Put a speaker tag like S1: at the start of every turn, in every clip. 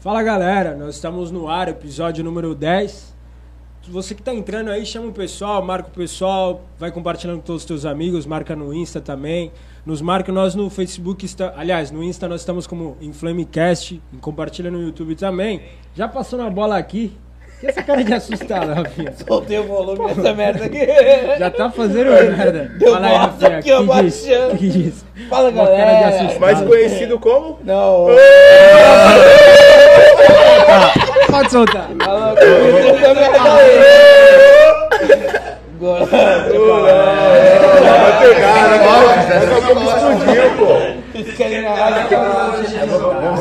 S1: Fala galera, nós estamos no ar, episódio número 10. Você que tá entrando aí, chama o pessoal, marca o pessoal, vai compartilhando com todos os teus amigos, marca no Insta também. Nos marca, nós no Facebook, está, aliás, no Insta nós estamos como Inflamecast, e compartilha no YouTube também. Já passou na bola aqui. Que essa cara de assustado, Rafinha?
S2: Soltei o volume dessa merda aqui.
S1: Já tá fazendo merda.
S2: Deu bosta aqui, ó,
S1: que diz?
S2: baixando.
S1: Que diz?
S2: Fala
S1: Uma cara de
S2: galera.
S1: assustado.
S3: Mais conhecido como?
S2: Não.
S1: Pode soltar.
S2: Fala, comigo, essa merda aí.
S3: Vai pegar, né? Essa boca explodiu, pô.
S2: Vocês querem né? na rádio que eu não-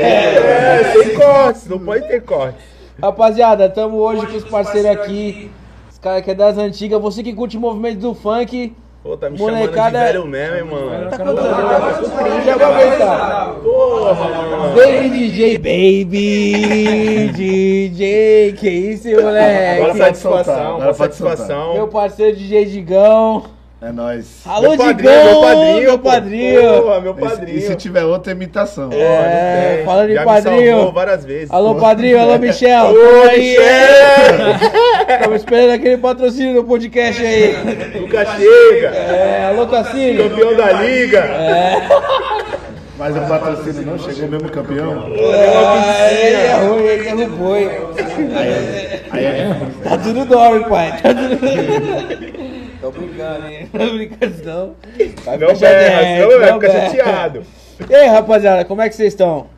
S3: É, sem cortes, não pode ter cortes.
S2: Rapaziada, tamo hoje com os parceiros aqui. Os caras que é das antigas. Você que curte o movimento do funk.
S3: Pô, tá me chamando
S2: Molecada-
S3: de velho meme,
S1: Tá
S3: mano.
S1: né?
S2: Já vou aguentar. Baby DJ, baby DJ. Que isso,
S3: Agora
S2: moleque.
S3: satisfação, agora
S4: Agora pode
S2: Meu
S4: soltar.
S3: satisfação.
S2: parceiro DJ Digão.
S4: É nóis.
S2: Alô,
S3: meu
S2: Digão,
S3: padrinho,
S2: meu
S3: pô.
S2: padrinho.
S3: Porra, meu
S4: E se- E se
S3: padrinho.
S4: tiver outra imitação?
S3: Pô, não
S2: É,
S3: tem.
S2: fala de
S3: Já Me
S2: padrinho.
S3: salvou várias vezes.
S2: Alô,
S3: Pô.
S2: padrinho, alô, Michel.
S3: Ô,
S2: Tamo aí,
S3: Michel!
S2: Tamo esperando aquele patrocínio do podcast aí.
S3: Nunca chega.
S2: É, alô, Cassino.
S3: Campeão da liga.
S2: É,
S4: Mas o patrocínio não chegou mesmo campeão?
S2: Ah, ele errou, ele derrubou, hein? Tá tudo dorme, pai. Tá tudo... Tô brincando, hein? Não é brincadeira, Vai
S3: Não berra, senão
S2: dente,
S3: vai
S2: não
S3: ficar
S2: berra.
S3: chateado. Tá
S2: E aí, rapaziada, como é que vocês estão?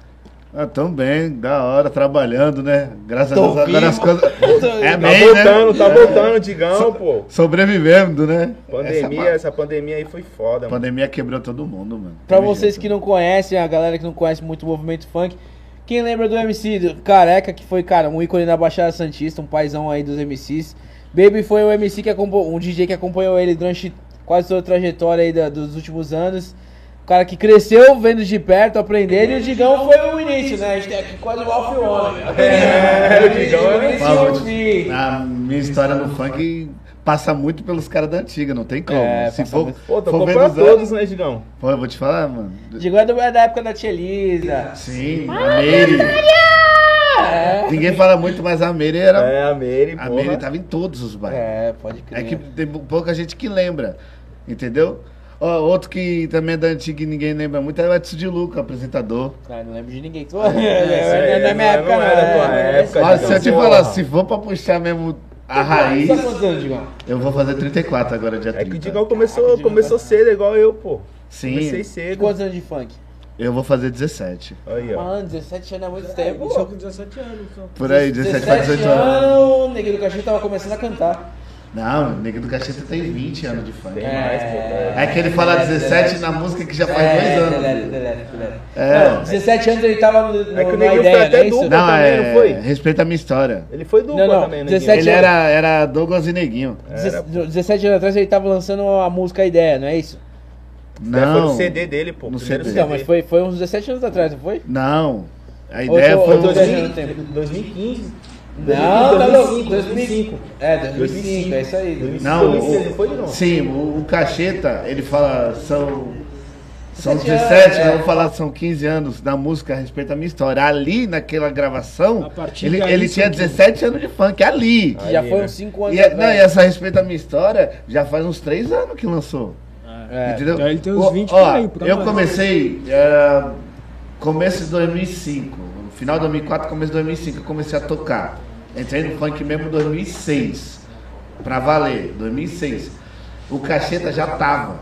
S4: Ah, tão bem, da hora, trabalhando, né? Graças
S2: Tô
S4: a Deus, agora
S2: vivo.
S4: as coisas. É
S3: Tá
S4: bem,
S3: voltando,
S4: né?
S3: tá voltando, Digão, pô.
S4: Sobrevivendo, né?
S3: Pandemia,
S4: Essa
S3: essa pandemia aí foi foda,
S4: pa-
S3: mano.
S4: pandemia quebrou todo mundo, mano.
S2: Pra
S4: Teve
S2: vocês que
S4: jeito.
S2: não conhecem, a galera que não conhece muito o movimento funk, quem lembra do MC do Careca, que foi, cara, um ícone na Baixada Santista, um paizão aí dos MCs. Baby foi um MC que acompanhou, um DJ que acompanhou ele durante quase toda a trajetória aí da- dos últimos anos. O cara que cresceu vendo de perto, aprendendo, e o Digão foi o início, né? A gente tem aqui quase o Alf One.
S3: É, o Digão é
S2: Início
S4: Fala,
S2: ao fim.
S4: A minha história no funk passa muito pelos caras da antiga, não tem como.
S2: É,
S4: se
S2: passa
S4: for,
S2: muito.
S3: Pô,
S4: for
S3: tocou
S4: ver
S3: pra
S4: nos anos-
S3: todos, né, Digão?
S4: Pô, eu vou te falar, mano.
S2: Digão é do- é da época da Tia Elisa.
S4: Sim,
S2: Ah,
S4: a Meire. Ninguém fala muito, mas a Meire era.
S3: É, a Mary,
S4: A tá
S3: porra.
S4: Meire tava em todos os bairros.
S2: É, pode crer.
S4: É que tem pou- pouca gente que lembra, entendeu? Ó, outro que também é da antiga e ninguém lembra muito é o Edson de Luca, apresentador.
S2: Ah, não lembro de ninguém. que
S3: isso aí
S2: é, não é da minha
S3: não é-
S2: época,
S3: não
S2: não.
S3: é da tua
S2: é.
S3: época,
S4: Olha, se eu te
S3: Digão,
S4: falar,
S3: porra.
S4: se for pra puxar mesmo a
S2: Você
S4: raiz,
S2: tá quantos anos, Digão?
S4: eu vou fazer 34 agora, dia
S3: É que o
S4: 30.
S3: Digão começou, começou cedo, igual eu, pô. Comecei
S4: Sim,
S3: cedo.
S2: Quantos anos de funk?
S4: eu vou fazer 17.
S3: Aí, ó.
S2: Mano, 17 anos é muito
S1: Eu
S2: tempo.
S1: sou com 17 anos, então.
S4: Por aí, 17 pra 18 anos.
S2: anos, o Neguinho do Cachorro tava começando a cantar.
S4: Não, o Nego do Cacheta tem 20 anos de funk.
S3: Tem mais, pô.
S4: É que ele fala 17 na música que já faz
S2: É,
S4: 2
S2: delere,
S4: anos.
S2: delere, delere.
S4: É.
S2: Não, 17 anos ele tava no, no,
S3: É que
S2: na
S3: o Neguinho
S2: ideia,
S3: foi até
S2: não é isso?
S3: dupla.
S4: Não,
S3: também, não foi?
S4: é. Respeita a minha história.
S3: Ele foi dupla
S2: Não, não,
S3: também, né?
S2: 17
S3: Guinho?
S4: Ele era, era Douglas e Neguinho.
S2: Deze- 17 anos atrás ele tava lançando a música Ideia, não é isso?
S3: né? Foi no
S4: Não.
S3: CD dele, pô.
S4: No
S3: primeiro
S4: CD.
S2: Não, mas foi, foi uns 17 anos atrás, não foi?
S4: Não. A ideia
S2: Outro-
S4: foi.
S2: outro
S4: um-
S2: desenho.
S3: 2000, 2015.
S2: Não, tá louco.
S3: 2005,
S2: 2005. É, 2005, é isso aí. 2005.
S4: Não,
S3: Foi ele, foi ele não?
S4: o, sim, o, o Cacheta, ele fala, são, são
S2: 17 anos,
S4: 17,
S2: é.
S4: eu vou falar, são 15 anos da música a respeito da minha história. Ali, naquela
S1: A
S4: gravação,
S1: partir
S4: ele,
S1: daí,
S4: ele
S1: sim.
S4: tinha 17 anos de funk, ali.
S2: Que Já
S3: Aí,
S2: foi
S3: né?
S2: uns 5 anos
S4: E, a- não, e
S2: atrás.
S4: essa a respeito da minha história, já faz uns 3 anos que lançou.
S2: É.
S4: entendeu?
S1: então ele tem uns
S4: Ó,
S1: 20
S4: ó,
S1: por aí, por aí.
S4: Eu comecei é, começo de 2005, no final de 2004, começo de 2005, eu comecei a tocar. Entrei no funk mesmo em 2006, pra valer, 2006. O Cacheta já tava.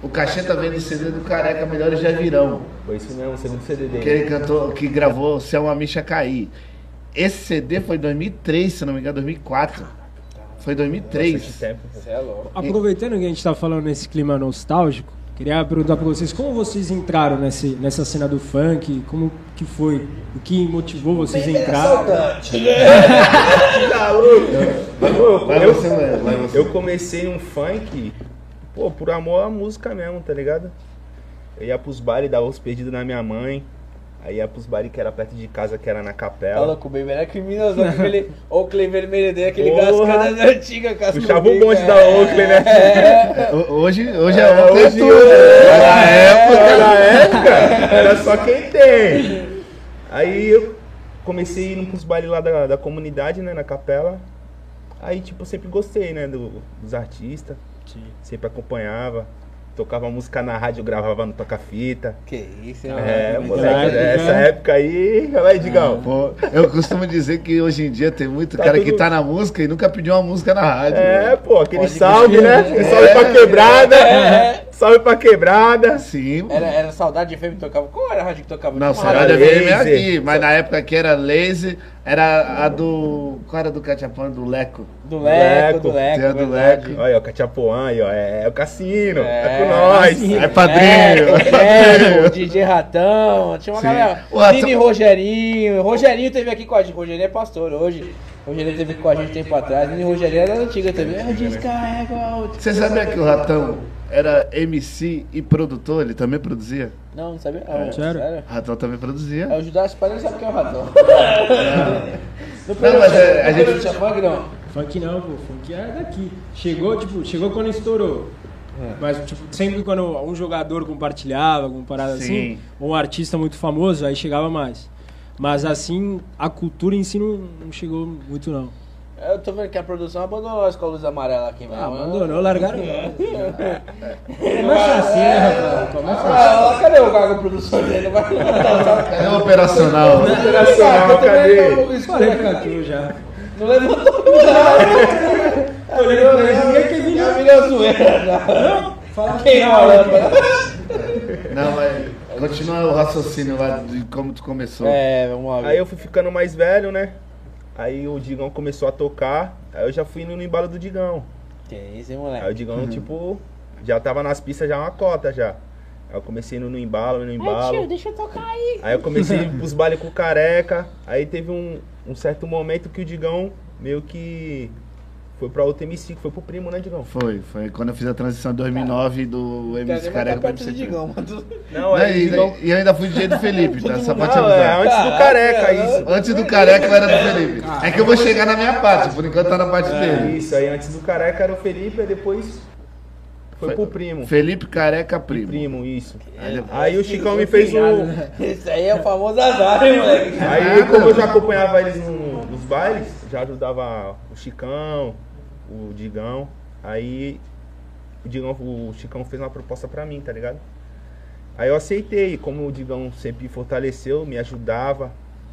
S4: O Cacheta veio do CD do Careca Melhores Já Virão,
S3: Foi isso mesmo, o segundo CD
S4: que é
S3: dele.
S4: ele cantou, que gravou Se é uma Micha Cair. Esse CD foi em 2003, se não me engano, 2004. Foi em 2003.
S3: Esse tempo, pô.
S2: Cê é louco.
S1: Aproveitando que a gente tá falando nesse clima nostálgico, queria perguntar pra vocês como vocês entraram nesse, nessa cena do funk, como que foi, o que motivou vocês a entrar.
S3: Pô,
S4: Vai
S3: Tá eu-
S4: você, mano, vai você.
S3: Eu comecei um funk, pô, por amor à música mesmo, tá ligado? Eu ia pros bares, dava os perdidos na minha mãe. Aí ia pros bares que era perto de casa, que era na
S2: Tá
S3: capela.
S2: louco, o Baby era criminoso. aquele Oakley vermelho dele, aquele
S3: Porra.
S2: cascada da antiga casca.
S3: Puxava o bonde da Oakley, né?
S4: É, ho- Hoje, hoje é,
S3: É,
S4: outra
S3: hoje
S4: tudo, né?
S3: é.
S4: Na época,
S3: Era época, era só quem tem. Aí eu comecei indo pros bailes lá da, da comunidade, né, na capela. Aí, tipo, eu sempre gostei, né, do- dos artistas,
S1: Sim.
S3: sempre acompanhava. Tocava música na rádio, gravava no toca-fita.
S2: Que isso, hein,
S3: É,
S2: mano?
S3: moleque,
S1: época,
S3: essa
S1: né?
S3: época aí, vai, Digão.
S4: Pô, eu costumo dizer que hoje em dia tem muito
S3: Tá
S4: cara que
S3: tudo-
S4: tá na música e nunca pediu uma música na rádio.
S3: É,
S4: velho.
S3: pô,
S2: Ah,
S3: aquele
S2: Pode
S3: salve,
S2: crer, É.
S3: né?
S2: né?
S3: Aquele Salve pra quebrada. Salve pra quebrada.
S4: Sim, mano.
S2: Era, era saudade de FM que tocava. Qual era a rádio que tocava?
S4: Não,
S2: Tinha uma
S4: Saudade
S3: Era
S4: FM é
S3: laser.
S4: aqui, mas na época que era laser, era a do. Qual era do Catiapano? Do Leco.
S2: Do Leco, do
S3: Leco,
S2: Leco.
S4: tem a do
S2: verdade.
S4: Leco.
S3: Olha, o Cachapuã aí, ó. É, o cassino. É,
S2: É,
S3: com nós.
S2: assim.
S4: É padrinho.
S2: Leco, Leco, o DJ Ratão. Tinha uma
S4: Sim.
S2: galera.
S4: O Ratão-
S2: Nini Rogerinho. Rogerinho teve aqui com a gente. Rogerinho é pastor hoje. Rogerinho teve aqui com a gente um tempo atrás. Nini Rogerinho era da antiga também. É, Eu descarrego a outra.
S4: Você sabia que o Ratão era MC e produtor? Ele também produzia?
S2: Não, não sabia não.
S1: Sério?
S4: O Ratão também produzia.
S2: É o Judas Pai não sabe quem é o Ratão. No
S4: mas é, a
S2: no
S4: gente-
S2: período tinha funk, não.
S1: Funk não, pô. Funk é daqui. Chegou, tipo, chegou quando estourou.
S2: É.
S1: Mas, tipo, sempre quando um jogador compartilhava, alguma parada
S4: Sim.
S1: assim, ou um artista muito famoso, aí chegava mais. Mas assim, a cultura em si não, não chegou muito, não.
S2: Eu tô vendo que a produção abandonou a escola luz amarela aqui, mano.
S1: Ah, abandonou, largaram. Começa assim, né, rapaz? Começa assim.
S2: É, Ah, cadê o cargo produção dele? Vai levantar
S4: É o operacional.
S3: Internacional,
S2: tá
S3: cadê?
S1: assim. Falei com a tu já.
S2: Não levantou
S1: Tô olhando pra ele, ninguém quer vir,
S2: minha
S1: não.
S2: amiga zoeira.
S1: Fala
S2: Quem é
S1: não,
S2: o
S1: né?
S4: Não, mas continua o raciocínio lá de como tu começou.
S2: É, vamos lá.
S3: Aí eu fui ficando mais velho, né? Aí o Digão começou a tocar. Aí eu já fui indo no embalo do Digão.
S2: Que isso, hein,
S3: Aí o
S2: moleque?
S3: Digão, tipo, já tava nas pistas já uma cota já. Aí eu comecei indo no embalo, no
S5: Ai, tio,
S3: embalo.
S5: deixa eu tocar aí.
S3: Aí eu comecei a ir pros bailes com o careca. Aí teve um, um certo momento que o Digão meio que foi pra outro MC, que foi pro primo, né, Digão?
S4: Foi, foi quando eu fiz a transição em 2009 do MC
S2: Cadê? Mas
S4: Careca
S2: tá
S4: pra
S2: perto
S4: MC
S2: do Digão, mano.
S3: Não,
S4: Não,
S3: aí o
S4: Né, e,
S3: Digão.
S4: e eu ainda fui DJ do Felipe, tá? Só pra te
S3: Não, é
S4: avisar.
S3: antes do careca né? isso.
S4: Antes do careca eu era do Felipe. É que eu vou chegar na minha parte, por enquanto tá na parte
S3: É,
S4: dele.
S3: isso, aí antes do careca era o Felipe, aí depois foi pro primo.
S4: Felipe Careca Primo.
S3: Primo, É. isso.
S4: Aí depois-
S3: Aí o Chicão me fez um.
S2: Esse aí é o famoso azar, hein, moleque?
S3: Aí como eu já acompanhava eles no- nos bailes, já ajudava o Chicão, o Digão. Aí o, Digão, o Chicão fez uma proposta pra mim, tá ligado? Aí eu aceitei, como o Digão sempre fortaleceu, me ajudava.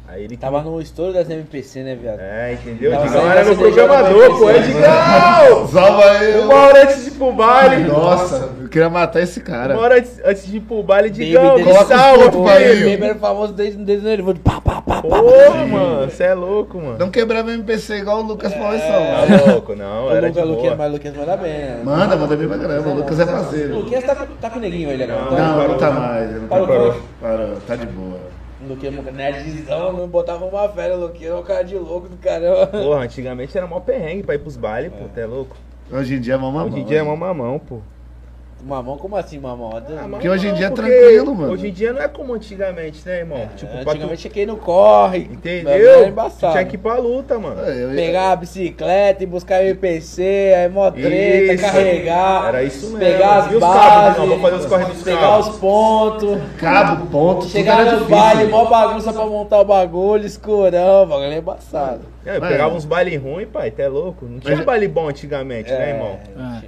S3: Aí ele que-
S2: Tava no estouro das MPC, né, viado?
S3: É, entendeu? O
S2: Tava
S3: Digão
S2: sem
S3: era meu
S2: você deixar
S3: programador,
S2: mais
S3: pô. É
S2: difícil,
S3: Digão!
S4: Salva aí.
S3: Uma hora antes de ir pro baile.
S4: Nossa, eu queria matar esse
S3: Uma
S4: cara.
S3: hora antes, antes de ir pro baile,
S2: Baby
S3: Digão, me
S2: dele-
S4: coloca os
S3: salva,
S4: pontos pra ele.
S3: filho.
S2: Baby era o é famoso desde desde nervoso. Pá, pá, pá, pá.
S3: Porra, mano, você é louco, mano.
S4: Não quebrava MPC igual o Lucas
S2: É.
S4: Paulistão.
S3: Tá louco, não,
S2: O
S3: era de
S2: Lucas, Luquinhas,
S3: boa.
S2: mas o Luquinhas manda bem, né?
S4: Manda, manda bem pra caramba. O Lucas é
S2: O
S4: parceiro.
S2: Luquinhas tá, com- tá com o neguinho ele agora. tá?
S4: Não, não tá mais. Não tá
S2: Parou.
S4: mais. Parou, tá de boa.
S2: Luquinha nerdzão, não botava uma fera, Luquinha era um cara de louco do caramba.
S3: Porra, antigamente era mó perrengue pra ir pros bailes,
S2: É.
S3: pô, tá louco?
S4: Hoje em dia é
S2: Tá
S4: mamãe.
S3: Hoje em
S2: né?
S3: dia é mó mamão, pô.
S2: Mamão, como assim, mamão?
S3: Ah,
S4: Porque hoje em dia é
S3: Porque
S4: tranquilo, mano.
S3: Hoje em dia não é como antigamente, né, irmão? tipo, pra
S2: É, Antigamente tinha que ir no corre.
S3: tu...
S2: Era
S3: Entendeu?
S2: embaçado.
S3: Tinha que ir pra luta, mano.
S4: É,
S2: Pegar a bicicleta e buscar MPC, aí mó treta,
S3: Isso.
S2: carregar.
S3: Era isso mesmo.
S2: Pegar as
S3: E os
S2: bases.
S3: cabos, não, vou fazer os corre dos
S2: pegar
S3: cabos.
S2: os pontos.
S4: Cabo, ponto, tudo
S2: Chegar
S4: era
S2: no
S4: difícil.
S2: baile, mó bagunça pra montar o bagulho, escurão, o bagulho é embaçado.
S3: É, eu
S4: Mano.
S3: pegava uns bailes ruins, pai, tá louco? Não tinha
S4: Mas-
S3: baile bom antigamente,
S2: É.
S3: né, irmão?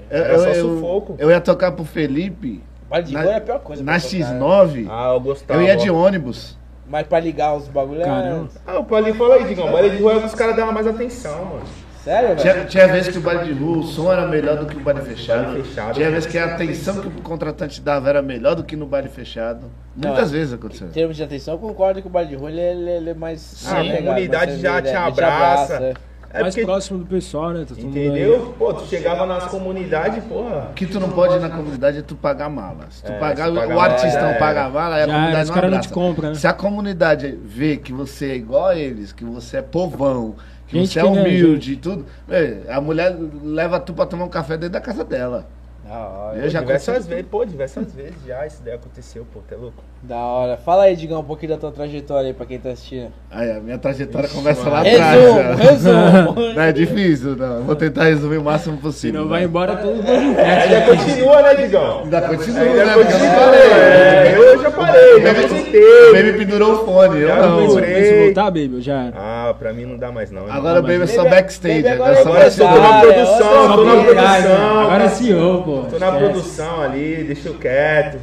S3: Era só sufoco.
S4: Eu ia tocar pro Felipe
S2: Baile É de
S4: na,
S2: rua é a pior coisa.
S4: na
S2: pra tocar, né?
S4: X9.
S3: Ah, eu gostava.
S4: Eu ia de
S3: ó.
S4: ônibus.
S2: Mas pra ligar os bagulhos
S1: Caramba.
S2: é.
S3: Ah, o Paulinho fala aí, Digão. Baile de rua é que os caras davam mais atenção, mano.
S2: Sério, velho?
S4: Tinha, tinha vezes que o baile de rua, o som era melhor do que o baile fechado.
S3: Baile fechado.
S4: Tinha vezes que a atenção que o contratante dava era melhor do que no baile fechado.
S2: Não,
S4: Muitas
S2: é-
S4: vezes
S2: Em
S4: aconteceu.
S2: termos de atenção, eu concordo que o baile de rua ele, é- ele é- ele é mais.
S3: Ah, a
S2: mais legal,
S3: comunidade
S2: mais
S3: já te
S2: familiar,
S3: abraça.
S2: é.
S3: É
S1: Mais
S3: porque,
S1: próximo do pessoal, né? Tá todo mundo aí.
S3: entendeu? Pô, tu chegava nas comunidades, porra.
S4: O que tu não pode ir na comunidade é tu pagar mala. Se tu
S3: É,
S4: pagar,
S3: se pagar
S4: o
S3: mala, é. já
S4: artistão
S3: era.
S4: paga a mala, aí a
S1: Já era,
S4: comunidade
S1: os
S4: não
S1: caras não
S4: abraça.
S1: te compram, né?
S4: Se a comunidade vê que você é igual a eles, que você é povão, que
S1: Gente
S4: você é
S1: que nem a
S4: humilde e tudo, é, a mulher leva tu pra tomar um café dentro da casa dela.
S2: Da
S3: Ah,
S2: hora.
S4: Eu já
S3: diversas
S4: aconteceu-
S3: vezes, pô, diversas vezes já isso daí aconteceu, pô, tá louco?
S2: Da hora. Fala aí, Digão, um pouquinho da tua trajetória aí pra quem tá assistindo.
S4: Aí, a minha trajetória começa lá
S2: Resumo,
S4: atrás. né?
S2: resumo.
S4: Não é difícil, não. Eu Vou tentar resumir o máximo possível.
S1: Senão
S4: né?
S1: vai embora todo mundo.
S2: É,
S3: Ainda continua, né, Digão?
S4: Ainda continua,
S3: Ainda
S4: né?
S3: continua, né? É, eu já parei, já
S4: O
S3: visitei.
S4: Baby pendurou o fone, eu
S3: Já
S1: Não,
S4: não.
S1: pensa,
S3: adorei.
S1: pensa em voltar, baby, já era.
S3: Ah, pra mim não dá mais não. irmão.
S4: Agora o Baby é só
S2: Baby-
S4: backstage,
S2: Baby
S4: agora
S2: agora
S4: é só
S2: é
S3: Agora eu sou
S2: Ah,
S3: na
S2: é,
S3: produção,
S2: outra
S3: tô na
S2: habilidade,
S1: né?
S3: produção.
S1: Agora CEO, pô.
S3: Tô na
S1: esquece.
S3: produção ali, deixa eu quieto.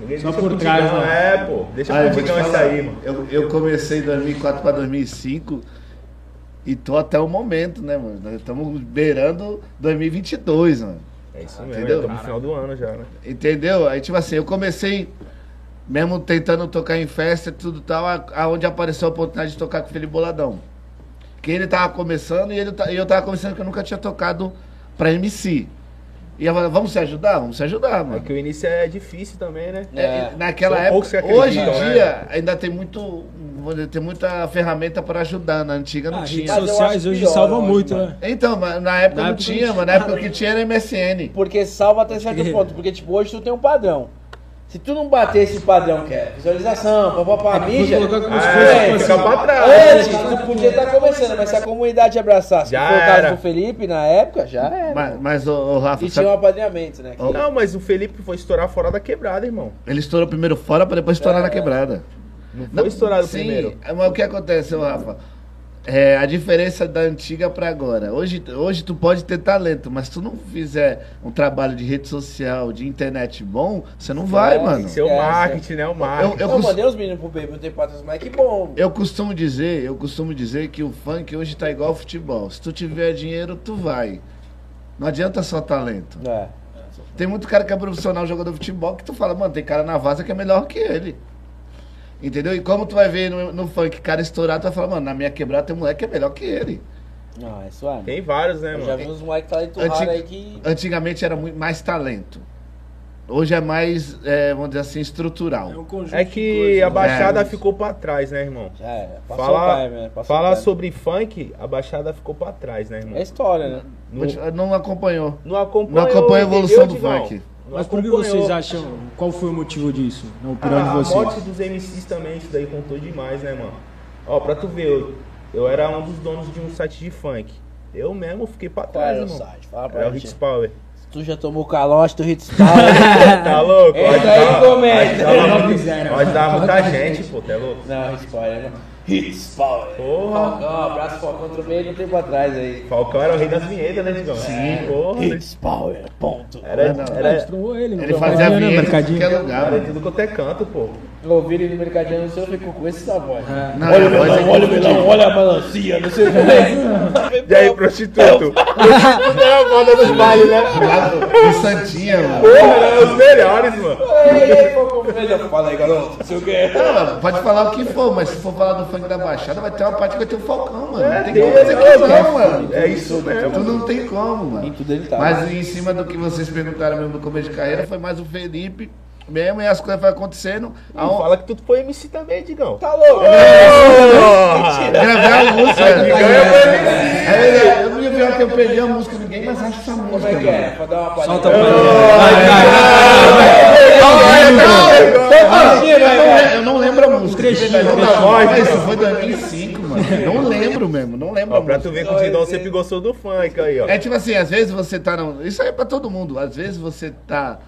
S3: Ninguém
S1: Só
S3: deixa
S1: por
S3: pro
S1: trás,
S3: Digão,
S1: né?
S3: É, pô. Deixa
S4: Ah, eu
S3: pro
S4: vou te
S3: Digão isso
S4: falar,
S3: aí, mano.
S4: Eu, eu comecei em 2004 para 2005 e tô até o momento, né, mano? Nós estamos beirando 2022, mano.
S3: É isso mesmo,
S4: Entendeu?
S3: Entendeu? no final do ano já, né?
S4: Entendeu? Aí, tipo assim, eu comecei mesmo tentando tocar em festa e tudo tal, a- aonde apareceu a oportunidade de tocar com o Felipe Boladão. Que ele tava começando e ele, ta- e eu tava começando que eu nunca tinha tocado pra MC. E eu falei, vamos se ajudar? Vamos se ajudar,
S3: É
S4: mano.
S3: que o início é difícil também, né?
S4: É,
S2: É.
S4: naquela
S3: São poucos
S4: época,
S3: que
S4: hoje em
S3: acreditam, né?
S4: dia ainda tem muito, vamos dizer, tem muita ferramenta para ajudar, na antiga não
S1: Ah, redes
S4: tinha.
S2: Mas eu
S1: sociais
S2: acho
S1: hoje
S2: pior
S1: salvam
S2: hoje,
S1: muito,
S2: mano.
S1: né?
S4: Então, mas na época
S1: Na época
S4: não
S1: não
S4: tinha,
S1: tinha
S4: mano, na época o que tinha era MSN.
S2: Porque salva até certo ponto. Porque, tipo, hoje tu tem um padrão. Se tu não bater esse padrão, que é visualização, papapá,
S1: tu
S2: mídia.
S1: colocou como se
S2: tu
S1: fosse,
S2: é,
S1: tipo
S2: fica
S1: assim,
S2: pra trás.
S3: antes,
S2: Antes, tu podia estar começando, mas se a comunidade abraçasse, que
S3: Já
S2: foi o caso
S3: era.
S2: do Felipe na época, já era.
S4: Mas, mas o, Rafa,
S2: E
S4: sabe-
S2: tinha um apadrinhamento, né? que-
S4: Ó.
S3: Não, mas o Felipe foi estourar fora da quebrada, irmão.
S4: ele estourou primeiro fora para depois estourar na quebrada.
S3: Não foi estourado
S4: sim,
S3: primeiro.
S4: Mas o que acontece, ô Rafa? É, a diferença da antiga pra agora. Hoje, hoje tu pode ter talento, mas tu não fizer um trabalho de rede social, de internet bom, você não vai,
S2: É,
S4: mano.
S3: Seu
S2: Esquece.
S3: marketing, né? O marketing.
S4: eu
S2: Eu,
S4: cons-
S2: mandei os meninos pro Baby um tempo atrás, mas que bom.
S4: Eu costumo dizer, eu costumo dizer que o funk hoje tá igual ao futebol. Se tu tiver dinheiro, tu vai. Não adianta só talento.
S2: É.
S4: Tem muito cara que é profissional jogador de futebol que tu fala, mano, tem cara na vaza que é melhor que ele. Entendeu? E como tu vai ver no, no funk cara estourado, tu vai falar, mano, na minha quebrada tem moleque que é melhor que ele.
S2: Não, é suave.
S3: Tem vários, né,
S2: Eu já
S3: mano?
S2: vi uns moleques talentosos
S4: Antig-
S2: aí que.
S4: Antigamente era muito mais talento. Hoje é mais, é, vamos dizer assim,
S1: É um
S4: estrutural.
S1: conjunto
S3: É
S1: de
S3: que
S1: coisas,
S3: a
S1: né?
S3: Baixada
S4: É.
S3: ficou pra trás, né, irmão?
S2: Já era. Passou
S3: Falar
S2: o time, né? Passou o
S3: falar
S2: time.
S3: sobre funk, a Baixada ficou pra trás, né, irmão?
S2: É história, né?
S3: Não,
S4: Não acompanhou.
S3: não acompanha,
S4: Não acompanha a evolução do
S3: entendeu, Digão?
S4: funk.
S3: Não
S1: Mas por que
S3: acompanhou.
S1: vocês acham? Qual foi o motivo disso? Na opinião
S3: Ah,
S1: de
S3: a
S1: vocês?
S3: morte dos MCs também, isso daí contou demais, né, mano? Ó, pra tu ver, eu, eu era um dos donos de um site de funk. Eu mesmo fiquei pra
S2: Qual
S3: trás,
S2: era o
S3: irmão.
S2: site? Fala
S3: Era
S2: pra
S3: o
S2: gente.
S3: Hits Power.
S2: Tu já tomou calote do né? Hits Power?
S3: Tá louco?
S2: Ah, Entra
S3: Pode
S2: aí e
S3: dar-
S2: comenta.
S3: pode dar-
S1: Não fizeram.
S3: Pode dar muita gente, pô, tá louco?
S2: Não, Hits Power, né? Hits Power.
S3: Porra.
S2: Falcão, abraço Falcão, tromei ele um tempo atrás aí.
S3: Falcão era o rei das vinhetas, né, Digão? Sim. Porra, né?
S2: Hits Power, ponto.
S3: Era,
S1: Ah,
S3: era,
S1: estrou ele, não
S4: Ele
S1: deu
S4: fazia
S1: né,
S4: vinheta em
S1: mercadinho?
S4: qualquer lugar,
S3: era
S4: mano.
S3: tudo quanto é canto, pô.
S2: Eu ouvi ele no mercadinho, não sei, eu fico com essa voz.
S4: Não,
S2: Olha o
S4: mas é
S2: melão, olha o
S4: que-
S2: melão, olha a melancia, não sei o que.
S3: E aí, prostituto? Prostituto era a moda dos bailes, né?
S4: Lá do- do Santinha, mano.
S3: Porra, era os melhores, mano.
S2: Ei, ei, Falcão, melhor. Fala aí, garoto, não sei o que.
S4: Não, pode falar o que for, mas se for falar do funk da Baixada, vai ter uma parte que vai ter o Falcão, mano. Não tem como
S3: tem,
S4: dizer
S3: é,
S4: que não,
S3: é,
S4: mano.
S3: é isso mesmo.
S4: Tu não tem como, mano.
S2: Em tudo ele tá.
S4: Mas em cima do que vocês perguntaram mesmo no começo de carreira, foi mais o Felipe mesmo e as coisas foram acontecendo.
S3: Não
S4: Aon...
S3: Fala que tu foi MC também, Digão.
S2: Tá louco?
S4: É.
S3: Porra!
S4: Gravei a
S3: Digão
S4: música.
S3: é o MC.
S4: É, eu não ia ver que eu perdi a música, ninguém mais acha essa
S2: Como
S4: música,
S2: é que é?
S4: mano.
S2: Pra dar uma
S1: Solta o
S2: palhinha.
S1: pano. Vai,
S4: Eu não le- Eu não lembro a música.
S1: trechinho,
S4: Não dá
S1: trechinho.
S4: voz, mas Isso foi 2005, mano. Não lembro mesmo, não lembro a
S3: Ó, pra
S4: música.
S3: tu ver que o Digão sempre gostou do funk aí, ó.
S4: É tipo assim, às vezes você tá. Na... Isso aí é pra todo mundo. Às vezes você tá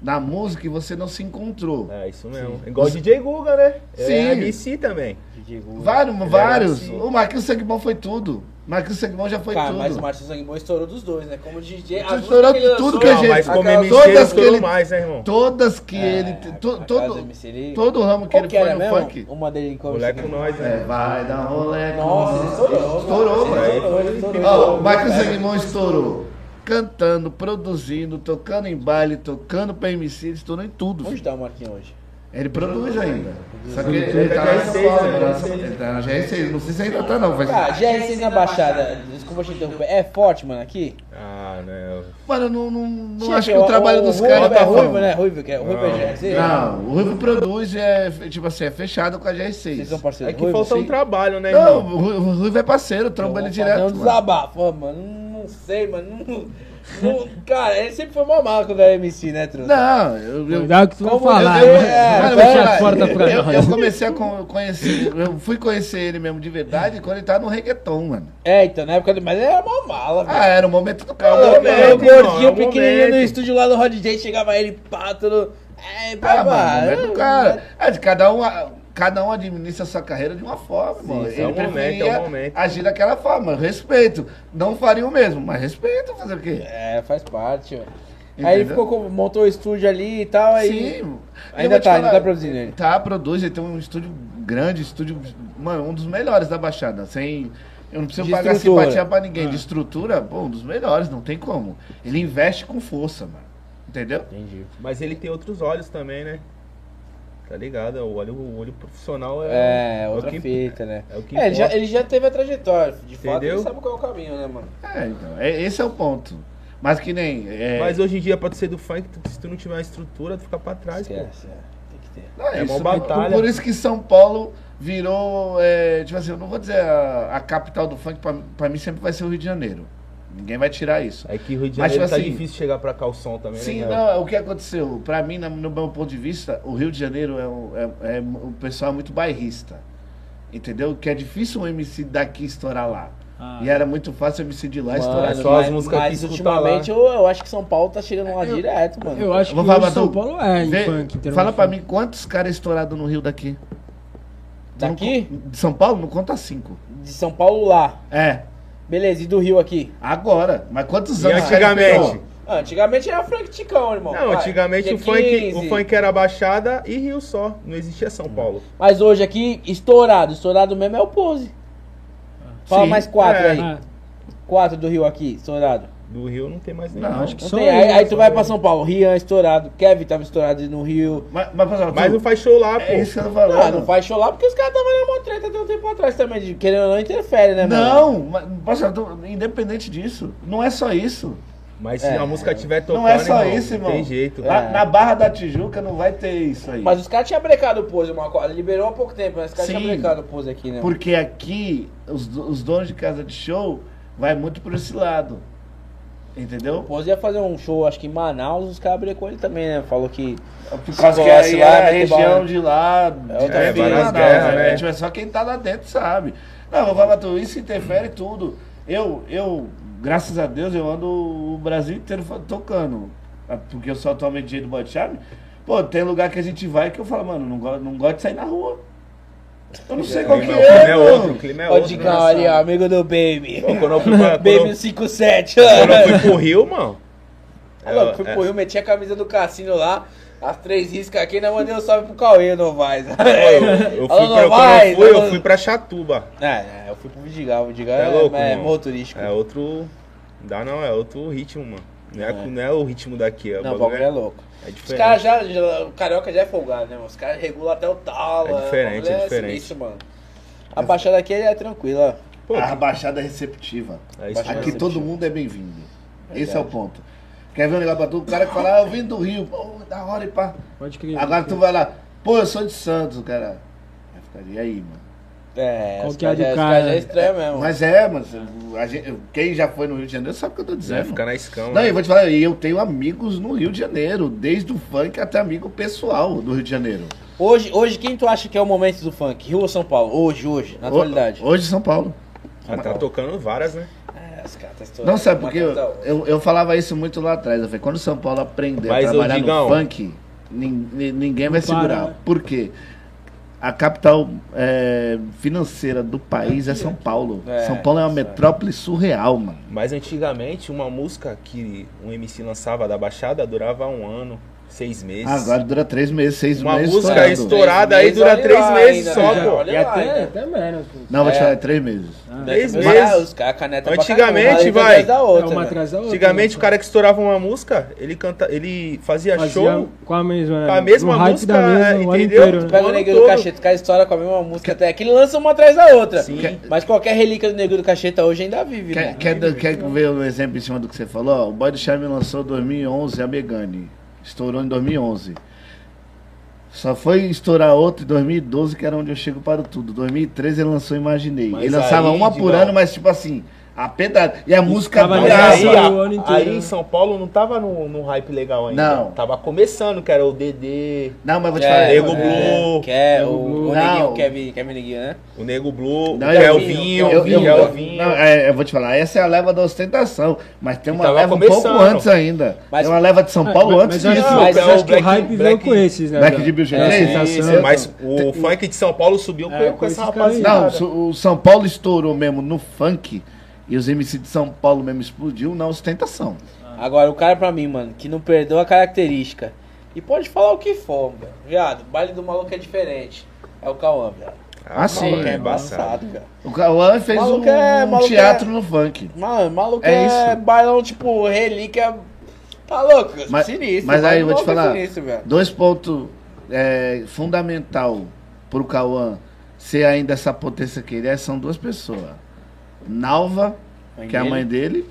S4: na música e você não se encontrou.
S3: É isso mesmo. Igual o DJ Guga, né?
S4: Sim.
S3: É MC também.
S2: É
S4: Vários,
S3: Ele
S4: vários.
S3: era assim.
S4: O Marquinhos Sanguibão foi tudo. Marquinhos Sanguibão já foi
S2: Cara, mas o
S4: tudo.
S2: Martins Sanguibão estourou dos dois, né? Como DJ. as músicas
S4: estourou
S2: ele
S4: tudo
S2: lançou,
S4: que a
S3: Não,
S4: gente-
S3: mas como MC
S4: todas
S3: ele
S4: que
S3: estourou
S4: ele-
S3: mais, né, irmão?
S4: Todas que
S2: É,
S4: ele. to-
S2: a casa do
S4: todo,
S2: MC ele-
S4: todo o ramo que
S2: Qual
S4: ele
S2: que
S4: foi
S2: era
S4: no
S2: mesmo?
S4: funk.
S2: Uma dele em cover.
S3: Moleque com nós,
S4: É,
S3: né?
S4: vai dar rolê.
S2: Nossa, ele estourou.
S4: Estourou,
S2: mano.
S4: mano.
S2: Estourou, ele estourou.
S4: Ó, o Marcos Sanguimão estourou. Cantando, produzindo, tocando em baile, tocando pra MC, ele estourou em tudo.
S2: Onde tá o Marquinhos hoje?
S4: Ele produz ainda. Só que ele, ele
S3: Ele
S4: tá
S3: tá
S4: na
S3: na
S4: São Paulo,
S3: G6, né?
S4: ele tá na São- ele tá na GR6. Não sei se ainda tá, não. Mas...
S2: Cara, GR6 na Baixada, desculpa te interromper, é forte, mano, aqui?
S3: Ah, não.
S4: Mano, eu não, não, não
S2: Chefe,
S4: acho que o trabalho dos
S2: é, Ruivo
S4: caras
S2: é
S4: tá
S2: ruivo,
S4: ruim,
S2: né? Ruivo, que é, ruivo é GR6?
S4: Não, o Ruivo produz, é, tipo assim, é fechado com a
S2: Vocês são
S4: GR6.
S2: parceiros
S3: É
S2: do
S3: que
S2: Ruivo?
S3: falta um
S2: Sim.
S3: trabalho, né,
S4: Não,
S3: irmão?
S4: o Ru- o Ruivo é parceiro, tromba ele
S2: Vamos fazer
S4: direto.
S2: um
S4: mano.
S2: desabafo, ó, mano, não sei, mano, não, não- Cara, ele sempre foi mó mal quando era MC, né, Truta?
S4: Não, eu, eu, um-
S1: Cuidado que tu vai
S2: Como
S1: falar,
S2: eu- eu-
S1: né?
S2: é,
S1: Vai
S4: Mano,
S2: vai
S1: fechar
S4: lá,
S1: a porta pra
S4: eu, eu
S1: nós.
S4: comecei a con- conhecer, eu fui conhecer ele mesmo de verdade quando ele tava no reggaeton, mano.
S2: É, então, na época, do- mas ele era mó mala, velho.
S4: Ah, era o momento um do né?
S3: É o
S4: cara.
S3: momento.
S2: Eu
S3: irmão, é
S2: gordinho,
S3: o
S2: pequenininho no
S3: momento.
S2: estúdio lá do Rod J, chegava ele, pá, todo... É,
S4: Ah,
S2: babá.
S4: mano, o momento do cara. É de cada um. Cada um administra a sua carreira de uma forma, mano.
S3: é
S2: um
S3: o momento,
S4: preferia
S3: é o momento.
S4: Agir daquela forma, respeito. Não faria o mesmo, mas respeito, fazer o quê?
S2: É, faz parte, velho. Aí
S4: Entendeu?
S2: ele ficou, com- montou o estúdio ali e tal, aí...
S4: Sim. Eu
S2: Ainda
S4: vou te
S2: tá, ainda
S4: falar,
S2: tá produzindo ele.
S4: Tá, produz, ele tem um estúdio grande, estúdio, mano, um dos melhores da Baixada, sem... Eu não preciso
S2: De
S4: pagar
S2: estrutura. Ah.
S4: simpatia pra ninguém. De estrutura, bom, um dos melhores, não tem como. Ele investe com força, mano. Entendeu?
S2: Entendi.
S3: Mas ele tem outros olhos também, né? Tá ligado? O olho, o olho profissional é,
S2: É,
S3: o
S2: outra
S3: que-
S2: fita, né?
S3: É o que
S2: É, ele já,
S3: importa.
S2: ele já teve a trajetória, de fato,
S3: Entendeu?
S2: ele sabe qual é o caminho, né, mano?
S4: É, então, é- esse é o ponto. Mas que nem... é-
S3: Mas hoje em dia, pra tu ser do funk, tu- se tu não tiver uma estrutura, tu fica pra trás, pô.
S2: Esquece, é. Tem que ter.
S4: Não,
S3: É
S4: isso,
S3: uma batalha.
S4: Por isso que São Paulo virou, é, tipo assim, eu não vou dizer a, a capital do funk, pra, pra mim sempre vai ser o Rio de Janeiro. Ninguém vai tirar isso.
S3: É que Rio de
S4: Mas,
S3: Janeiro
S4: tipo
S3: tá
S4: assim,
S3: difícil chegar pra cá o som
S1: É,
S3: também, né?
S4: Sim,
S3: cara?
S4: não, é o que aconteceu? Pra mim, na- no meu ponto de vista, o Rio de Janeiro é, um- é- é um- o pessoal é muito bairrista. Entendeu? Que é difícil um MC daqui estourar lá.
S1: Ah.
S4: E era muito fácil o MC de lá estourar.
S3: é só as músicas que
S2: mas
S3: escuta É,
S2: ultimamente eu, eu acho que São Paulo tá chegando lá
S1: Eu-
S2: direto, mano.
S1: Eu acho que
S4: Vou falar
S1: hoje
S4: pra
S1: São
S4: tu.
S1: Paulo é em
S4: Vê-
S1: funk. em termos
S4: fala
S1: de
S4: pra
S1: funk.
S4: mim quantos caras estourados no Rio daqui? Tu não
S2: Daqui?
S4: con- De São Paulo? Não conta cinco.
S2: De São Paulo lá.
S4: É,
S2: Beleza, e do Rio aqui?
S4: agora. Mas quantos
S3: E
S4: anos? esse cara
S3: antigamente?
S4: ficou?
S2: Ah, antigamente era Frank Ticão, irmão.
S3: Não,
S2: Vai,
S3: antigamente
S2: tinha
S3: o funk,
S2: 15.
S3: o funk era Baixada e Rio só. Não existia São Paulo.
S2: Mas hoje aqui, estourado. Estourado mesmo é o Pose. Fala
S4: Sim.
S2: mais quatro
S3: É.
S2: aí.
S1: Ah,
S2: Quatro do Rio aqui, estourado.
S3: Do Rio não tem mais nenhum.
S4: Não,
S1: acho que
S2: Não
S1: só
S2: tem. Aí,
S1: ele.
S2: aí tu vai pra São Paulo. Rian estourado. Kevin tava estourado no Rio.
S4: Mas, mas, pessoal,
S3: Mas
S4: tu-
S3: não faz show lá, pô.
S4: é isso que eu tô
S2: Ah,
S4: falando.
S2: não faz show lá porque os caras estavam na mó treta até um tempo atrás também. De, querendo ou não, interfere, né, mano?
S4: Não, mas, parceiro, tu- independente disso, não é só isso.
S3: Mas se
S2: É.
S3: a música tiver tocando,
S4: não é só
S3: irmão,
S4: isso, irmão.
S3: Tem jeito.
S4: Na, na Barra da Tijuca não vai ter isso aí.
S2: Mas os caras tinham brecado o Pose, uma coisa. Liberou há pouco tempo, mas os caras
S4: Sim.
S2: tinham brecado o Pose aqui, né? mano?
S4: Porque aqui, os, do- os donos de casa de show vai muito por esse lado.
S2: O
S4: Entendeu?
S2: Pose ia fazer um show, acho que em Manaus, os caras brecou ele também, né? Falou que.
S4: Por
S2: Se
S4: causa que
S2: colasse
S4: aí
S2: lá,
S4: é a
S2: vai ter
S4: região
S2: bala.
S4: de lá, de
S2: outra
S4: é,
S2: fita.
S4: Manaus,
S3: Guerra, né?
S4: é, tipo, é só quem tá lá dentro sabe. Não, vou falar pra tu, isso interfere tudo. Eu, eu, graças a Deus, eu ando o Brasil inteiro fa- tocando. Ah, Porque eu sou atualmente DJ do Body Charme. Pô, tem lugar que a gente vai que eu falo, mano, não, go não gosto de sair na rua. Eu não sei
S3: O
S4: qual que
S3: clima, o clima
S4: é,
S3: é
S4: mano.
S3: outro, o clima é
S2: Ó,
S3: outro.
S2: Digão
S3: né?
S2: ali, ó, amigo do Baby.
S3: Pô, quando eu fui pra- quando eu-
S2: Baby 57.
S3: quando eu fui pro Rio, mano.
S2: Ah, louco, fui
S3: É,
S2: pro Rio, meti a camisa do cassino lá, as três riscas aqui, não mandei um salve pro Cauê Novaes.
S3: é, eu, eu fui pra,
S2: Alô,
S3: quando eu
S2: Novaes,
S3: fui, eu
S2: alô.
S3: fui pra Chatuba.
S2: É, é, eu fui pro Vidigal, o Vidigal
S3: É
S2: é,
S3: louco,
S2: é,
S3: irmão.
S2: morro turístico.
S3: É outro. Não dá não, é outro ritmo, mano. Não é, não é o ritmo daqui, é
S2: não, o
S3: o
S2: bagulho é
S3: bagulho
S2: louco.
S3: é, é
S2: Os
S3: diferente.
S2: caras já, já- O carioca já é folgado, né, mano? Os caras regulam até o talo.
S3: É
S2: né? O
S3: diferente,
S2: bagulho
S3: é diferente.
S2: sinistro, mano. A baixada aqui é tranquila.
S3: Pô,
S4: A baixada é receptiva.
S3: É isso
S4: Aqui
S3: mesmo.
S4: todo mundo é bem-vindo. Esse é o ponto. Quer ver um negócio pra tu? O cara que fala, ah, eu vim do Rio, pô, da hora e pá.
S1: Pode crer.
S4: Agora tu vai lá, pô, eu sou de Santos, o cara. Vai ficar, e aí, mano?
S2: É,
S1: Qual
S2: os
S1: que é a
S2: caras
S1: do
S2: já, os
S1: cara?
S2: caras já é estranho mesmo.
S4: Mas é, mas a gente- quem já foi no Rio de Janeiro sabe o que eu tô
S3: Vai
S4: dizendo.
S3: ficar na escama. né?
S4: Não, eu vou te falar, eu tenho amigos no Rio de Janeiro, desde o funk até amigo pessoal do Rio de Janeiro.
S2: Hoje, hoje, quem tu acha que é o momento do funk? Rio ou São Paulo? Hoje, hoje, na atualidade.
S4: Ho- Hoje São Paulo.
S3: Ah, tá tocando várias, né?
S2: É, os caras tá estourando.
S4: Não, sabe porque eu,
S2: Uma conta-
S4: eu, eu falava isso muito lá atrás. Eu falei, quando o São Paulo aprender
S3: Mas,
S4: a
S3: ô,
S4: trabalhar
S3: Digão,
S4: no funk, nin- ni- ninguém vai
S1: para, né?
S4: segurar. Por quê? A capital é, financeira do país é São Paulo.
S2: É,
S4: São Paulo é uma
S2: isso aí.
S4: metrópole surreal, mano.
S3: Mas antigamente, uma música que um MC lançava da Baixada durava um ano, seis meses.
S4: Agora dura três meses, seis
S3: Uma
S4: meses.
S3: música
S4: estourado.
S3: estoura- estourada aí
S2: Três
S3: dura
S2: meses,
S3: três
S2: olha lá
S3: meses
S2: ainda,
S3: só,
S2: né?
S3: pô.
S1: E
S2: Olha lá
S1: até,
S2: ainda.
S1: até menos. pô.
S4: Não, vou te
S2: É.
S4: falar, é três meses.
S3: Três
S2: Mas,
S3: meses.
S2: ah, Os caras caneta pra
S3: Antigamente,
S2: caramba, uma
S3: vai.
S2: atrás da
S1: É
S2: outra,
S1: uma
S2: né?
S1: atrás da outra.
S3: Antigamente,
S1: né?
S3: o cara que estourava uma música, ele canta, ele fazia, um
S1: Fazia
S3: show
S1: com a mesma,
S3: com a mesma
S1: no hype
S3: música,
S1: da mesma,
S3: é,
S1: o ano
S3: entendeu?
S1: inteiro, né?
S2: Pega o
S3: ano
S2: Negro do
S3: todo.
S2: Cacheta, o cara estoura com a mesma música até aqui, lança uma atrás da outra.
S3: Sim.
S2: Mas qualquer relíquia do Negro do Cacheta hoje ainda vive,
S4: Quer,
S2: né?
S4: quer, dar- quer ver um exemplo em cima do que você falou? Ó, O Boy do Charme lançou em 2011 a Megane. Estourou em 2011. Só foi estourar outra em 2012, que era onde eu chego para o tudo. 2013 ele lançou Imaginei.
S3: Mas
S4: ele lançava
S3: aí,
S4: uma por
S3: Digão-
S4: ano, mas tipo assim, A pedrada. E a música
S1: ficava
S3: Mas
S4: durava.
S1: nessa
S3: aí,
S1: Brasil,
S3: a-
S1: o ano inteiro,
S3: aí
S1: né?
S3: em São Paulo não tava no, no hype legal ainda.
S4: Não.
S3: Tava começando, que era o DD,
S4: Não, mas vou te falar.
S2: É,
S3: Nego
S2: é,
S3: Blue.
S2: Que é
S1: Nego
S2: o,
S1: Blue.
S2: o neguinho,
S4: Não.
S2: Kevin, Kevin Neguinho, né?
S3: o Nego Blue,
S4: Não,
S3: o
S4: eu-
S3: Kelvinho,
S4: Eu, eu,
S3: o Kelvinho.
S4: não, é, eu vou te falar, essa é a leva da ostentação, mas tem uma
S3: tava
S4: leva um
S3: começando.
S4: pouco antes ainda.
S2: Mas-
S4: tem uma leva de São Paulo
S1: Ah, mas,
S4: antes
S1: mas,
S4: disso.
S1: Mas, eu
S3: É o
S1: acho que o
S3: Black-
S1: hype veio
S3: Black-
S1: com esses, né?
S4: Black
S1: cara?
S4: de Bill G3?
S1: É,
S4: Sim,
S3: Isso,
S1: sensação.
S3: mas o funk de São Paulo subiu
S1: É,
S3: com,
S1: com
S3: essa
S1: esses caras aí.
S3: rapaziada.
S4: Não, su- o São Paulo estourou mesmo no funk e os MC de São Paulo mesmo explodiu na ostentação.
S2: Agora, o cara pra mim, mano, que não perdeu a característica. E pode falar o que for, velho. Viado, o baile do maluco é diferente. É o Cauã, velho.
S3: Ah,
S4: Ah, sim,
S3: maluco,
S2: é
S4: é
S2: embaçado, velho.
S4: O Cauã fez
S2: Maluco
S4: um,
S2: é-
S4: um
S2: maluco
S4: teatro
S2: é-
S4: no funk.
S2: Mano, maluco
S4: É
S2: é,
S4: isso.
S2: bailão, tipo, relíquia. Tá louco?
S4: Mas,
S2: sinistro.
S4: mas aí
S2: o
S4: eu vou te
S2: maluco é
S4: falar,
S2: Sinistro, velho.
S4: dois pontos é, fundamental pro Cauã ser ainda essa potência que ele é, são duas pessoas. Nalva,
S2: Mãe
S4: que é a
S2: dele?
S4: mãe dele,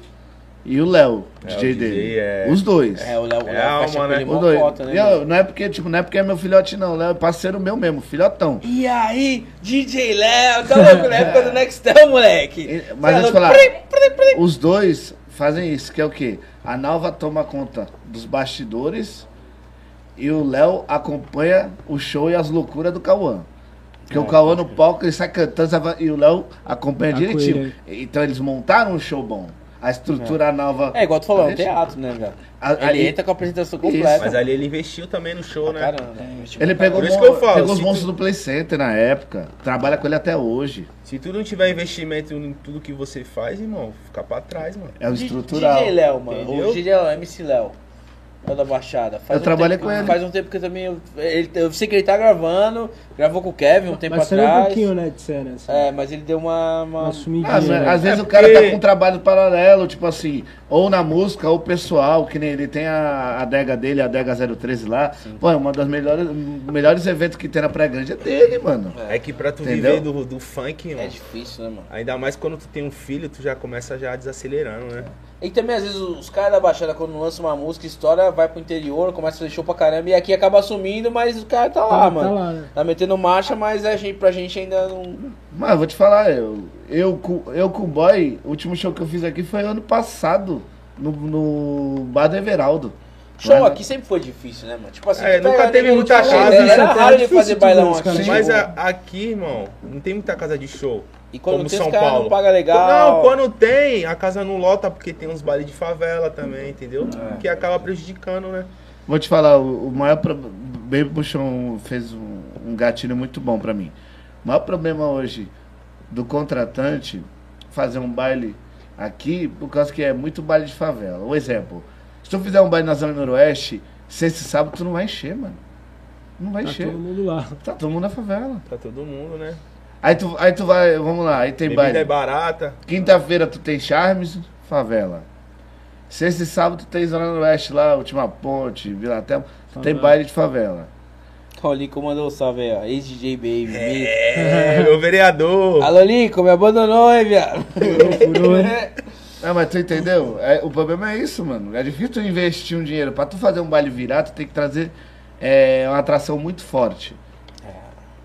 S4: e o Léo,
S3: É, o
S4: DJ
S3: DJ
S4: dele.
S3: é-
S4: Os dois.
S2: É, o Léo, o
S3: É
S2: Léo
S3: a
S2: fecha
S3: alma,
S2: com ele
S3: né?
S2: mó
S4: Os dois.
S2: cota, né,
S4: E
S2: mano?
S4: eu- não é porque, tipo, não é porque é meu filhote, não. O Léo é parceiro meu mesmo, filhotão.
S2: E aí, DJ Léo, tá louco? Na época do Nextel, moleque.
S4: É. E- Mas
S2: Cê
S4: eu te
S2: é louco?
S4: falar,
S2: Prim, prim, prim.
S4: os dois fazem isso, que é o quê? A Nalva toma conta dos bastidores e o Léo acompanha o show e as loucuras do Cauã. Porque
S2: É,
S4: o Cauã no palco ele sai cantando sai fa- e o Léo acompanha
S1: Tá
S4: direitinho.
S1: com
S4: Então eles montaram um show bom. A estrutura nova.
S2: É igual tu falou, é um
S4: Deixa-
S2: teatro, né, velho?
S4: A-
S2: Ele
S4: ali-
S2: entra com a apresentação
S4: Isso.
S2: completa.
S3: Mas ali ele investiu também no show,
S2: Pra
S3: né?
S2: Caramba, velho. Tipo,
S4: Ele pegou,
S3: Por isso
S4: mon-
S3: que eu falo,
S4: pegou os
S3: se
S4: monstros
S3: tu-
S4: do Play Center na época. Trabalha com ele até hoje.
S3: Se tu não tiver investimento em tudo que você faz, irmão, fica pra trás, mano.
S4: É o
S2: D-
S4: estrutural.
S2: DJ Léo, mano.
S3: Entendeu?
S2: O DJ Léo, MC Léo. Léo da Baixada. Faz
S4: Eu trabalhei
S2: tempo-
S4: com ele.
S2: Faz um tempo que eu também. Eu, ele- eu sei que ele tá gravando. Gravou com o Kevin um tempo
S1: Mas saiu um
S2: atrás.
S1: pouquinho, né, de cena. Assim.
S2: É, mas ele deu uma. uma-
S1: Uma sumidinha,
S4: Ah, mas
S1: né?
S4: às vezes
S3: É
S4: o cara tá
S3: porque-
S4: com um trabalho paralelo, tipo assim, ou na música, ou pessoal, que nem ele tem a adega dele, a adega 013 lá. Pô, é uma das melhores, um dos melhores eventos que tem na Praia Grande é dele, mano.
S3: É que pra tu
S4: Entendeu?
S3: viver do, do funk, irmão,
S2: É difícil, né, mano?
S3: ainda mais quando tu tem um filho, tu já começa já desacelerando, né?
S2: E também, às vezes, os caras da Baixada, quando lançam uma música, estoura, vai pro interior, começa a fazer show pra caramba. E aqui acaba sumindo, mas o cara tá lá,
S1: Tá- tá
S2: mano.
S1: lá, né?
S2: Tá metendo marcha, mas a gente, pra gente ainda não.
S4: Mas eu vou te falar, eu, eu, com- eu com o boy, o último show que eu fiz aqui foi ano passado, no, no Bar do Everaldo. é, né?
S2: Show
S4: Lá na-
S2: aqui sempre foi difícil, né, mano? Tipo assim,
S3: É,
S2: tu pega
S3: nunca
S2: ali,
S3: teve
S2: a gente
S3: muita
S2: fala,
S3: casa,
S2: Era,
S1: isso
S2: era
S1: é
S2: raro de
S1: difícil
S2: fazer
S1: tu
S2: bailão
S1: ver os
S2: aqui.
S1: caras
S4: Sim.
S3: Mas é
S2: tipo,
S3: a- aqui, irmão, não tem muita casa de show.
S2: E quando
S3: como
S2: tem, os
S3: São
S2: caras
S3: Paulo.
S2: não paga legal.
S3: Não, quando tem, a casa não lota porque tem uns bailes de favela também, entendeu?
S2: É.
S3: Que acaba prejudicando, né?
S4: Vou te falar, o, o maior problema. Baby Puxão fez um, um gatilho muito bom pra mim. O maior problema hoje do contratante fazer um baile aqui, por causa que é muito baile de favela. Um exemplo. Se tu fizer um baile na Zona Noroeste, sexta e sábado tu não vai encher, mano. Não vai
S1: Tá
S4: encher.
S1: todo mundo lá.
S4: Tá todo mundo na favela.
S3: Pra todo mundo, né?
S4: Aí tu, aí tu vai, vamos lá, aí tem
S3: Bebida
S4: baile.
S3: é barata.
S4: Quinta-feira tu tem Charmes, favela. Sexta e sábado tu tem Zona Noroeste lá, Última Ponte, Vila Telma. Tu tem
S1: Favela.
S4: baile de favela.
S2: Ó, o Lico mandou um salve aí, ó. Ex-DJ Baby. me-
S3: É, meu vereador.
S2: Alô, Lico, me abandonou, hein, viado?
S1: Furou, hein?
S4: Não, mas tu entendeu? É, o problema é isso, mano. É difícil tu investir um dinheiro. Pra tu fazer um baile virar, tu tem que trazer é, uma atração muito forte.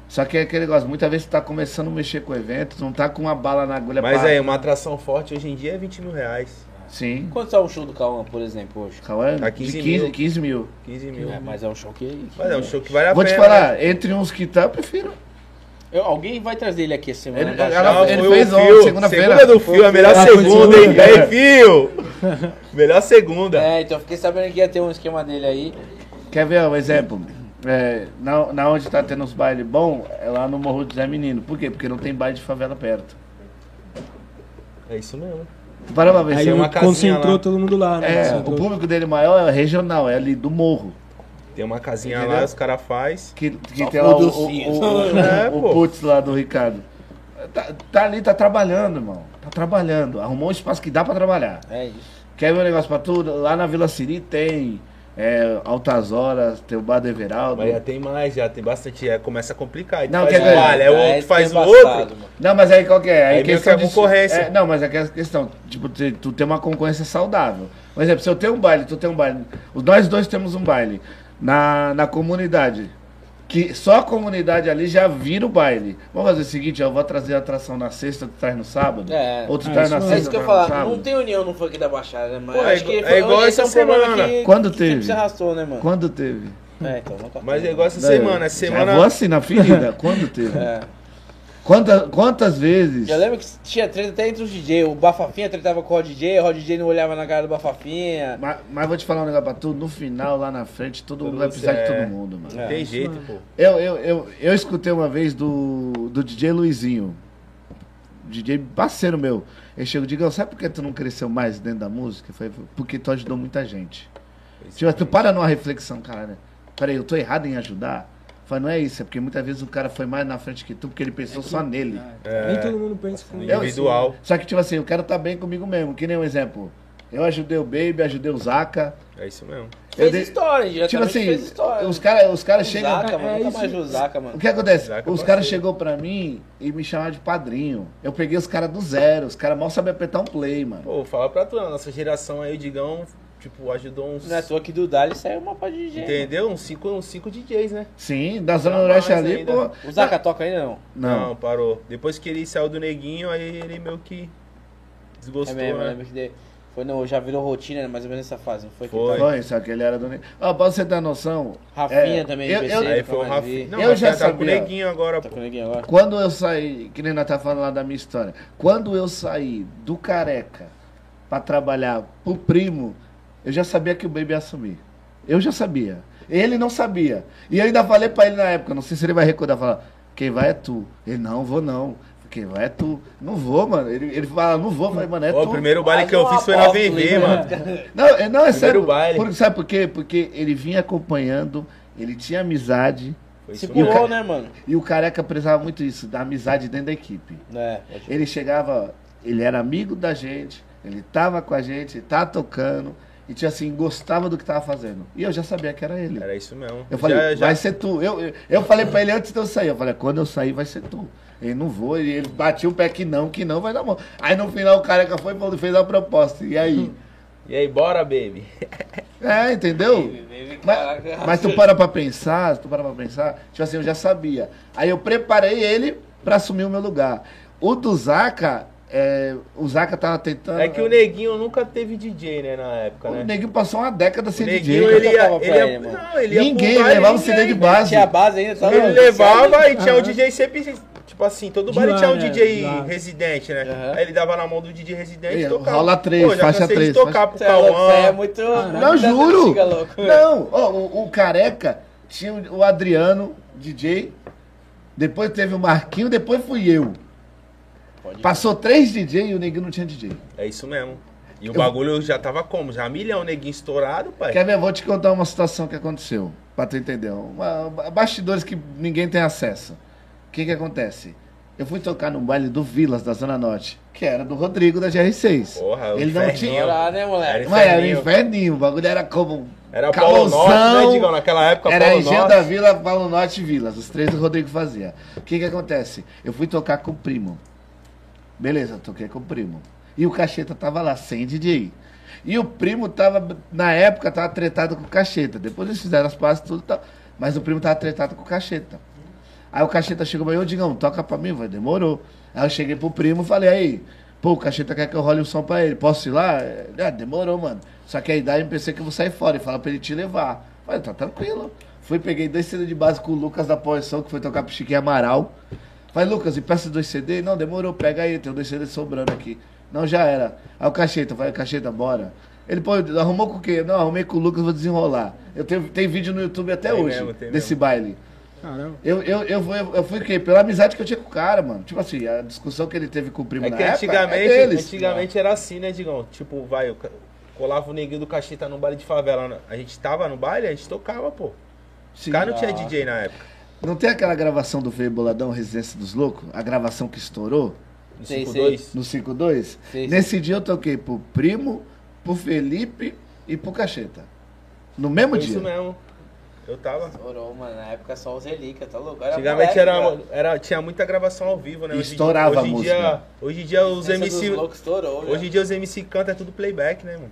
S4: Só que é aquele negócio, muitas vezes tu tá começando a mexer com o evento, tu não tá com uma bala na agulha
S3: Mas
S4: pra-
S3: aí, uma atração forte hoje em dia é 20 mil reais.
S4: Sim.
S2: Quanto tá um show do Cauã, por exemplo, hoje?
S4: Cauã,
S3: Tá
S4: de
S3: 15
S4: 15,
S3: mil.
S4: 15 mil.
S3: 15 mil.
S2: É, mas é um show que.
S3: Mas é um show que vale a
S4: Vou te
S3: pena.
S4: falar,
S3: né?
S4: entre uns que tá, eu prefiro.
S2: Eu- alguém vai trazer ele aqui essa semana. um
S4: Ele-
S2: pra
S4: ela-
S2: achar,
S3: Não,
S4: ele
S2: velho.
S3: foi o
S4: fez ontem,
S3: Fio.
S4: segunda-feira. É.
S3: Segunda do Fio, a melhor
S1: Ah, foi
S3: segunda, hein?
S1: segunda.
S3: Aí, Fio! Melhor segunda.
S2: É, então eu fiquei sabendo que ia ter um esquema dele aí.
S4: Quer ver um exemplo? É, na, na onde tá tendo uns bailes bom, é lá no Morro do Zé Menino. Por quê? Porque não tem baile de favela perto.
S3: É isso mesmo.
S4: Para pra ver
S1: Aí
S4: se é
S3: uma
S1: ele
S3: casinha
S1: concentrou
S3: lá.
S1: todo mundo lá, né?
S4: É, o
S1: Concentrou.
S4: público dele maior é regional, é ali do morro.
S3: Tem uma casinha
S4: Entendeu?
S3: lá, os caras faz.
S4: Que, que
S2: Só
S4: tem lá o, o,
S2: produzir.
S4: o- o-
S3: É,
S4: o
S3: pô.
S4: putz lá do Ricardo. Tá, tá ali, tá trabalhando, irmão. Tá trabalhando. Arrumou um espaço que dá pra trabalhar.
S2: É isso.
S4: Quer ver um negócio pra tudo? Lá na Vila Siri tem é, Altas Horas, tem o Bar do Everaldo.
S3: Mas já tem mais, já tem bastante. É, começa a complicar. Aí tu
S4: Não,
S3: faz
S4: quer
S3: um
S4: dizer,
S3: baile, é o outro que faz o outro.
S4: Não, mas aí qual que é?
S3: Aí meio que é
S4: de-
S3: concorrência.
S4: é, não, mas é que é questão, tipo, te- tu tem uma concorrência saudável. Por exemplo, se eu tenho um baile, tu tem um baile, os- nós dois temos um baile na, na comunidade. que só a comunidade ali já vira o baile. Vamos fazer o seguinte, eu vou trazer a atração na sexta, tu traz no sábado.
S2: É.
S4: Ou tu
S1: É,
S4: traz
S1: isso
S4: na
S1: mesmo.
S4: sexta,
S2: É isso que eu
S4: traz no
S2: falar,
S4: sábado.
S2: não tem união no funk da Baixada, né, mano?
S3: Pô, é
S2: Acho que
S3: igual- é igual
S2: esse é um
S3: essa
S2: problema
S3: semana.
S2: que-
S4: Quando
S2: que
S4: teve?
S2: sempre se arrastou, né, mano?
S4: Quando teve?
S2: É, então, não tá
S3: Mas é
S2: tendo.
S3: igual essa
S4: Daí,
S3: semana. Essa
S4: Já vou
S3: semana.
S4: assim na ferida. Quando teve?
S2: É.
S4: Quanta- quantas vezes?
S2: Eu lembro que tinha treta até entre os DJ. O Bafafinha tretava com o Rod DJ, o Rod DJ não olhava na cara do Bafafinha.
S4: Mas, mas vou te falar um negócio pra tu, no final, lá na frente, todo, mundo
S3: mundo
S4: vai precisar de
S3: é-
S4: todo mundo, mano.
S3: Não tem jeito, pô.
S4: Eu, eu, eu, eu escutei uma vez do, do DJ Luizinho. DJ parceiro meu. Ele chegou e Digão, sabe por que tu não cresceu mais dentro da música? Eu falei, porque tu ajudou muita gente. Tipo, tu para numa reflexão, caralho. Peraí, eu tô errado em ajudar? Eu falei, não é isso, é porque muitas vezes o cara foi mais na frente que tu, porque ele pensou só nele.
S1: Nem todo mundo pensa com isso.
S3: Individual.
S4: Só que, tipo assim, o cara tá bem comigo mesmo, que nem um exemplo. Eu ajudei o Baby, ajudei o Zaka.
S3: É isso mesmo.
S2: Fez
S4: dei-
S2: história, já
S4: Tipo assim,
S2: fez história. né?
S4: os caras os cara
S2: O
S4: chegam.
S2: Zaca, mano,
S1: É
S2: nunca
S1: isso.
S2: mais viu o Zaca, mano.
S4: O que acontece?
S3: Zaca
S4: os
S3: parceiro.
S4: caras chegou pra mim e me chamaram de padrinho. Eu peguei os caras do zero. Os caras mal sabem apertar um play, mano.
S3: Pô, fala pra tu, a nossa geração aí, o Digão, tipo, ajudou uns.
S2: Na é toa que do Dali saiu uma pra DJ. mano.
S3: Entendeu? Uns cinco, uns cinco DJs, né?
S4: Sim, da Zona
S3: Não,
S4: Norte
S3: mas
S4: ali,
S3: ainda.
S4: pô.
S2: O Zaca toca ainda não.
S4: Tá Não.
S3: parou. Depois que ele saiu do neguinho, aí ele meio que
S2: É
S3: desgostou,
S2: mesmo, eu
S3: né?
S2: lembro que de- foi não, já virou rotina, né, mais ou menos nessa fase, não foi? que tá-
S3: Foi.
S4: Foi, só que ele era do. ne- Ó, pra você ter noção.
S2: Rafinha
S4: é,
S2: também,
S4: eu,
S2: empecei.
S4: eu,
S3: Aí foi o
S2: Nunca mais vi.
S3: Rafinha. Não,
S4: Eu já
S3: Rafinha tá com o
S4: sabia.
S3: neguinho agora,
S2: Tá
S3: pô.
S2: com ninguém agora?
S4: Quando eu saí, que nem nós tá falando lá da minha história, quando eu saí do careca pra trabalhar pro primo, eu já sabia que o baby ia assumir. Eu já sabia. Ele não sabia. E eu ainda falei pra ele na época, não sei se ele vai recordar, falar, quem vai é tu. Ele, não, vou não. Quem vai é tu. Não vou, mano. Ele, ele fala, não vou. Eu falei, mano, é
S3: Ó,
S4: tu.
S3: o primeiro baile
S2: Quase
S3: que eu
S2: um
S3: fiz foi na
S2: apóstolo,
S3: VV,
S2: hein,
S3: mano.
S4: Não, é- não é sério.
S3: baile.
S4: Por- sabe por quê? Porque ele vinha acompanhando, ele tinha amizade.
S3: Foi
S2: Se
S3: isso
S4: E o
S2: pulou,
S4: cara-
S2: né, mano?
S4: E o careca precisava muito isso, da amizade dentro da equipe.
S2: É, pode-
S4: Ele chegava, ele era amigo da gente, ele tava com a gente, tá tocando, e tinha assim, gostava do que tava fazendo. E eu já sabia que era ele.
S3: Era isso mesmo.
S4: Eu falei,
S3: Já- já-
S4: vai ser tu. Eu, eu, eu falei pra ele antes de eu sair, eu falei, quando eu sair vai ser tu. Ele não vou, ele, ele batia o pé que não, que não, vai dar mão. Aí no final o careca foi e fez a proposta. E aí?
S3: E aí, bora, baby.
S4: É, entendeu? Mas, mas tu para pra pensar, tu para pra pensar, tipo assim, eu já sabia. Aí eu preparei ele pra assumir o meu lugar. O do Zaca, é, o Zaca tava tentando.
S3: É que o neguinho nunca teve DJ, né, na época,
S4: O
S3: né?
S4: Neguinho passou uma década sem DJ.
S3: Neguinho,
S4: cara.
S3: ele ia,
S2: tocava pra
S3: ele ia,
S2: ele, mano.
S3: não, ele ia
S4: ninguém
S3: pro baile,
S4: levava o CD de
S3: ninguém.
S4: base.
S2: Tinha a base ainda, tá?
S3: Ele
S2: mano?
S3: levava e tinha o DJ sempre. Tipo assim, todo
S1: De
S3: baile
S1: lá,
S3: tinha um
S4: é,
S1: né?
S3: DJ
S1: De lá.
S3: residente, né?
S2: Aham.
S3: Aí ele dava na mão do DJ residente
S4: Ei,
S3: e tocava.
S4: rola três,
S3: já
S4: faixa
S3: cansei
S4: três,
S3: de tocar
S2: Você
S3: pro
S2: é louco,
S3: Cauã.
S2: você é muito...
S4: Não,
S3: né?
S2: muito
S4: juro!
S2: antiga, é louco.
S4: Não, ó, o, o Careca tinha o o Adriano, DJ. Depois teve o Marquinho, depois fui eu.
S2: Pode-
S4: Passou três DJ e o Neguinho não tinha DJ.
S3: É isso mesmo. E o bagulho já tava como? Já milhão, neguinho estourado, pai.
S4: Quer ver? Eu Vou te contar uma situação que aconteceu, pra tu entender. Uma- ba- bastidores que ninguém tem acesso. O que que acontece? Eu fui tocar no baile do Vilas, da Zona Norte, que era do Rodrigo, da GR6.
S3: Porra, o
S4: Ele não
S3: inferninho.
S4: tinha...
S2: Chorar, né, moleque?
S3: Era
S4: Mas era um
S3: inferninho.
S4: inferninho, o bagulho era como... um
S3: Era Paulo Norte,
S4: Calosão.
S3: né, Digão? Naquela época,
S4: Era
S3: Paulo
S4: Engenho
S3: Norte.
S4: da Vila, Paulo Norte e Vilas. Os três o Rodrigo fazia. O que que acontece? Eu fui tocar com o primo. Beleza, toquei com o primo. E o Cacheta tava lá, sem DJ. E o primo tava, na época, tava tretado com o Cacheta. Depois eles fizeram as pazes e tudo e tal. Mas o primo tava tretado com o Cacheta. Aí o Cacheta chegou e eu Digão, toca pra mim, vai, demorou. Aí eu cheguei pro primo e falei, aí, pô, o Cacheta quer que eu role o som pra ele, posso ir lá? Ele, Ah, demorou, mano. Só que aí daí eu pensei que eu vou sair fora e falar pra ele te levar. Falei, tá tranquilo. Fui, peguei dois CD de base com o Lucas da Poeção, que foi tocar pro Chiquinho Amaral. Falei, Lucas, e peça dois CD? Não, demorou, pega aí, tem dois CD sobrando aqui. Não, já era. Aí o Cacheta, falei, Cacheta, bora. Ele, pô, arrumou com o quê? Não, arrumei com o Lucas, vou desenrolar. Eu tenho, tem vídeo no YouTube até
S3: Tem
S4: hoje,
S3: mesmo, tem
S4: desse baile.
S1: Caramba.
S4: Eu, eu, eu, fui, eu fui o quê? Pela amizade que eu tinha com o cara, mano. Tipo assim, a discussão que ele teve com o primo
S3: É
S4: na
S3: que
S4: época é
S3: antigamente,
S4: deles.
S3: antigamente era assim, né, Digão? Tipo, vai, eu ca- colava o neguinho do cacheta num baile de favela. né? A gente tava no baile, a gente tocava, pô.
S4: Sim.
S3: O cara não tinha DJ na época.
S4: Não tem aquela gravação do Feio Boladão, Residência dos Loucos? A gravação que estourou
S3: No
S2: Sei,
S3: 5-2.
S4: no 5-2?
S2: Sim,
S4: Nesse dia eu toquei pro Primo, pro Felipe e pro Cacheta. No mesmo
S3: Foi
S4: dia.
S3: isso mesmo. Eu tava.
S2: Estourou, mano. Na época só os relíquias, tá louco? Era
S3: Antigamente
S2: moleque,
S3: era,
S2: mano.
S3: era, tinha muita gravação ao vivo, né?
S4: E
S3: Hoje em dia-
S4: estourava a
S3: hoje em
S4: música.
S3: Dia, hoje em dia os
S2: Essa dos
S3: MC.
S2: loucos né? estourou, já.
S3: Hoje em dia os MC canta é tudo playback, né, mano?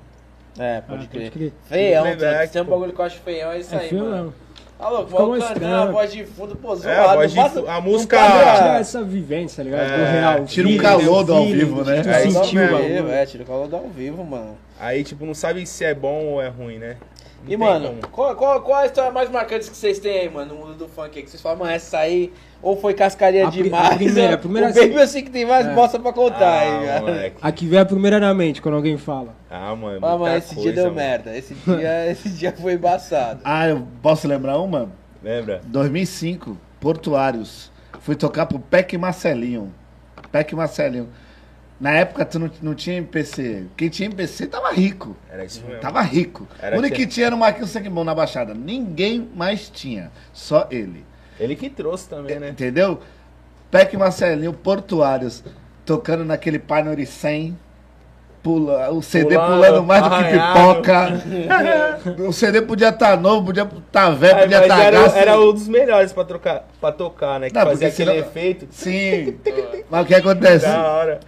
S2: É,
S1: Ah,
S2: pode
S1: pode
S2: crer.
S1: crer.
S2: Feião,
S3: Playback,
S2: se tem um
S3: pô.
S2: bagulho que eu acho feião, é isso
S1: É
S2: aí,
S1: feio
S2: mano.
S1: mesmo.
S2: Tá louco,
S1: Ficou
S2: vamos
S1: mais
S2: cantar
S1: caro.
S2: a voz de fundo, pô, zoado.
S3: É, a voz de
S2: não passa-
S3: fu- a
S2: não
S3: música-
S2: passa-
S1: Tira essa vivência, tá ligado? Do
S3: É,
S1: real.
S4: tira o
S1: Feeling,
S4: calor do ao
S1: feeling
S4: vivo,
S1: que
S4: né?
S1: tu
S3: É isso
S1: tipo, sentiu, o
S3: mesmo.
S2: É,
S1: bagulho.
S2: velho, tira o calor do ao vivo, mano.
S3: Aí, tipo, não sabe se é bom ou é ruim, né? Não
S2: E,
S3: tem
S2: mano,
S3: como.
S2: qual, qual, qual a história mais marcante que vocês têm aí, mano, no mundo do funk aí? Que vocês falam, mano, essa aí ou foi cascaria
S1: A pri-
S2: demais.
S1: a primeira,
S2: né?
S1: a primeira
S2: o
S1: assim-
S2: Baby eu sei que tem mais
S1: É.
S2: bosta pra contar tá aí,
S3: Ah,
S2: cara.
S3: moleque.
S1: A que vem a primeira na mente quando alguém fala.
S3: Ah, mano.
S2: Ah, mano,
S3: muita
S2: esse dia
S3: coisa,
S2: deu
S3: mano.
S2: merda. Esse dia, esse dia foi embaçado.
S4: Ah, eu posso lembrar uma?
S3: Lembra?
S4: 2005, Portuários. Fui tocar pro Peck Marcelinho. Peck Marcelinho. Na época tu não, não tinha MPC. Quem tinha MPC tava rico.
S3: Era isso mesmo.
S4: Tava rico.
S3: Era
S4: o único
S3: que-
S4: que tinha era o Marquinhos Sanguimão na Baixada. Ninguém mais tinha. Só ele.
S3: Ele que trouxe também, né?
S4: Entendeu? Peck Marcelinho, Portuários, tocando naquele Panori 100. Pula, o CD
S3: Pulando,
S4: pulando, mais do que
S3: arranhado.
S4: pipoca. o CD podia estar novo, podia estar velho,
S3: Aí,
S4: É, podia
S3: É, mas
S4: estar
S3: era,
S4: gasto.
S3: era um dos melhores pra, trocar, pra tocar, né? Que
S4: Não,
S3: fazia
S4: porque
S3: aquele
S4: senão- É,
S3: efeito.
S4: Sim. Mas o que acontece?
S3: Da hora.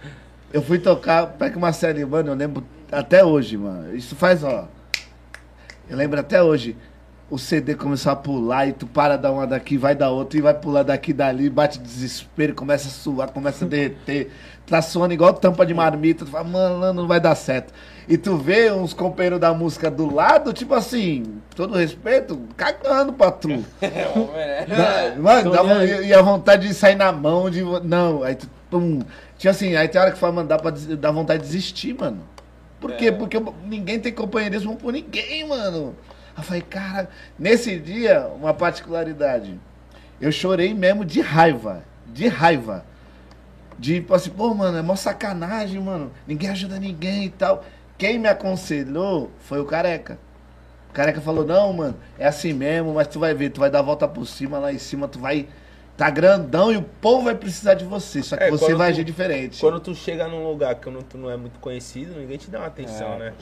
S4: Eu fui tocar Peck Marcelinho, mano, eu lembro até hoje, mano. Isso faz, ó. Eu lembro até hoje. O CD começou a pular e tu para da uma daqui, vai da outra e vai pular daqui e dali, bate desespero, começa a suar, começa a derreter. Tá suando igual tampa de marmita. Tu fala, mano, não vai dar certo. E tu vê uns companheiros da música do lado, tipo assim, todo respeito, cagando pra tu.
S2: É, homem, né?
S4: Dá- Mano, dá uma- e a vontade de sair na mão, de. vo- Não, aí tu. Pum. Tinha assim, aí tem hora que fala, mano, dá, pra, des- dá vontade de desistir, mano. Por quê? Porque ninguém tem companheirismo por ninguém, mano. Aí eu falei, cara, nesse dia, uma particularidade. Eu chorei mesmo de raiva. De raiva. De tipo assim, pô, mano, é mó sacanagem, mano. Ninguém ajuda ninguém e tal. Quem me aconselhou foi o careca. O careca falou, não, mano, é assim mesmo, mas tu vai ver, tu vai dar a volta por cima, lá em cima, tu vai. Tá grandão e o povo vai precisar de você. Só que
S3: É,
S4: você
S3: quando
S4: vai
S3: tu-
S4: agir diferente.
S3: Quando tu chega num lugar que não- tu não é muito conhecido, ninguém te dá uma atenção,
S2: É,
S3: né?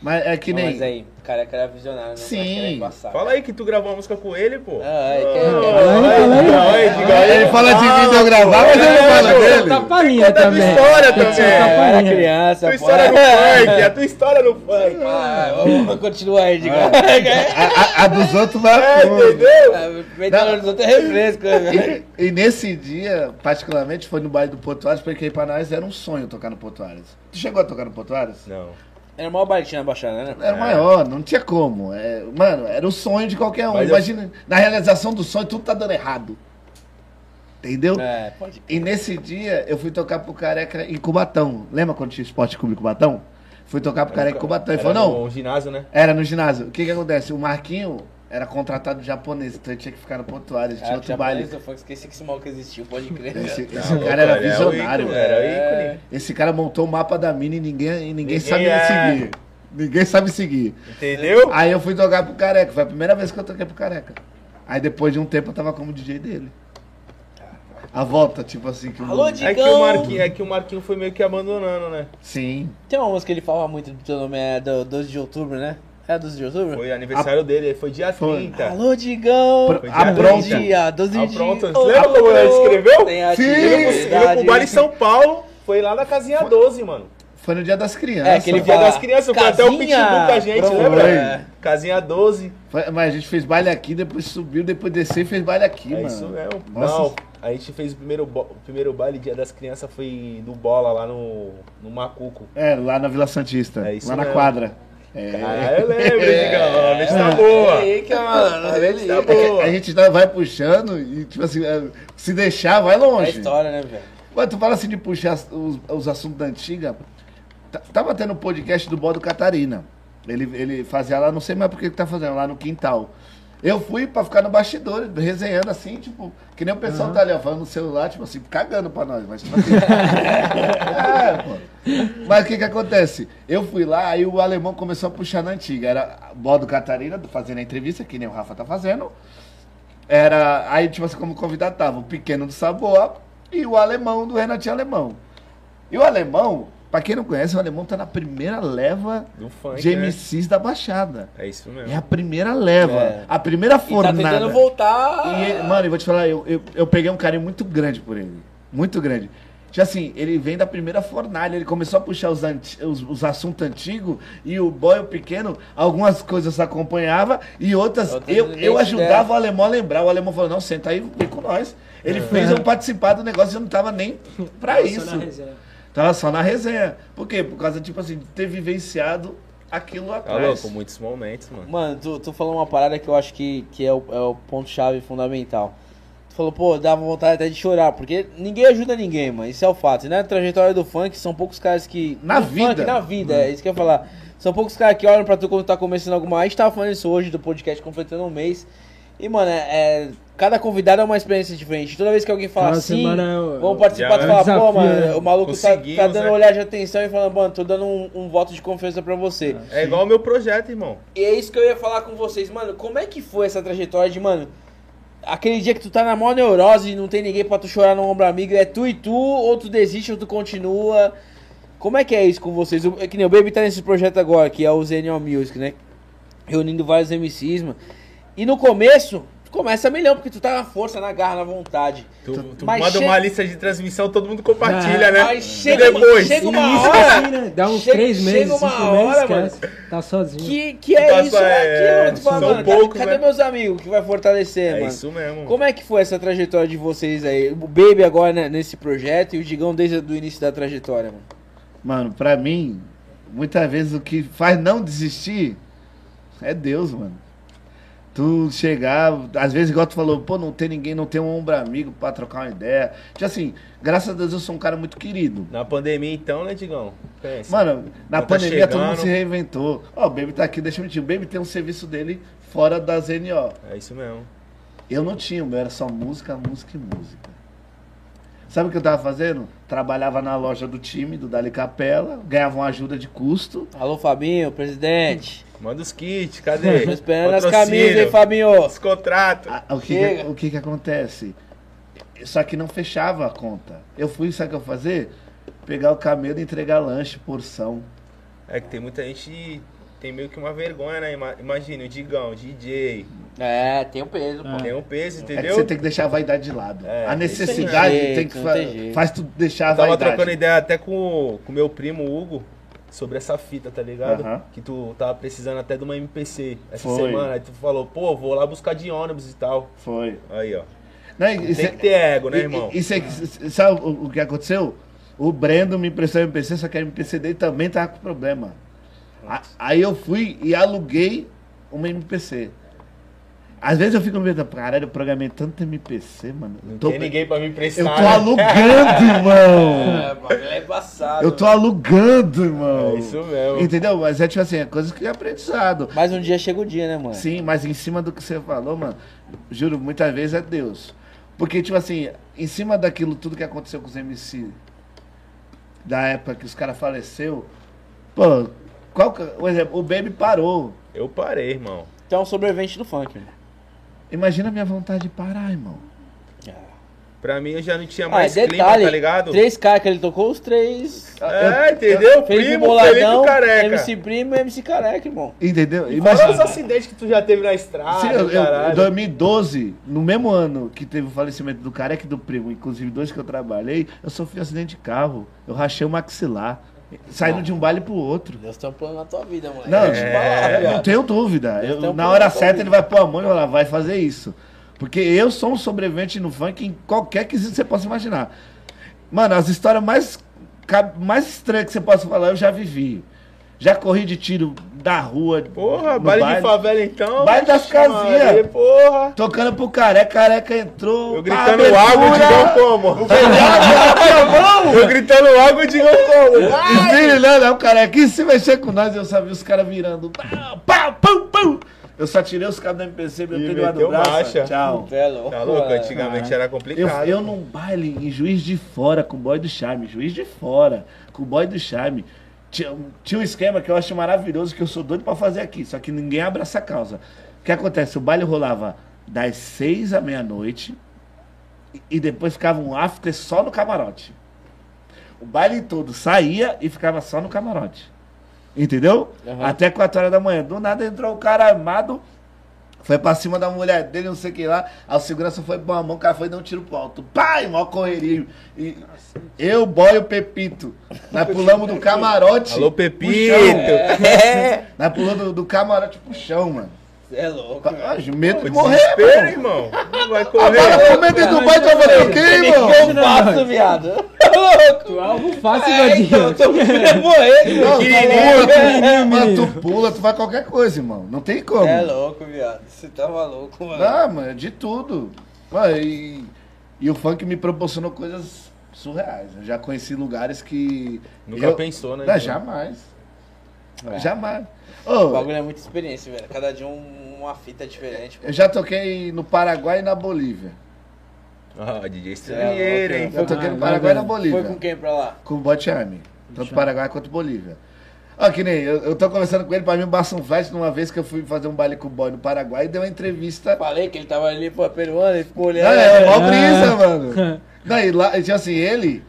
S4: Mas é que
S2: Não,
S4: nem.
S2: Mas aí, o careca era visionário, né?
S4: Sim.
S2: Mas era embaçado.
S3: Fala aí que tu gravou a música com ele, pô.
S2: Ah, é, que-
S3: Ah,
S1: Fala aí,
S3: olha,
S1: fala
S3: olha, diga aí.
S4: Ele fala de
S3: Ah,
S4: mim de eu gravar, Ah,
S1: É,
S4: mas ele
S3: é,
S4: não fala
S1: Tem que
S4: dele.
S1: ser
S3: Tá
S1: taparinha
S3: Conta a É tua
S1: também.
S3: história
S1: Tem que ser
S3: também.
S2: É, eu era
S1: taparinha.
S2: criança,
S3: Tua
S2: pô.
S3: história no funk, é a tua história no funk.
S2: Ah, vamos- Continua aí, diga.
S4: A, a- a dos outros
S3: É,
S4: vai fundo.
S3: entendeu?
S2: Metade dos outros é refresco, né, velho?
S4: E, e nesse dia, particularmente, foi no baile do Portuários, porque pra nós era um sonho tocar no Portuários. Tu chegou a tocar no Portuários?
S3: Não.
S2: Era mó baitinho na baixada, né?
S4: Era
S3: É.
S4: maior, não tinha como. É, mano, era o sonho de qualquer um.
S3: Mas eu-
S4: Imagina, na realização do sonho, tudo tá dando errado. Entendeu?
S2: É, pode.
S4: E nesse dia, eu fui tocar pro Careca em Cubatão. Lembra quando tinha esporte clube em Cubatão? Fui tocar pro Careca em Cubatão. é Ele
S3: Era
S4: falou, não,
S3: no ginásio, né?
S4: Era no ginásio. O que que acontece? O Marquinho era contratado japonês, então ele tinha que ficar no pontuário, ele tinha outro baile.
S2: Eu esqueci que esse mal que existiu, pode crer.
S4: Esse,
S3: Não,
S4: esse cara era
S3: pô, ele é o
S4: visionário.
S3: ícone,
S4: velho.
S3: Era o ícone.
S4: Esse cara montou o mapa da mina e ninguém, e ninguém,
S3: Ninguém
S4: sabe
S3: é.
S4: seguir. Ninguém sabe seguir.
S3: Entendeu?
S4: Aí eu fui tocar pro Careca, foi a primeira vez que eu toquei pro Careca. Aí depois de um tempo eu tava como DJ dele. A volta, tipo assim, que o-
S2: Alô, Di-
S3: É que, o
S2: Digão.
S3: Marquinho, é que o Marquinho foi meio que abandonando, né?
S4: Sim.
S2: Tem uma música que ele falava muito do teu nome, é do 12 de outubro, né? É 12 de outubro?
S3: Foi aniversário dele, foi dia
S4: Foi.
S3: 30.
S2: Alô, Digão!
S4: Pro-
S2: Bom
S4: apronta.
S2: dia, 12 de
S3: Apronta. Lembra como ele escreveu?
S2: Tem
S4: Sim.
S3: Ele foi pro bar em São Paulo, foi lá na casinha 12, mano.
S4: Foi no dia das crianças.
S2: É, aquele
S3: Dia
S2: Ah,
S3: das crianças, foi até o
S2: casinha.
S3: Pitbull com a gente,
S2: Pronto.
S3: lembra?
S4: É.
S3: Casinha 12.
S4: Foi- mas a gente fez baile aqui, depois subiu, depois desceu e fez baile aqui,
S3: é
S4: mano.
S3: isso mesmo.
S4: Nossa,
S3: Não, a gente fez o primeiro, bo- o primeiro baile dia das crianças foi do bola lá no, no Macuco.
S4: É, lá na Vila Santista.
S3: É isso
S4: lá na
S3: mesmo.
S4: quadra. É. é.
S3: Ah, eu lembro, Digão. A mente tá boa.
S2: Ei, É. que mano,
S3: A mente tá
S2: ele...
S3: boa.
S4: A gente tá- vai puxando e, tipo assim, é, se deixar,
S2: É
S4: vai
S2: a
S4: longe.
S2: história, né, velho?
S4: Mas tu fala assim de puxar as- os, os assuntos da antiga. Tá- Tava tendo um podcast do Bodo Catarina. Ele, ele fazia lá, não sei mais por que que tá fazendo, lá no quintal. Eu fui pra ficar no bastidor, resenhando assim, tipo, que nem o pessoal tá levando o celular, tipo assim, cagando pra nós. Mas, tipo assim, é, pô. Mas o que que acontece? Eu fui lá, aí o alemão começou a puxar na antiga. Era Bodo Catarina fazendo a entrevista, que nem o Rafa tá fazendo. Era. Aí, tipo assim, como convidado tava o pequeno do Saboa e o alemão do Renatinho Alemão. E o alemão, pra quem não conhece, o alemão tá na primeira leva
S3: Do funk,
S4: de
S3: né?
S4: MCs da Baixada.
S3: É isso mesmo.
S4: É a primeira leva.
S2: É.
S4: A primeira
S2: E tá
S4: fornada.
S2: tentando voltar...
S4: E, mano, eu vou te falar, eu, eu, eu peguei um carinho muito grande por ele. Muito grande. Tipo assim, ele vem da primeira fornalha, ele começou a puxar os, anti- os, os assuntos antigos e o boy, o pequeno, algumas coisas acompanhava e outras,
S2: Outras
S4: eu,
S2: ele
S4: eu
S2: nem
S4: ajudava
S2: dela.
S4: o alemão a lembrar. O alemão falou, não, senta aí, vem com nós. Ele fez eu participar do negócio e eu não tava nem pra
S1: Só
S4: isso.
S1: na reserva.
S4: Tava só na resenha. Por quê? Por causa, tipo assim, de ter vivenciado aquilo
S3: Tá
S4: atrás.
S3: louco, muitos momentos, mano.
S2: Mano, tu, tu falou uma parada que eu acho que, que é o, é o ponto-chave fundamental. Tu falou, pô, dá vontade até de chorar, porque ninguém ajuda ninguém, mano. Isso é o fato. E na trajetória do funk, são poucos caras que.
S4: Na
S2: do
S4: vida.
S2: Funk, na vida, é isso que eu ia falar. São poucos caras que olham pra tu quando tá começando alguma. A gente tava falando isso hoje do podcast completando um mês. E, mano, é. é- Cada convidado é uma experiência diferente. Toda vez que alguém fala
S1: Cada
S2: assim,
S1: semana é o-
S2: vamos participar,
S3: Já
S2: tu
S3: é
S2: fala,
S1: um desafio,
S2: pô, mano,
S1: né?
S2: o maluco tá, tá
S3: Conseguimos,
S2: dando
S3: né?
S2: um olhar de atenção e falando, mano, tô dando um, um voto de confiança pra você.
S3: É igual o meu projeto, irmão.
S2: E é isso que eu ia falar com vocês, mano. Como é que foi essa trajetória de, mano? Aquele dia que tu tá na maior neurose e não tem ninguém pra tu chorar no ombro amigo, é tu e tu, ou tu desiste, ou tu continua. Como é que é isso com vocês? O- é que nem o Baby tá nesse projeto agora, que é o Zenial Music, né? Reunindo vários MCs, mano. E no começo, tu começa milhão, porque tu tá na força, na garra, na vontade.
S3: Tu, tu
S2: Mas
S3: manda
S2: che-
S3: uma lista de transmissão, todo mundo compartilha,
S1: Ah,
S3: né?
S2: mas
S3: E
S2: chega-
S3: depois,
S2: chega uma
S1: Isso
S2: hora-
S1: assim, né? Dá uns
S2: Chega-
S1: três
S2: chega
S1: meses,
S2: uma
S1: cinco
S2: hora,
S1: meses, esquece. Tá sozinho.
S2: Que, que é
S3: Passa,
S2: isso, é
S3: é,
S2: aquilo? Tu fala,
S3: são
S2: mano,
S3: poucos,
S2: cadê
S3: né?
S2: meus amigos que vai fortalecer,
S3: é
S2: mano?
S3: isso mesmo.
S2: Como é que foi essa trajetória de vocês aí? O Baby agora né, nesse projeto e o Digão desde o início da trajetória, mano.
S4: Mano, pra mim, muitas vezes o que faz não desistir é Deus, mano. Tu chegar, às vezes, igual tu falou, pô, não tem ninguém, não tem um ombro amigo pra trocar uma ideia. Tipo assim, graças a Deus eu sou um cara muito querido.
S2: é?
S3: Na pandemia, então, né, Digão? Pensa.
S4: Mano, na
S3: Tá
S4: pandemia todo mundo
S3: chegando.
S4: se reinventou. Ó, o Baby tá aqui, deixa eu mentir. O Baby tem um serviço dele fora da ZNO.
S3: É isso mesmo.
S4: Eu não tinha, o meu era só música, música e música. Sabe o que eu tava fazendo? Trabalhava na loja do time, do Dali Capela, ganhava uma ajuda de custo.
S2: Alô, Fabinho, presidente.
S3: Manda os kits, cadê?
S2: Tô esperando as
S3: Patrocínio,
S2: camisas, hein, Fabinho?
S3: Os contratos.
S4: Ah, o que, que-
S2: Chega.
S4: o que que acontece? Só que não fechava a conta. Eu fui, sabe o que eu fazer? Pegar o camelo e entregar lanche, porção.
S3: É que tem muita gente que tem meio que uma vergonha, né? Ima- Imagina, o Digão, DJ,
S2: É, tem um peso, pô.
S3: tem um peso,
S4: É que
S3: entendeu?
S4: você tem que deixar a vaidade de lado.
S3: É, não
S4: a
S3: tem
S4: necessidade
S2: jeito,
S4: tem que
S2: não
S4: fa-
S2: tem jeito.
S4: faz tu deixar a
S3: Eu tava
S4: vaidade.
S3: trocando ideia até com o com o meu primo Hugo sobre essa fita, tá ligado?
S4: Aham.
S3: Que tu tava precisando até de uma MPC essa
S4: Foi.
S3: semana. Aí tu falou, pô, vou lá buscar de ônibus e tal.
S4: Foi.
S3: Aí, ó.
S4: Não, e- e
S3: Tem
S4: cê-
S3: que ter ego, né,
S4: é- e-
S3: irmão?
S4: e- e cê- cê- sabe o, o que aconteceu? O Brendo me emprestou a MPC, só que a MPC dele também tava com problema. A- aí eu fui e aluguei uma MPC. Às vezes eu fico meio, caralho, eu programei tanto MPC, mano. Eu
S3: Não
S4: tô-
S3: tem ninguém pra me
S4: Eu
S3: emprestar.
S4: tô
S3: né?
S4: alugando, irmão.
S2: É,
S3: Ah.
S2: o bagulho é embaçado.
S4: Eu tô alugando, irmão.
S3: É isso mesmo.
S4: Entendeu? Mas é tipo assim, é coisa que é aprendizado.
S2: Mas um dia chega o dia, né, mano?
S4: Sim, mas em cima do que você falou, mano, juro, muitas vezes é Deus. Porque, tipo assim, em cima daquilo tudo que aconteceu com os MC, da época que os caras faleceu, pô, qual que, por exemplo, o Baby parou.
S3: Eu parei, irmão.
S2: Tu é um sobrevivente do funk, mano.
S4: Imagina a minha vontade de parar, irmão.
S3: Pra mim eu já não tinha
S2: Ah,
S3: mais
S2: é
S3: clima,
S2: detalhe,
S3: tá ligado?
S2: três caras que ele tocou, os três...
S3: É, entendeu?
S2: Felipe
S3: primo,
S2: um Boladão,
S3: Felipe Careca.
S2: MC Primo e MC Careca, irmão.
S4: Entendeu?
S3: Olha os
S4: Imagina.
S3: acidentes que tu já teve na estrada,
S4: Sim, eu, eu-
S3: assim, caralho.
S4: 2012, no mesmo ano que teve o falecimento do careca e do primo, inclusive dois que eu trabalhei, eu sofri um acidente de carro. Eu rachei o maxilar, saindo de um baile pro outro.
S2: Deus tem um plano na tua vida, moleque.
S4: Não, tipo, ah,
S2: Deixa eu te falar,
S4: eu não
S2: viado.
S4: tenho dúvida.
S2: Deus
S4: É, Eu-
S2: tem um
S4: na hora
S2: plano,
S4: certa
S2: tá
S4: ele vai pôr a mão e vai lá, vai fazer isso. Porque eu sou um sobrevivente no funk em qualquer quesito que você possa imaginar. Mano, as histórias mais, ca- mais estranhas que você possa falar, eu já vivi. Já corri de tiro da rua.
S3: Porra,
S4: no
S3: baile, de favela então.
S4: Baile das
S3: Vixe,
S4: casinhas.
S3: Maria, Porra.
S4: Tocando pro careca, careca entrou.
S3: Eu gritando
S4: pra
S3: algo, o
S4: abertura. é
S3: Digão como? Eu gritando algo, o Digão como?
S4: Esmerilhando, é o careca. E se mexer com nós, eu sabia os caras virando. Pau, pau, pau, pau. Eu só tirei os caras da MPC, meu
S3: E
S4: telhado
S3: meteu
S4: do braço.
S3: marcha.
S4: Tchau.
S2: Tu é louco,
S3: Tá louco?
S2: mano.
S3: Antigamente era
S4: Eu,
S3: complicado.
S4: eu num baile em Juiz de Fora, com o boy do Charme. Juiz de Fora, com o boy do Charme. Tinha, um- tinha um esquema que eu acho maravilhoso, que eu sou doido pra fazer aqui. Só que ninguém abraça a causa. O que acontece? O baile rolava das seis à meia-noite e- e depois ficava um after só no camarote. O baile todo saía e ficava só no camarote. Entendeu?
S2: Aham.
S4: Até 4 horas da manhã. Do nada entrou o cara armado Foi pra cima da mulher dele, não sei o que lá. A segurança foi pra uma mão, o cara foi dar um tiro pro alto. Pai, mó correria. E eu, boy, o Pepito. Nós pulamos do camarote.
S3: Alô,
S4: pro
S3: Pepito!
S4: chão.
S2: É,
S4: Nós pulamos do, do camarote pro chão, mano.
S2: cê é louco.
S4: Ah, medo de
S3: Pô,
S4: morrer, Ah,
S3: desespero,
S4: mano.
S3: irmão. Não vai
S4: A bala
S3: correr.
S4: foi medo do bairro, então eu falei, o quê, irmão?
S2: Eu faço, viado.
S1: Tu é alvo fácil,
S2: É, então,
S1: Vadinho.
S2: eu tô com medo de morrer, irmão.
S4: Não, tu
S3: Pequenininho,
S4: pula, tu- mano,
S1: pequenininho.
S4: tu pula, tu faz qualquer coisa, irmão. Não tem como.
S2: É louco, viado. Você tá maluco, mano.
S4: Não, mano, de tudo. Mano, e, e o funk me proporcionou coisas surreais. Eu já conheci lugares que.
S3: Nunca
S4: eu-
S3: pensou, né?
S4: Não,
S3: então?
S4: jamais.
S2: É.
S4: Jamais.
S2: O
S4: Ô,
S2: bagulho é muita experiência, velho. Cada dia um- uma fita diferente.
S4: eu já toquei no Paraguai e na Bolívia.
S3: Ah, DJ
S2: É,
S3: estrangeiro,
S2: louco,
S3: hein?
S2: né?
S4: Eu toquei
S1: Ah,
S4: no Paraguai e
S1: maravilha.
S4: na Bolívia.
S2: Foi com quem pra lá?
S4: com o Bot Army. Tanto Paraguai quanto Bolívia. Ó, que nem, eu, eu tô conversando com ele, pra mim basta um flash numa vez que eu fui fazer um baile com o boy no Paraguai e deu uma entrevista.
S2: Falei que ele tava ali pra peruano, ele ficou
S4: É,
S2: olhando.
S4: é, mó
S1: é.
S4: brisa, mano. Não, e lá, e, tipo assim, ele,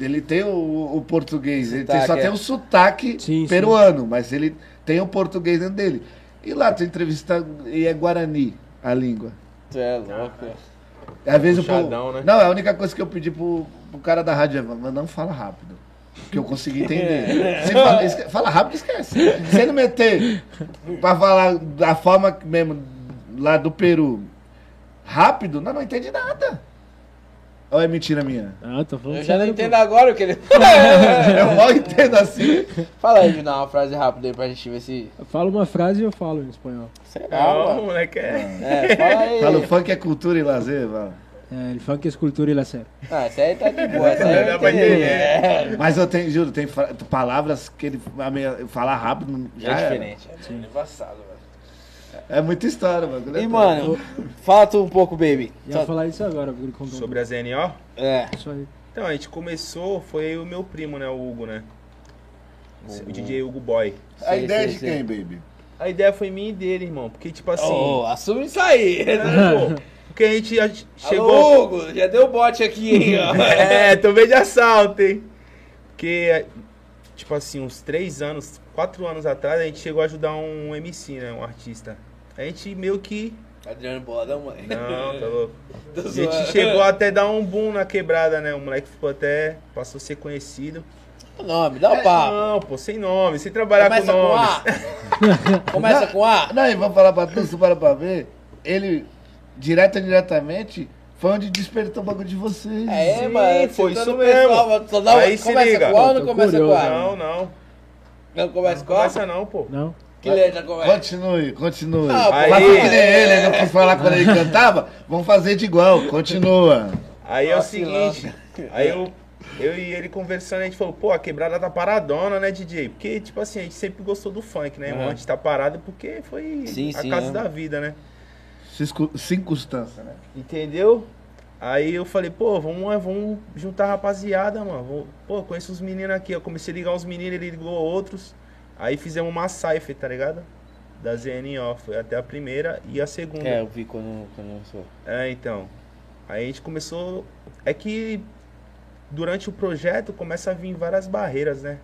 S4: ele tem o, o português, ele tem- só
S2: Sotaque, é.
S4: tem o sotaque
S1: Sim, sim.
S4: peruano, mas ele tem o português dentro dele. E lá tu entrevista e é Guarani a língua.
S2: Tu é louco.
S4: É, Às vezes o povo-
S3: Puxadão, né?
S4: Não, é a única coisa que eu pedi pro, pro cara da rádio, Evan, mas não fala rápido. Que eu consegui
S2: É.
S4: entender. Se fala, esque- fala rápido, esquece. Se não meter pra falar da forma que mesmo, lá do Peru, rápido, não, não entende nada. Ou é mentira minha?
S1: Ah, tô falando
S2: Eu já não
S1: sério, pô.
S2: entendo agora o que ele. É.
S4: Eu mal entendo assim.
S2: Fala aí, Junão, uma frase rápida aí pra gente ver se.
S1: Eu falo uma frase e eu falo em espanhol.
S2: Sei lá,
S3: Não,
S2: mano.
S3: moleque é.
S2: É, fala aí.
S4: Fala, o funk é cultura e lazer, mano.
S1: É, el funk es cultura y lazer.
S2: Ah, essa aí tá de boa, essa aí
S3: Dá
S2: eu
S3: pra
S2: entendi.
S3: entender.
S2: É,
S4: Mas eu tenho, juro, tem fra- palavras que ele a minha- falar rápido não- já
S2: é
S4: era.
S2: diferente. É embaçado, velho.
S4: É muita história, mano.
S2: E, mano, fala tu um pouco, baby.
S1: Ia
S2: Só-
S1: falar isso agora, porque ele contou um
S3: Sobre a ZNO.
S2: É.
S1: pouco. Isso aí.
S3: Então, a gente começou, foi o meu primo, né? O Hugo, né? O DJ Hugo Boy.
S4: A
S2: Sei,
S4: ideia é
S2: sei,
S4: de
S2: sei.
S4: quem, baby?
S3: A ideia foi minha e dele, irmão. Porque, tipo assim.
S2: Ô, assume isso aí.
S3: né, pô? Porque a gente, a gente chegou.
S2: Alô, Hugo, já deu bote aqui, hein, ó.
S3: É, tomei de assalto, hein? Porque, tipo assim, uns três anos, quatro anos atrás, a gente chegou a ajudar um MC, né? Um artista. A gente meio que.
S2: Adriano Boladão, mãe.
S3: Não, tá louco.
S2: Tô
S3: A
S2: zoando.
S3: gente chegou até dar um boom na quebrada, né? O moleque ficou até. passou a ser conhecido.
S2: é O nome, dá o papo.
S3: Não, pô, sem nome, sem trabalhar
S2: Começa
S3: É, com
S2: com
S3: nomes.
S2: A. Começa com A.
S4: Não, e vamos falar pra tu, se para pra ver, ele, direto ou indiretamente, foi onde despertou o bagulho de vocês.
S2: É,
S3: Sim,
S2: mano.
S3: foi
S2: você
S3: isso
S2: tá no pessoal,
S3: mesmo.
S2: mano, só dá uma-
S3: Aí se
S2: começa
S3: liga.
S2: com A ou não
S1: Tô
S2: começa com
S1: curioso.
S2: A?
S3: Não, não.
S2: Não começa com A?
S3: Começa não, pô.
S1: Não?
S2: Que letra começa?
S4: Continue, continue.
S2: Ah,
S4: Faça
S3: aí.
S4: que nem ele, não quis falar quando ele cantava, vamos fazer de igual, continua.
S3: Aí é o
S2: Nossa,
S3: seguinte, aí eu, eu e ele conversando, a gente falou, pô, a quebrada tá paradona, né, DJ? Porque, tipo assim, a gente sempre gostou do funk, né, irmão?
S2: Aham.
S3: A gente tá parado porque foi
S2: Sim,
S3: a
S2: sim,
S3: casa
S2: é.
S3: da vida, né?
S4: Circunstância, né?
S3: Entendeu? Aí eu falei, pô, vamos, é, vamos juntar a rapaziada, mano. Vou- pô, conheço os meninos aqui. Eu comecei a ligar uns meninos, ele ligou outros. Aí fizemos uma cypher, tá ligado? Da ZNO. Foi até a primeira e a segunda.
S2: É, eu vi quando, quando eu sou.
S3: É, então. Aí a gente começou. É que durante o projeto começa a vir várias barreiras, né?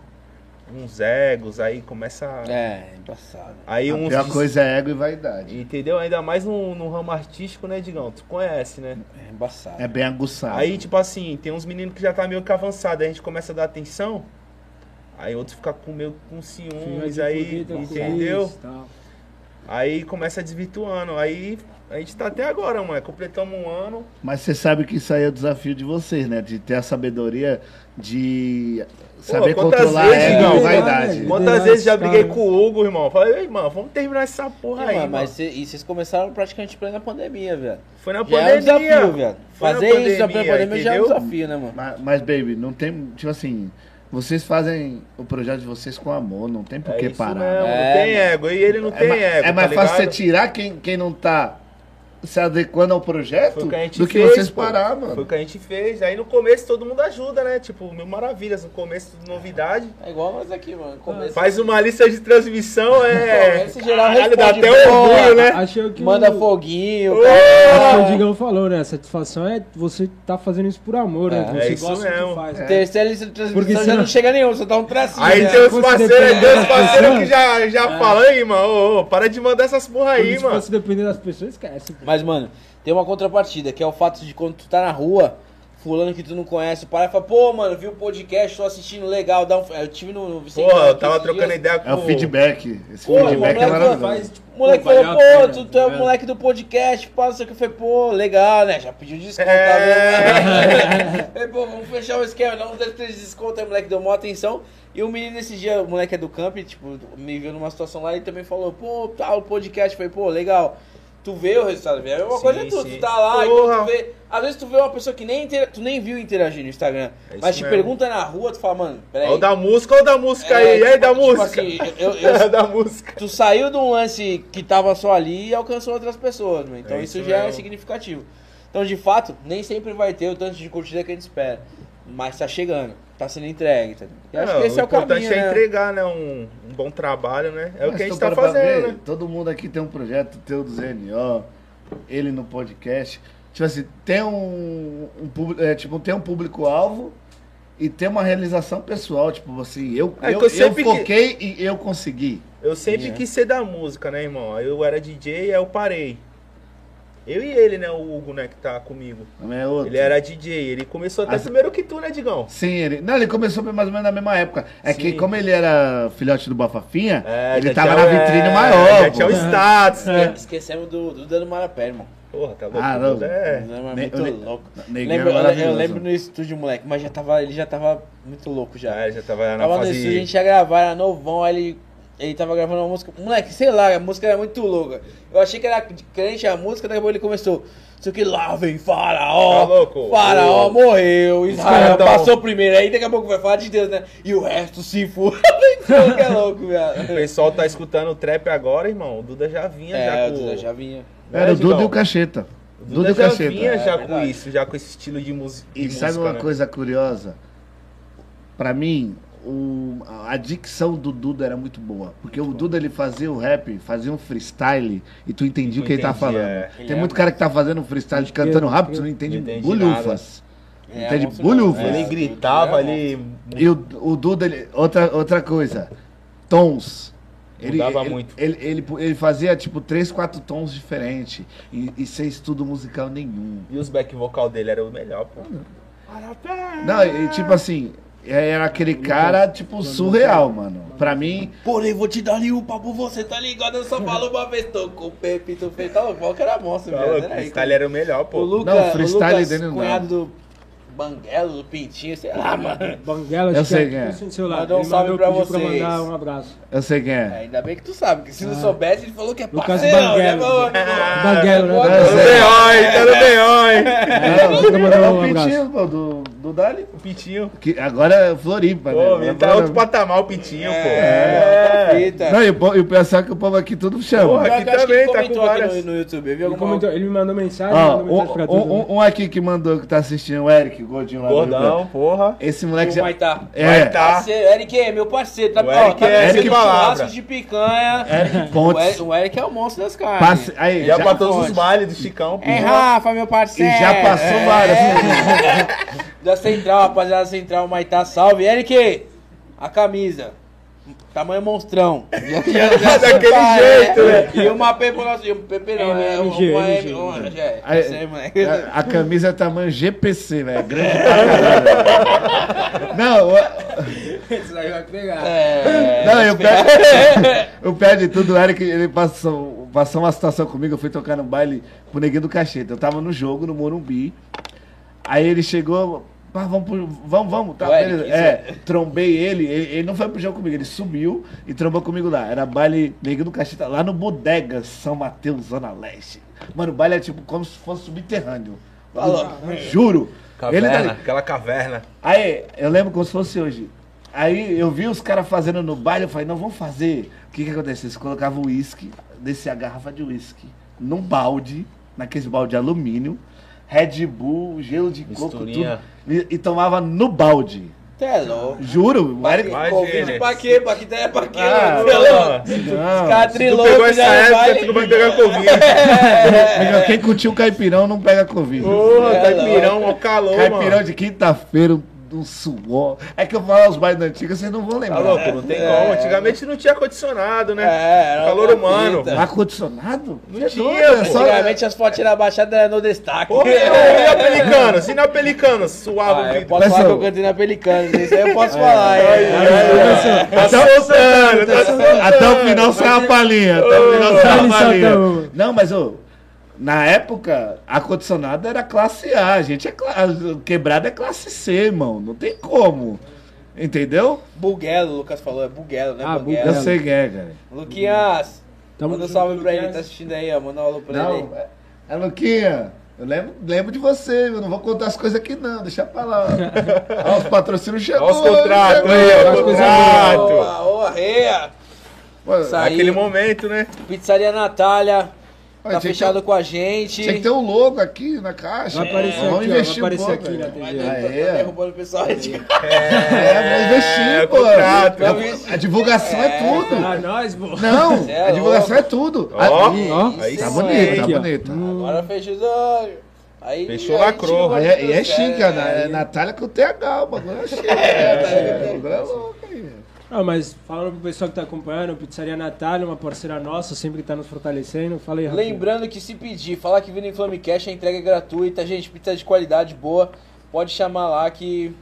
S3: Uns egos, aí começa.
S2: É, embaçado.
S3: Aí
S4: A
S3: uns.
S4: pior
S3: des-
S4: coisa é ego e vaidade.
S3: Entendeu? Ainda mais no, no ramo artístico, né, Digão? Tu conhece, né?
S2: É embaçado.
S4: É bem aguçado.
S3: Aí, tipo assim, tem uns meninos que já tá meio que avançado, aí a gente começa a dar atenção. Aí outros ficam com meio que com ciúmes,
S1: Filha de
S3: Hum, aí,
S1: fudida, com
S3: entendeu?
S1: isso, tal.
S3: Aí começa desvirtuando. Aí a gente tá até agora, mano. Completamos um ano.
S4: Mas você sabe que isso aí é o desafio de vocês, né? De ter a sabedoria de saber
S3: quantas
S4: controlar
S3: vezes,
S4: ego e
S3: Igão?
S4: vaidade.
S1: Quantas
S3: Quantas vezes já
S1: cara.
S3: briguei com o Hugo, irmão? Falei, "Ei, irmão, vamos terminar essa porra aí.
S2: Mano, mas
S3: mano."
S2: cê- e vocês começaram praticamente plena pandemia, velho.
S3: Foi na
S2: Já é um
S3: pandemia.
S2: desafio, velho.
S3: Foi na
S2: Fazer isso na plena pandemia já é um
S3: entendeu?
S2: desafio, né, mano?
S4: Ma- Mas, baby, não tem. Tipo assim, vocês fazem o projeto de vocês com amor, não tem por
S3: É
S4: que
S3: isso
S4: parar.
S3: mesmo,
S4: né?
S2: É,
S3: não tem ego. E ele não
S4: É
S3: tem
S4: ma-
S3: ego.
S4: é mais
S3: tá
S4: fácil você
S3: ligado?
S4: tirar quem, quem não tá se adequando ao projeto
S3: Foi o que a gente
S4: do que
S3: fez,
S4: vocês
S3: pô.
S4: parar,
S3: Foi o
S4: mano.
S3: que a gente fez. Aí no começo todo mundo ajuda, né? Tipo, mil maravilhas. No começo, tudo novidade.
S2: É igual nós aqui, mano. Começa,
S3: Faz uma lista de transmissão, é.
S2: Começa, geral
S3: Caralho, dá
S2: responde,
S3: até
S2: boa.
S3: orgulho, né?
S1: Achei o que
S2: manda
S1: o,
S2: foguinho.
S1: acho que o
S3: Ô!
S1: Digão falou, né? A satisfação é você tá fazendo isso por amor,
S2: É.
S1: né? Você
S3: É isso
S1: gosta do que
S3: mesmo.
S1: faz. né?
S2: Terceira lista de transmissão
S1: Porque
S2: já
S1: senão-
S2: tá- não chega nenhum, só dá um tracinho.
S3: Aí
S2: né?
S3: tem os
S1: Quando
S3: parceiros, aí
S1: depender
S3: tem os
S1: das
S3: parceiros
S1: pessoas-
S3: que já, já
S2: É.
S3: falam aí, mano. Ô, ô, para de mandar essas porra aí,
S1: Porque
S3: mano.
S1: tipo, Se você depender das pessoas, esquece. pô.
S2: Mas, mano, tem uma contrapartida, que é o fato de quando tu tá na rua, fulano que tu não conhece, para e fala, pô, mano, vi o podcast, tô assistindo, legal, dá um... Eu tive no, no Vicente...
S3: Porra, eu
S2: esses
S3: tava
S2: dias.
S3: trocando ideia com
S4: É o feedback. Esse
S2: Pô, o
S4: feedback é
S2: moleque
S4: maravilhoso.
S1: faz, tipo,
S2: O moleque
S1: pô, vale
S2: falou,
S1: a pena,
S2: pô, tu,
S3: tá
S2: tu é o
S1: né?
S2: moleque do podcast, pá, não sei o que. Eu falei, pô, legal, né? Já pediu desconto,
S3: É.
S2: tá vendo? Eu falei, pô, vamos fechar o esquema, dá uns 10, 3 descontos. Aí o moleque deu maior atenção. E o menino esse dia, o moleque é do camp, tipo, me viu numa situação lá e também falou, pô, tá, o podcast. Eu falei, pô, legal. Tu vê o resultado, velho. É uma
S3: Sim,
S2: coisa é tu,
S3: sim.
S2: tu tá lá, e
S3: Porra.
S2: tu vê. Às vezes tu vê uma pessoa que nem intera- tu nem viu interagir no Instagram,
S3: É isso
S2: mas te
S3: mesmo.
S2: pergunta na rua, tu fala, mano, peraí.
S3: Olha o da música, olha o da música
S2: É,
S3: aí. E aí,
S2: tipo-
S3: da
S2: tipo
S3: música? É,
S2: assim, eu- eu- eu-
S3: da música.
S2: Tu saiu de um lance que tava só ali e alcançou outras pessoas, né? Então
S3: É
S2: isso,
S3: isso
S2: já é
S3: mesmo.
S2: significativo. Então, de fato, nem sempre vai ter o tanto de curtida que a gente espera. Mas tá chegando, tá sendo entregue. Tá? ligado? E acho
S3: Não,
S2: que esse é o
S3: importante
S2: caminho,
S3: é
S2: né?
S3: entregar, né? Um, um bom trabalho, né? É o
S4: Mas
S3: que a gente
S4: tu
S3: tá
S4: Então, para pra
S3: fazendo,
S4: ver,
S3: né?
S4: Todo mundo aqui tem um projeto, teu do ZNO, ele no podcast. Tipo assim, tem um, um público, é, tipo, tem um público-alvo e tem uma realização pessoal. Tipo assim, eu,
S3: É
S4: eu,
S3: que eu
S4: eu,
S3: sempre que-
S4: foquei e eu consegui.
S3: Eu sempre
S2: Sim, é.
S3: quis ser da música, né, irmão? Aí Eu era DJ, aí eu parei. Eu e ele, né? O Hugo, né? Que tá comigo.
S4: Não é outro.
S3: Ele era DJ. Ele começou até
S4: As-
S3: primeiro que tu, né, Digão?
S4: Sim, ele. Não, ele começou mais ou menos na mesma época. É
S3: Sim.
S4: que como ele era filhote do Bafafinha,
S3: É,
S4: ele
S3: já
S4: tava
S3: tinha-
S4: na vitrine
S3: é,
S4: maior.
S3: Já tinha o
S4: pô.
S3: status,
S4: É.
S3: né?
S2: Esquecemos do, do Dano Marapé, irmão.
S3: Porra, tá louco.
S4: Ah, não.
S2: O
S3: É.
S2: Dano é
S4: Ne-
S2: muito
S4: eu ne-
S2: louco.
S4: Negão
S2: Lembro-
S4: é
S2: eu, eu
S4: maravilhoso.
S2: lembro no estúdio, moleque, mas já tava, ele já tava muito louco já.
S3: Já, já tava na
S2: tava no estúdio, a
S3: fase...
S2: gente ia gravar, era novão, aí ele, ele tava gravando uma música. Moleque, sei lá, a música era muito louca. Eu achei que era de crente a música, daqui a pouco ele começou. Isso que lá vem faraó,
S3: Tá louco?
S2: faraó
S3: Ô.
S2: morreu, Israel
S3: Escandão.
S2: passou primeiro, aí daqui a pouco vai falar de Deus, né? E o resto se for. que é louco,
S3: O
S2: velho.
S3: pessoal tá escutando o trap agora, irmão. O Duda já vinha,
S2: É,
S3: já com...
S2: eu já vinha.
S3: né,
S4: Era o Duda
S3: Digão?
S4: e o Cacheta.
S3: O
S4: Duda e o
S3: já
S4: Cacheta.
S3: vinha
S2: É,
S3: já com
S2: verdade.
S3: isso, já com esse estilo de, mus... de
S4: E
S3: música,
S4: sabe uma
S3: né?
S4: coisa curiosa? Pra mim, o- a dicção do Duda era muito boa. Porque o Duda ele fazia o rap, fazia um freestyle e tu entendia o que ele tá
S3: Entendi,
S4: falando.
S3: é.
S4: Tem muito cara que tá fazendo freestyle cantando rápido, tu não entende
S3: Não entende
S4: bolhufas.
S2: É,
S4: Entende?
S2: monstro,
S4: Bolhufas.
S3: É, ele gritava, ele...
S4: E o, o Duda, ele- outra, outra coisa, tons. Ele,
S3: Mudava
S4: ele-
S3: muito.
S4: Ele, ele, ele fazia tipo três, quatro tons diferentes e, e sem estudo musical nenhum.
S3: E os back vocal dele era o melhor, pô.
S4: Não, e e, tipo assim, era aquele cara tipo surreal, mano. Pra mim,
S2: Porém, vou te dar ali um papo, você tá ligado? Eu só falo uma vez, tô com o Pepe, tô feio, tá louco, qual que era monstro,
S3: Tá
S2: velho.
S3: louco,
S2: Era
S3: o
S2: aí,
S3: freestyle era o melhor,
S2: O
S3: pô.
S2: Lucas,
S4: Não, o freestyle
S2: o Lucas,
S4: dele não dá.
S2: cunhado do Banguelo, do Pintinho, sei lá, mano.
S1: Banguela, acho
S4: Eu sei
S1: que
S4: quem
S1: é.
S4: é.
S1: Assim, sei lá.
S2: Mandou um
S1: Ele
S2: salve
S1: mandou
S2: pra
S1: pedir
S2: vocês.
S1: mandar um abraço.
S4: eu sei quem
S2: É,
S4: é.
S2: ainda bem que tu sabe, que se
S4: Ah.
S2: não soubesse, ele falou que é
S1: Lucas
S2: parceirão, né,
S1: Banguelo.
S2: mano?
S1: Banguelo, né?
S2: Agora-
S3: Tá no
S4: É,
S3: B.O., hein? Tá no B.O., hein?
S4: É, o Duda
S1: mandou
S4: mandou
S1: um
S4: o
S1: abraço.
S4: Pintinho, pô, do, do Dali.
S3: O Pitinho.
S4: Que agora é Floripa, né?
S3: Pô, tá
S4: Agora-
S3: outro patamar o Pitinho,
S4: é.
S3: pô.
S2: É,
S3: É.
S2: fita.
S4: Não, e o po- e o pessoal que o povo aqui tudo chama.
S3: Porra,
S2: Pior que eu acho que
S3: também
S2: ele
S3: tá com
S2: comentou aqui
S3: várias.
S2: no, no YouTube, viu?
S1: Ele,
S2: Alguma-
S1: comentou- ele me mandou mensagem,
S4: Ó,
S1: mandou mensagem pra
S4: um,
S1: todo
S4: um-
S1: mundo.
S4: um- um aqui que mandou, que tá assistindo, o Eric, o gordinho lá do Rio Grande.
S3: Gordão, porra.
S4: Esse moleque
S2: O
S4: já...
S2: Maitá.
S4: É,
S3: Maitá.
S2: Parceiro, Eric é meu parceiro, tá
S3: Ah. O Eric
S2: ó, tá
S3: é-
S2: fazendo
S3: Eric
S2: churrasco
S3: Palavra.
S2: de picanha.
S4: Eric
S2: O
S4: Pontes.
S2: Eric, o Eric é o monstro das carnes.
S4: Passe- Aí,
S3: Já
S4: já-
S3: pra todos os
S2: pode.
S3: bailes do Chicão, pô.
S2: É Rafa, meu parceiro.
S4: E já passou várias.
S2: Da Central, rapaziada, da Central, Maitá, salve. Eric, a camisa. Tamanho monstrão. Já, já,
S3: Daquele jeito,
S2: né? E uma P pro nosso. E um PP não, é um
S1: MG,
S2: M.
S1: MG.
S2: Uma, é,
S4: Aí,
S2: isso aí, moleque.
S4: a, a camisa é tamanho GPC, velho. É Grande pra caralho. Não, o-
S1: Isso daí vai pegar.
S2: É,
S4: não, eu pego. Eu pego de tudo, o Eric, ele passou, passou uma situação comigo, eu fui tocar no baile pro neguinho do cacheta. Eu tava no jogo, no Morumbi. Aí ele chegou, pá, vamos pro. Vamos, vamos, tá,
S2: O Eric,
S4: beleza.
S2: isso
S4: É, trombei ele, ele, ele não foi pro jogo comigo, ele subiu e trombou comigo lá. Era baile neguinho do cacheta, lá no Bodega, São Mateus, Zona Leste. Mano, o baile é tipo como se fosse subterrâneo.
S2: Falou.
S4: Juro. Ele tá
S3: Caverna,
S4: ali.
S3: aquela caverna.
S4: Aí, eu lembro como se fosse hoje. Aí eu vi os caras fazendo no baile, eu falei, não, vamos fazer. O que que acontece? Eles colocavam uísque, descia a garrafa de uísque num balde, naqueles balde de alumínio, Red Bull, gelo de coco, tudo,
S3: Misturinha.
S4: e, e tomava no balde.
S2: Você é louco.
S4: Juro, o Eric.
S3: Imagina.
S2: Covid pra quê? Bactéria pra quê?
S3: Ah,
S2: Você é louco? é Os
S4: Não,
S2: caras
S3: Tu
S2: trilou,
S3: pegou essa
S2: fizeram um
S3: época,
S2: baile.
S3: tu não vai pegar Covid.
S4: Mas Quem curtiu o caipirão não pega Covid.
S3: Porra,
S2: É,
S3: caipirão, mó calor,
S4: caipirão
S3: mano.
S4: de quinta-feira, um- um suor. É que eu falo os mais antigos, vocês não vão
S3: Tá
S4: lembrar.
S3: louco, não tem
S2: É.
S3: como. Antigamente não tinha condicionado, né?
S2: É, era uma
S3: Calor humano.
S2: fita.
S4: Ar-condicionado?
S3: Não
S4: Você é
S3: tinha,
S4: doido,
S3: pô.
S4: é só-
S2: Antigamente as fotos na baixada era no destaque.
S3: Porra, e na Pelicanos? E na Pelicanos?
S2: É. Ah,
S3: Suava o
S2: eu
S3: vídeo.
S2: posso falar que
S4: Pessoal.
S2: eu cantei na Pelicanos, isso aí eu posso
S4: É.
S2: falar. hein?
S3: Tá soltando, tá soltando.
S4: Até o final sai uma palhinha. Até o final sai uma
S1: Ele solta
S4: palhinha.
S1: uma.
S4: Não, mas ô, na época, ar-condicionado era classe A. A gente é classe. Quebrada é classe C, irmão. Não tem como. Entendeu?
S2: Buguelo, o Lucas falou, é Buguelo, né?
S1: Ah,
S4: Eu
S1: Buguelo.
S2: Buguelo.
S4: sei quem é, cara.
S2: Luquinhas,
S1: Tamo
S2: manda um
S1: junto,
S2: salve pra ele,
S1: Luquinhas.
S2: tá assistindo aí, ó. Manda um alô pra ele.
S4: Não, é, é Luquinha. Eu lembro, lembro de você, eu não vou contar as coisas aqui não, deixa pra lá. Ó, os patrocínios chegou.
S3: Olha os contratos aí,
S1: As
S3: ó,
S4: é.
S1: coisas
S3: contrato.
S2: Boa, boa, reia.
S4: Mano,
S2: Saiu.
S3: Aquele momento, né?
S2: Pizzaria Natália,
S4: Olha,
S2: tá
S4: tinha que
S2: fechado
S4: ter- um-
S2: com a gente.
S4: tinha que ter um logo aqui na caixa.
S1: Vai aparecer
S4: Vamos
S1: aqui, ó, vai
S4: investir um
S1: aparecer
S4: pouco,
S1: aqui na
S4: velho.
S2: Vai,
S1: TG.
S2: tá-
S4: Ah,
S2: tá
S4: é?
S2: derrubando o pessoal aí de casa.
S4: É, vamos investir,
S3: é,
S4: pô.
S3: contrato.
S4: A- A divulgação é, tudo.
S1: Ah, nós, pô.
S4: Não,
S2: Cê é
S4: a
S2: louco.
S4: divulgação é tudo.
S3: Ó,
S4: Aí,
S1: ó,
S4: tá
S3: aí
S2: isso
S4: bonito, tá
S1: Aqui, ó.
S4: bonito.
S2: Agora fecha os olhos. Aí,
S3: Fechou,
S2: aí
S3: lacrou.
S2: tirou
S4: Aí
S2: a
S4: é, e é
S2: dúvida,
S4: chique,
S2: né?
S4: a Na- é Natália com o TH, o bagulho é chique. É, o bagulho é louco aí. velho.
S1: Não, mas falando pro pessoal que tá acompanhando, Pizzaria Natália, uma parceira nossa, sempre que tá nos fortalecendo. Falei,
S2: Lembrando que se pedir, falar que vindo em Flamecast, a entrega é gratuita, gente, pizza de qualidade boa, pode chamar lá que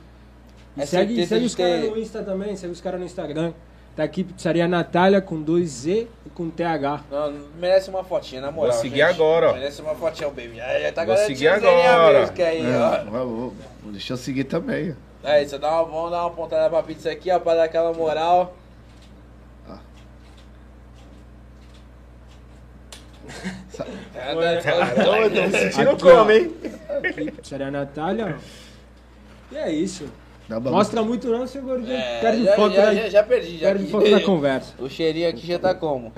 S2: é
S1: segue,
S2: certeza
S1: segue
S2: de
S1: os caras
S2: ter-
S1: no Insta também, segue os caras no Instagram. Tá aqui Pizzaria Natália com 2Z e com TH.
S2: Não, merece uma fotinha, na moral.
S3: Vou seguir
S2: gente.
S3: agora, ó.
S2: Merece uma fotinha, o baby. Aí já tá
S3: Vou
S2: garantindo
S3: seguir
S2: sem a
S3: agora.
S2: música aí, ó.
S4: É, vamos- Deixa eu seguir também.
S2: Aí, você dá uma, vamos dar uma pontada pra pizza aqui, ó, pra dar aquela moral.
S1: Ah.
S2: É, né?
S1: Tá
S3: Eu tô me sentindo como, hein?
S1: Aqui, Pizzaria Natália. ó. E é isso.
S4: Dá um bagulho.
S1: Mostra muito não, seu gordinho.
S2: É,
S1: Perde
S2: já,
S1: foco
S2: já,
S1: na-
S2: já- já perdi, já
S1: perde foco na conversa.
S2: O cheirinho aqui já tá como?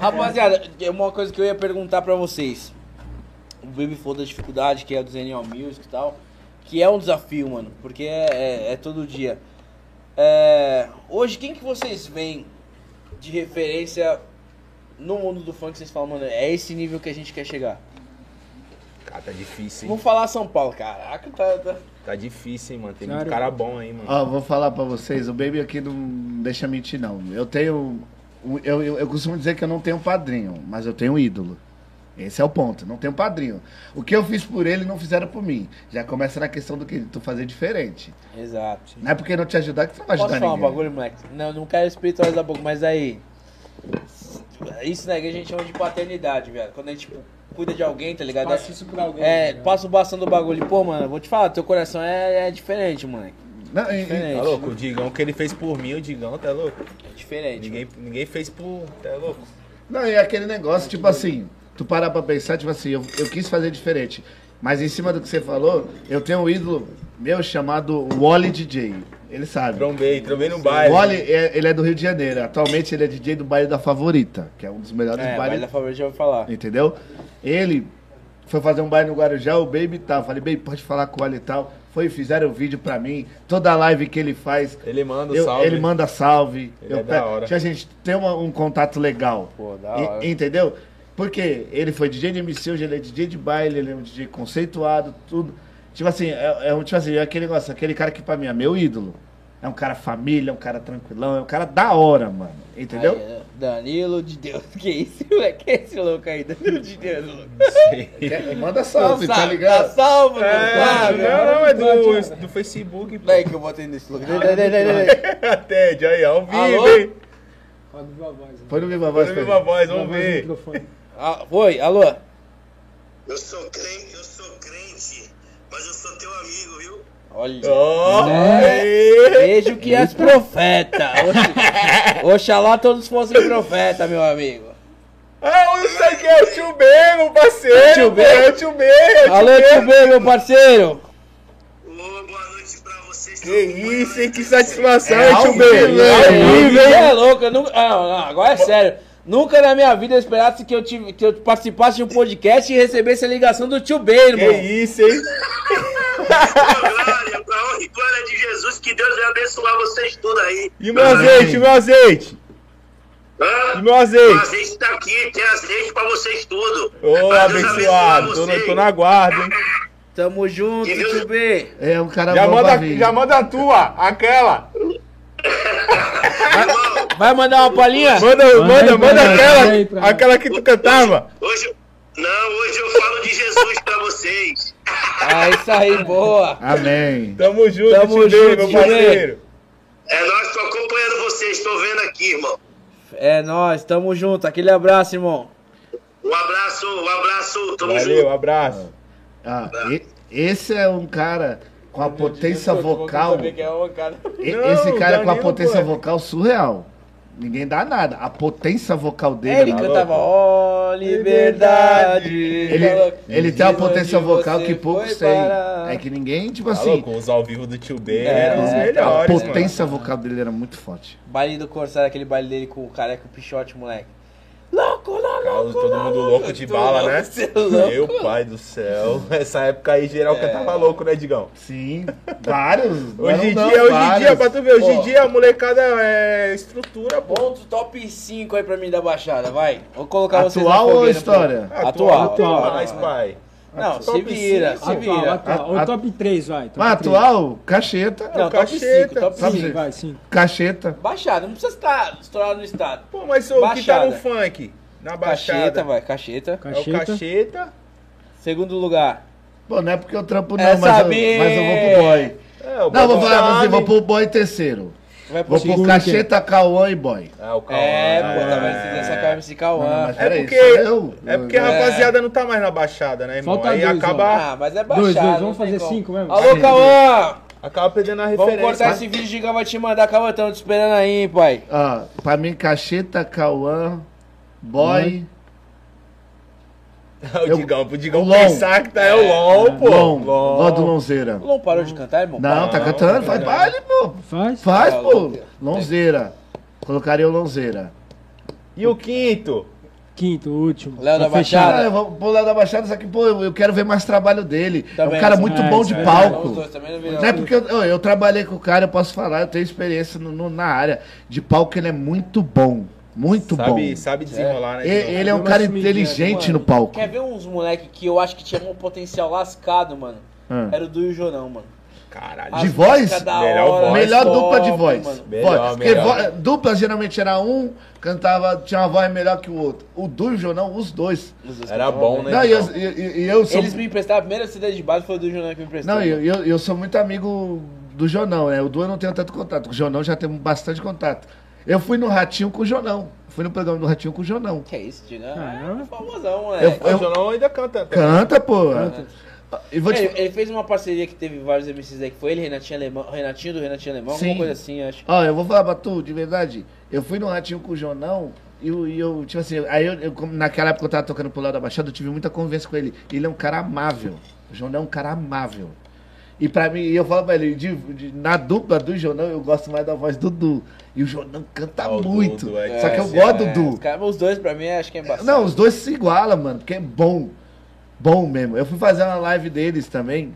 S2: Rapaziada, é uma coisa que eu ia perguntar pra vocês. O Baby falou da dificuldade que é a do Zenial Music e tal. Que é um desafio, mano. Porque é, é- é todo dia. É, hoje, quem que vocês veem de referência no mundo do funk? que Vocês falam, mano, é esse nível que a gente quer chegar.
S3: Cara, tá difícil, hein?
S2: Vamos falar São Paulo. Caraca, tá... tá-
S3: Tá difícil, hein, mano. Tem
S1: Claro.
S3: muito cara bom aí, mano. Tá
S4: Ó, vou falar pra vocês, o Baby aqui não deixa mentir, não. Eu tenho. um, Eu, eu, eu costumo dizer que eu não tenho padrinho, mas eu tenho um ídolo. Esse é o ponto, não tenho padrinho. O que eu fiz por ele não fizeram por mim. Já começa na questão do que tu fazer diferente.
S2: Exato.
S4: Não é porque não te ajudar que tu não vai
S2: Posso
S4: ajudar
S2: falar um
S4: ninguém.
S2: bagulho, moleque? Não, não quero espiritualizar pouco, mas aí. Isso na igreja a gente chama de paternidade, velho. Quando a gente tipo, cuida de alguém, tá ligado?
S1: Passa isso pra alguém.
S2: É,
S1: né?
S2: passa o bastão do bagulho. Pô, mano, eu vou te falar, teu coração é, é diferente, moleque.
S4: Não, e- e-
S2: Diferente.
S3: Tá louco? O Digão, o que ele fez por mim, o Digão, tá louco?
S2: É diferente.
S3: Ninguém, ninguém fez por... Tá louco?
S4: Não, e aquele negócio, tipo assim, tu parar pra pensar, tipo assim, eu, eu quis fazer diferente. Mas em cima do que você falou, eu tenho um ídolo meu chamado Wally DJ. Ele sabe.
S3: Trombei, trombei no
S4: O
S3: baile.
S4: Wally, é- ele é do Rio de Janeiro. Atualmente ele é DJ do baile da Favorita, que é um dos melhores
S2: É, mas
S4: bailes.
S2: da favor já vou falar.
S4: Entendeu? Ele foi fazer um baile no Guarujá, o Baby tal. Falei, Baby, pode falar com o Wally e tal. Foi, fizeram o vídeo pra mim. Toda live que ele faz,
S3: Ele manda
S4: eu-
S3: o salve.
S4: ele manda salve.
S3: Ele
S4: eu
S3: é da
S4: pego-
S3: hora.
S4: Tinha gente tem uma- um contato legal.
S2: Pô, da
S4: E-
S3: é.
S2: hora.
S4: entendeu? Porque ele foi DJ de MC, hoje ele é DJ de baile, ele é um DJ conceituado, tudo. Tipo assim, é, é um tipo assim, é aquele negócio, aquele cara que pra mim é meu ídolo. É um cara família, é um cara tranquilão, é um cara da hora, mano. Entendeu?
S2: Aí, é, Danilo de Deus, que isso, moleque? Que esse louco aí, Danilo de Deus, louco.
S4: Quer- manda
S2: Não
S4: salve, tá
S2: sabe, Tá
S4: ligado?
S2: salvo,
S3: É,
S2: mano.
S3: não, não, é do, do Facebook, pô.
S2: Peraí que eu botei nesse louco. Dai, dai, dai, dai, dai.
S3: Ted, aí, ao vivo,
S2: Alô?
S3: hein?
S1: Roda viva voz. né?
S4: Põe no Viva Voz.
S3: Põe
S4: pra
S3: no
S4: ele.
S1: Viva
S3: Viva Voz, vamos
S1: voz no
S3: ver.
S1: microfone.
S2: Ah, oi, alô?
S5: Eu sou crente, eu sou crente, mas eu sou teu amigo, viu?
S2: Olha.
S3: Ó,
S2: Né?
S3: aê!
S2: Vejo que és profeta. Oxi- Oxalá todos fossem profeta, meu amigo.
S3: Ah, isso aqui é o tio B, meu parceiro.
S2: Tio
S3: Tio
S2: B?
S3: B, é o tio B, é o tio
S2: Alô,
S3: B.
S2: tio B, meu parceiro.
S5: Ô, boa noite pra vocês.
S3: Que isso, hein? Que satisfação,
S4: É
S3: tio B.
S2: né?
S4: ao vivo, hein?
S3: Ao vivo,
S2: Você
S3: hein?
S2: é louco, eu nunca... Ah, não, agora é sério. Nunca na minha vida eu esperasse que eu, tive, que eu participasse de um podcast e recebesse a ligação do tio B,
S3: Que
S2: irmão.
S3: isso, hein?
S5: Glória, pra honra e glória de Jesus, que Deus vai abençoar vocês tudo aí.
S3: E meu azeite, e meu azeite. E
S5: Hã?
S3: meu
S5: O
S3: azeite.
S5: azeite tá aqui, tem azeite pra vocês tudo.
S3: Ô,
S5: Pra Deus
S3: abençoado.
S5: abençoar
S3: Tô, no-
S5: vocês.
S3: tô na guarda, hein?
S2: Tamo junto,
S5: Que Deus-
S2: tio B.
S4: É um cara
S3: Já
S4: bom pra
S3: manda,
S4: vir.
S3: já manda a tua, aquela.
S5: Irmão,
S2: Vai mandar uma palhinha?
S3: Manda, manda,
S1: aí, manda
S3: manda
S1: aí, manda aí pra
S3: aquela,
S1: nós.
S3: aquela que tu cantava.
S5: hoje. Não, hoje eu falo de Jesus pra vocês.
S2: Ah, isso aí, boa.
S4: Amém.
S3: Tamo junto,
S2: Tamo
S3: Tamo
S2: junto,
S3: meu
S2: tio
S3: parceiro.
S5: É nós, tô acompanhando vocês, tô vendo aqui, irmão.
S2: É nóis, tamo junto. Aquele abraço, irmão.
S5: Um abraço, um abraço, tamo junto.
S3: Valeu, abraço.
S4: Ah, e- esse é um cara com a potência vocal.
S2: é.
S4: E-
S3: Não,
S4: Esse cara é
S3: o
S4: com a
S3: Danilo,
S4: potência
S3: pô.
S4: vocal surreal. Ninguém dá nada. A potência vocal
S2: É,
S4: dele.
S2: ele
S4: mano.
S2: cantava, ó, liberdade.
S4: Ele, ele tem uma potência
S2: Onde
S4: vocal que
S2: você
S4: poucos
S2: foi
S4: têm.
S2: parar.
S4: É que ninguém, tipo
S3: Tá
S4: assim.
S3: louco, os ao vivo do tio B
S2: É,
S3: eram os
S2: é,
S4: A
S3: melhores, mano.
S4: potência vocal dele era muito forte.
S2: Baile do Corsário, aquele baile dele com o careca e o pichote, moleque. Louco, louco,
S3: Carlos,
S2: louco.
S3: Todo mundo louco de
S2: Todo
S3: bala,
S2: mundo
S3: né?
S2: cê é louco. É.
S3: Meu pai do céu. Essa época aí geral cantava louco, né, Digão?
S4: Sim, vários. não
S3: Hoje em
S4: eram, não,
S3: dia, hoje em
S4: vários.
S3: dia, pra tu ver, hoje em
S2: Pô.
S3: dia a molecada é estrutura, pô.
S2: Ponto top 5 aí pra mim da baixada, vai. Vou colocar vocês na
S4: Atual ou
S2: fogueira, pô.
S4: história?
S2: Atual,
S1: Atual, atual.
S2: atual.
S3: Mas, pai.
S2: Não, se
S3: Top
S2: vira,
S1: Ah,
S3: cinco.
S2: se
S1: Atual,
S2: vira.
S1: atual.
S4: A-
S1: Ou tá, top 3, vai. Top
S4: Mas
S1: três.
S4: Ah, tá. atual, cacheta.
S2: Não, top 5,
S3: Cacheta.
S2: top
S4: Sabe
S2: 5.
S1: Sim, vai, sim.
S4: Cacheta.
S2: Baixada, não precisa estar estourado no estado.
S3: Pô, mas o que tá
S2: Baixada.
S3: no funk? Na
S2: Cacheta,
S3: baixada.
S2: vai, cacheta.
S3: É o
S1: Cacheta.
S3: cacheta.
S2: Segundo lugar.
S4: Pô, não é porque eu trampo não,
S2: É
S4: mas eu,
S2: saber.
S4: mas eu vou pro boy.
S3: É, o
S4: Não, vou falar pra você,
S3: Bob
S4: vou pro boy terceiro.
S2: Vai pro
S4: Vou
S1: Segundo
S4: pro cacheta, Cauã e boy.
S3: Ah, o Cauã.
S2: É, pô, tá vendo? Você essa cara MC
S4: Não,
S2: Cauã.
S4: mas-
S3: É
S4: Peraí,
S3: porque,
S4: sou eu?
S3: é porque a rapaziada não tá mais na baixada, né, irmão?
S1: Falta
S3: aí
S1: dois,
S3: acaba,
S2: Ah, mas é baixada.
S1: Dois, dois, vamos
S2: não tem
S1: fazer
S2: como.
S1: cinco mesmo?
S2: Alô, Cauã!
S3: acaba perdendo a
S2: Vamos
S3: referência.
S2: cortar esse vídeo, Digão vai te mandar. Cauã, tamo te esperando aí, hein, pai.
S4: Ah, pra mim, cacheta, Cauã, boy.
S3: o Digão, pro Digão
S4: o LOL.
S3: pensar que tá é o LOL, pô.
S4: Lon. Lon do Lonzeira.
S2: O Lon parou de cantar, irmão?
S4: Não, tá
S3: Não,
S4: cantando, faz
S3: não.
S4: baile, pô.
S1: Faz.
S4: Faz,
S2: Ah,
S4: pô.
S2: Lonzeira.
S4: Lonzeira. Colocaria o Lonzeira.
S3: E o quinto?
S1: Quinto, último.
S2: Léo
S1: Pra
S2: da
S1: fechar.
S2: Cara.
S4: Cara, eu vou pular da Baixada, só que, pô, eu eu quero ver mais trabalho dele. é
S2: Também,
S4: um cara
S2: sim.
S4: muito
S1: É,
S4: bom
S1: isso
S4: de
S1: é verdade.
S4: palco.
S2: Os dois também não viram.
S4: Não é porque eu, eu- eu trabalhei com o cara, eu posso falar, eu tenho experiência no- no- na área. De palco, ele é muito bom. Muito
S3: sabe,
S4: bom.
S3: sabe desenrolar, né?
S4: E-
S3: Digão?
S4: ele é um
S1: Mas
S4: cara
S1: esse
S4: inteligente
S2: Mano,
S4: no palco.
S2: Quer ver uns moleque que eu acho que tinha um potencial lascado, mano?
S4: Ah.
S2: Era o do e o Jorão, mano.
S3: Caralho.
S2: As
S4: De
S2: músicas
S4: voz?
S2: da
S3: Melhor voz.
S4: Melhor
S2: top,
S4: dupla de voz.
S2: mano.
S3: Melhor,
S4: Voz. Porque
S3: melhor.
S4: vo- dupla geralmente era um, cantava, tinha uma voz melhor que o outro. O do e o Jornal, os dois.
S2: Os dois
S3: Era
S2: cantavam
S3: bom,
S2: bem.
S3: né?
S4: Não, e eu,
S3: Digão?
S4: e- e- e eu sou.
S2: Eles me emprestaram, a primeira CD de base foi o do Jornal que me emprestou.
S4: Não,
S2: mano.
S4: eu, eu, eu sou muito amigo do Jonão, né? O Du eu não tenho tanto contato. Com o Jonão já temos bastante contato. Eu fui no Ratinho com o Jonão. Fui no programa do Ratinho com o Jonão.
S2: Que é isso, Diego?
S1: Caramba.
S2: Ah, é famosão, moleque.
S4: Eu-
S3: O Jornal ainda canta. né? até.
S4: Canta, pô. E vou te...
S2: Ele, ele fez uma parceria que teve vários MCs aí, que foi ele, Renatinho Alemão, Renatinho do Renatinho Alemão,
S4: Sim.
S2: alguma coisa assim, acho.
S4: Ó, eu vou falar pra tu, de verdade. Eu fui no Ratinho com o Jonão e eu, e eu, tipo assim, aí eu, eu, como naquela época eu tava tocando pro lado da Baixada, eu tive muita conversa com ele. Ele é um cara amável. O Jonão é um cara amável. E pra mim, e eu falo pra ele, de- de- na dupla do Jonão, eu gosto mais da voz do Du. E o Jonão canta
S3: Ah, o Du,
S4: muito.
S3: Du é
S4: Só que eu
S3: demais,
S4: gosto
S2: É,
S4: do Du.
S2: Os, caras- os dois pra mim acho que é embaçado.
S4: Não, os dois se igualam, mano, porque é bom. Bom mesmo. Eu fui fazer uma live deles também,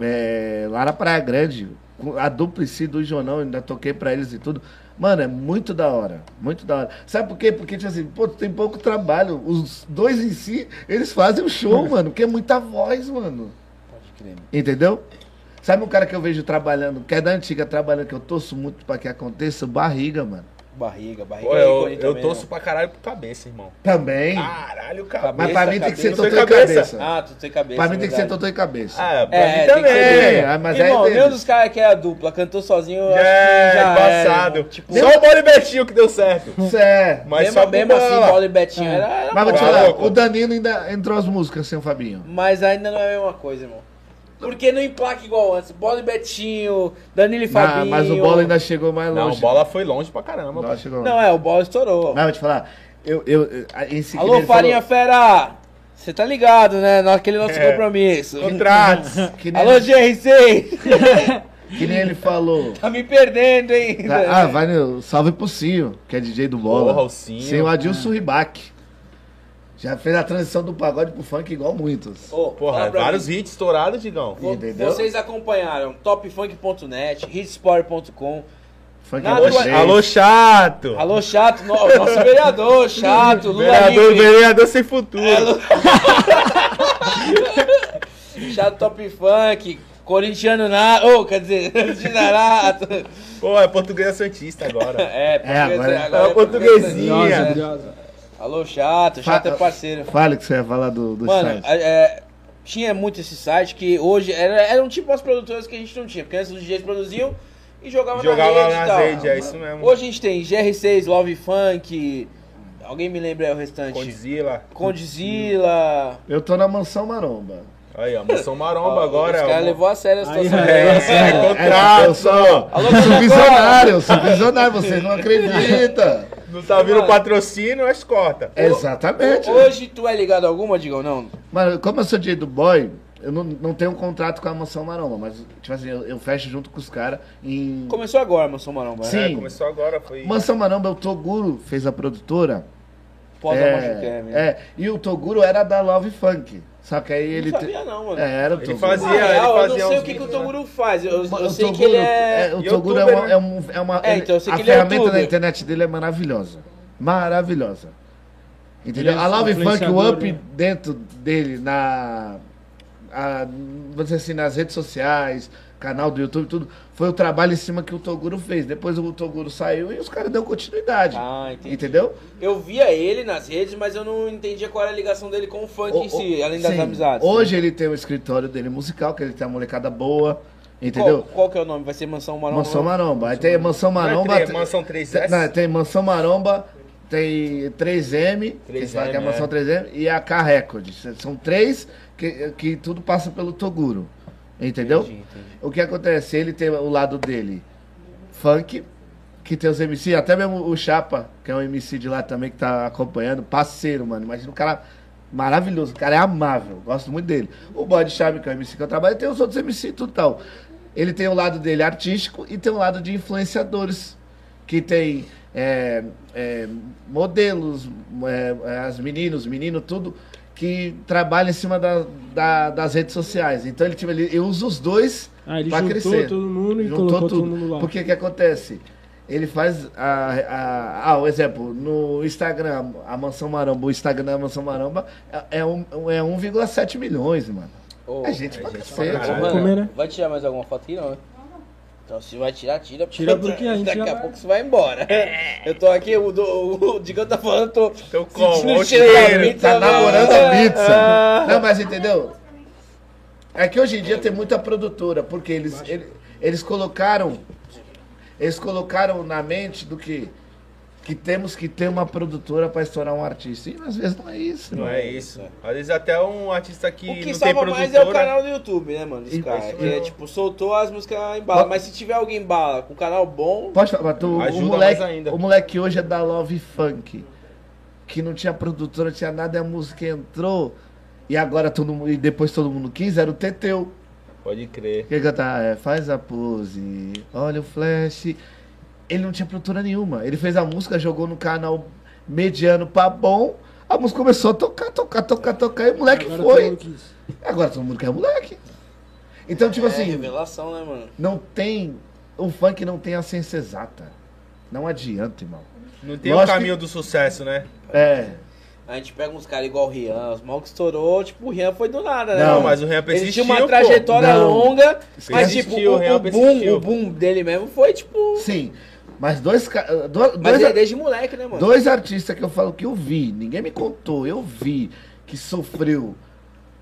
S4: é, lá na Praia Grande, com a duplici do Jonão, ainda toquei pra eles e tudo. Mano, é muito da hora, muito da hora. Sabe por quê? Porque, tipo assim, pô, tem pouco trabalho. Os dois em si, eles fazem o show, mano, porque é muita voz, mano.
S2: Pode crer, mano.
S4: Entendeu? Sabe um cara que eu vejo trabalhando, que é da antiga trabalhando, que eu torço muito pra que aconteça? O Barriga, mano.
S2: Barriga, barriga.
S3: Pô,
S2: é
S3: eu,
S2: ícone
S3: eu
S2: também,
S3: torço
S2: né?
S3: pra caralho pro cabeça, irmão.
S4: Também.
S3: Caralho, Ah, cabeça.
S4: mas pra mim tem que
S2: cabeça.
S4: ser totô e
S3: Cabeça.
S4: cabeça.
S2: Ah, tu tem cabeça.
S4: pra mim tem que ser
S2: verdade.
S4: totô e cabeça.
S3: Ah, pra
S2: É,
S3: mim
S2: tem que
S3: também.
S4: ser. Ah, mas aí
S2: Irmão,
S4: deles.
S2: nenhum dos caras que é a dupla, cantou sozinho, eu
S3: É,
S2: acho que já
S3: passado.
S2: era, irmão. tipo,
S3: Só o Bola e Betinho que deu certo.
S4: Isso é.
S3: Mas
S2: mesmo,
S3: só
S2: mesmo
S3: com
S2: assim,
S3: bola.
S2: Bola e Betinho era, era
S4: Mas vou te
S3: Tá
S2: bola.
S4: falar,
S3: louco.
S4: o Danilo ainda entrou as músicas sem o Fabinho.
S2: Mas ainda não é a mesma coisa, irmão. Porque não emplaca igual antes. Bola e Betinho, Danilo e
S4: Ah,
S2: Fabinho.
S4: mas o Bola ainda chegou mais
S3: Não,
S4: longe.
S3: o Bola foi longe pra caramba.
S4: Não,
S3: pai.
S4: chegou longe.
S2: Não, é, o Bola estourou.
S4: Mas vou te falar, eu... eu eu- a- esse que
S2: Alô,
S4: ele
S2: Farinha
S4: falou-
S2: Fera! Você tá ligado, né? Naquele nosso
S3: É.
S2: compromisso.
S3: Contratos.
S4: que nem-
S2: Alô, GR6!
S4: Que nem ele falou.
S2: Tá me perdendo, hein?
S4: Tá- ah, vai no. Salve pro Cinho, que é DJ do Bola.
S3: Porra, o Cinho.
S4: Sim, o Adilson Ribac. Já fez a transição do pagode pro funk igual muitos.
S2: Ô,
S3: Porra,
S2: fala pra
S3: vários
S2: mim.
S3: hits estourados, Digão.
S2: Vo-
S4: Entendeu?
S2: Vocês acompanharam topfunk.net, hitsport.com.
S4: Funk
S2: Nada
S4: é
S3: Alô,
S2: igual-
S4: vocês.
S3: alô, chato.
S2: Alô, chato, no- nosso vereador, chato, Lula
S3: vereador,
S2: livre.
S3: vereador sem futuro.
S2: É, Lu- chato Top Funk, corintiano na. Ô, quer dizer, de Narato.
S3: Pô, é português santista agora.
S2: É, português-
S4: agora-
S3: É o portuguesinha.
S1: Curiosa, curiosa.
S2: Alô, chato, chato é parceiro.
S4: Fale que você ia falar do, do
S2: Mano,
S4: site.
S2: a- é, tinha muito esse site que hoje era, era um tipo as produtoras que a gente não tinha, porque antes os DJs produziam e jogavam na
S3: Jogava
S2: rede e
S3: nas
S2: tal.
S3: redes, é isso mesmo.
S2: Hoje a gente tem GR6, Love Funk, alguém me lembra aí o restante?
S3: Condzilla.
S2: Condizila.
S4: Eu tô na mansão maromba.
S3: Aí, ó, Moção Maromba agora.
S2: Os caras
S3: ó.
S2: levou a sério a
S1: Aí,
S2: situação.
S1: é.
S3: É, é,
S4: É, eu
S3: contrato.
S4: sou,
S2: Alô,
S4: eu sou
S2: Dona
S4: visionário, eu sou visionário, vocês não acreditam.
S3: Não tá vindo
S2: Mano.
S3: patrocínio, mas corta.
S4: É, Exatamente.
S2: Hoje tu é ligado a alguma, Digão? Não.
S4: Mano, como eu sou DJ do boy, eu não, não tenho um contrato com a mansão maromba, mas, tipo assim, eu, eu fecho junto com os caras em.
S2: Começou agora, Mansão Maromba.
S4: Sim.
S3: É, começou agora, foi.
S4: Mansão Maromba, o Toguro fez a produtora.
S2: Pós a Mancha
S4: é,
S2: Cam, né?
S4: é, e o Toguro era da Love Funk. Só que aí ele.
S2: Não sabia não, mano.
S4: É, era o
S3: Ele
S4: Toguro.
S3: fazia-
S2: Na real, eu não
S3: fazia
S2: sei
S3: uns
S2: o que, que o
S3: vídeos, né?
S2: Toguro faz. Eu, eu
S4: O
S2: sei
S4: Toguro-
S2: que ele é.
S4: o Toguro é uma.
S3: youtuber,
S4: É, um- é uma-
S2: É, então, eu sei
S4: a
S2: que ele é
S4: ferramenta da
S2: youtuber.
S4: internet dele é maravilhosa. Maravilhosa. Entendeu?
S1: Ele é
S4: a Love Funk, o
S1: influenciador,
S4: up
S1: né?
S4: dentro dele na. a- vamos dizer assim, nas redes sociais, canal do YouTube, tudo. Foi o trabalho em cima que o Toguro fez. Depois o Toguro saiu e os caras deu continuidade.
S2: Ah, entendi.
S4: Entendeu?
S2: Eu via ele nas redes, mas eu não entendia qual era a ligação dele com o funk em
S4: O- o-
S2: si, além das
S4: sim.
S2: amizades. né?
S4: Hoje ele tem o escritório dele musical, que ele tem uma molecada boa,
S2: Qual-
S4: entendeu?
S2: Qual, que é o nome? Vai ser Mansão Maromba?
S4: Mansão Maromba. Aí tem Mansão Maromba.
S3: Não é três,
S4: tem-
S3: Mansão 3S?
S4: tem- não, tem Mansão Maromba, tem 3M, que
S3: 3M,
S4: fala que é a Mansão
S3: é.
S4: 3M, e a K Record. São três que, que tudo passa pelo Toguro. Entendeu?
S2: Entendi, entendi.
S4: O que acontece? Ele tem o lado dele funk, que tem os MC, até mesmo o Chapa, que é um MC de lá também que tá acompanhando, parceiro, mano. Imagina o cara maravilhoso, o cara é amável, gosto muito dele. O Bode Chave, que é o MC que eu trabalho, e tem os outros MC e tudo tal. Ele tem o lado dele artístico e tem o lado de influenciadores, que tem é, é, modelos, é, é, as meninos, menino, tudo, que trabalha em cima da- da- das redes sociais. Então ele, tipo, ele, ele usa os dois
S1: Ah, ele
S4: pra
S1: juntou
S4: crescer.
S1: todo mundo e
S4: Juntou
S1: colocou
S4: tudo.
S1: todo mundo lá.
S4: Porque o que acontece? Ele faz a, a, ah, um exemplo, no Instagram, a Mansão Maromba, o Instagram da Mansão Maromba é, é, um, é 1,7 milhões, mano.
S2: Ô,
S4: É gente pra
S3: gente
S4: cacete.
S3: pra caralho.
S2: mano,
S1: comer, né?
S2: Vai tirar mais alguma foto aqui, não, né? Então se vai tirar, tira.
S1: Tira porque a gente
S2: Daqui
S1: já
S2: a
S1: vai-
S2: pouco você vai embora.
S3: É.
S2: Eu tô aqui, o, do- o Digão tá falando, tô
S3: Tô com
S2: sentindo o
S3: o
S2: cheiro da
S3: cheiro.
S2: pizza. É.
S4: Tá
S2: velho.
S4: namorando a pizza.
S2: Ah.
S4: Não, mas entendeu? É que hoje em dia tem muita produtora, porque eles, ele- eles colocaram. Eles colocaram na mente do que. Que temos que ter uma produtora pra estourar um artista. E às vezes não é isso,
S3: Não
S4: mano.
S3: é isso. Às vezes até um artista
S2: O
S3: que,
S2: que
S3: não tem
S2: salva
S3: produtora.
S2: mais é o canal do YouTube, né, mano? Esse
S4: E-
S2: cara.
S4: isso
S2: Que é
S4: mesmo.
S2: tipo, soltou as músicas em bala. Mas se tiver alguém em bala com um canal bom.
S4: Pode falar, tu, o,
S3: Ajuda
S4: moleque,
S3: mais ainda.
S4: o moleque hoje é da Love Funk. Que não tinha produtora, não tinha nada, e a música entrou. E agora todo mundo, e depois todo mundo quis, era o Teteu.
S3: Pode crer.
S4: Que ele cantava, é, faz a pose, olha o flash. Ele não tinha produtora nenhuma. Ele fez a música, jogou no canal mediano pra bom. A música começou a tocar, tocar, tocar, tocar. E o moleque
S1: Agora todo
S4: é foi.
S1: mundo quis.
S4: Agora todo mundo quer moleque. Então, tipo
S2: é,
S4: assim,
S2: revelação, né, mano?
S4: não tem. O funk não tem a ciência exata. Não adianta, irmão.
S3: Não tem
S4: Lógico
S3: o caminho do sucesso, né?
S4: É.
S2: A gente pega uns caras igual o Rian, os mal que estourou, tipo, o Rian foi do nada, né?
S4: Não,
S2: mano?
S3: mas o Rian
S2: Ele tinha
S3: persistiu,
S2: uma
S3: pô.
S2: trajetória
S4: Não.
S2: longa, mas
S3: Persistiu,
S2: tipo, o,
S3: o Rian
S2: o boom,
S3: persistiu.
S2: o boom dele mesmo foi, tipo.
S4: Sim. Mas dois. ca- eh, do-
S2: Mas
S4: Dois,
S2: é
S4: ar-
S2: desde moleque, né, mano?
S4: dois artistas que eu falo que eu vi, ninguém me contou, eu vi que sofreu.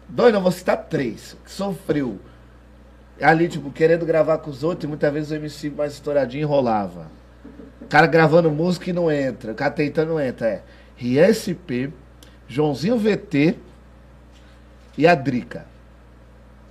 S4: Dois, não, vou citar três. Que sofreu. Ali, tipo, querendo gravar com os outros, e muitas vezes o MC mais estouradinho enrolava. O cara gravando música e não entra. O cara tentando não entra. É. Rian SP, Joãozinho VT e a Drica.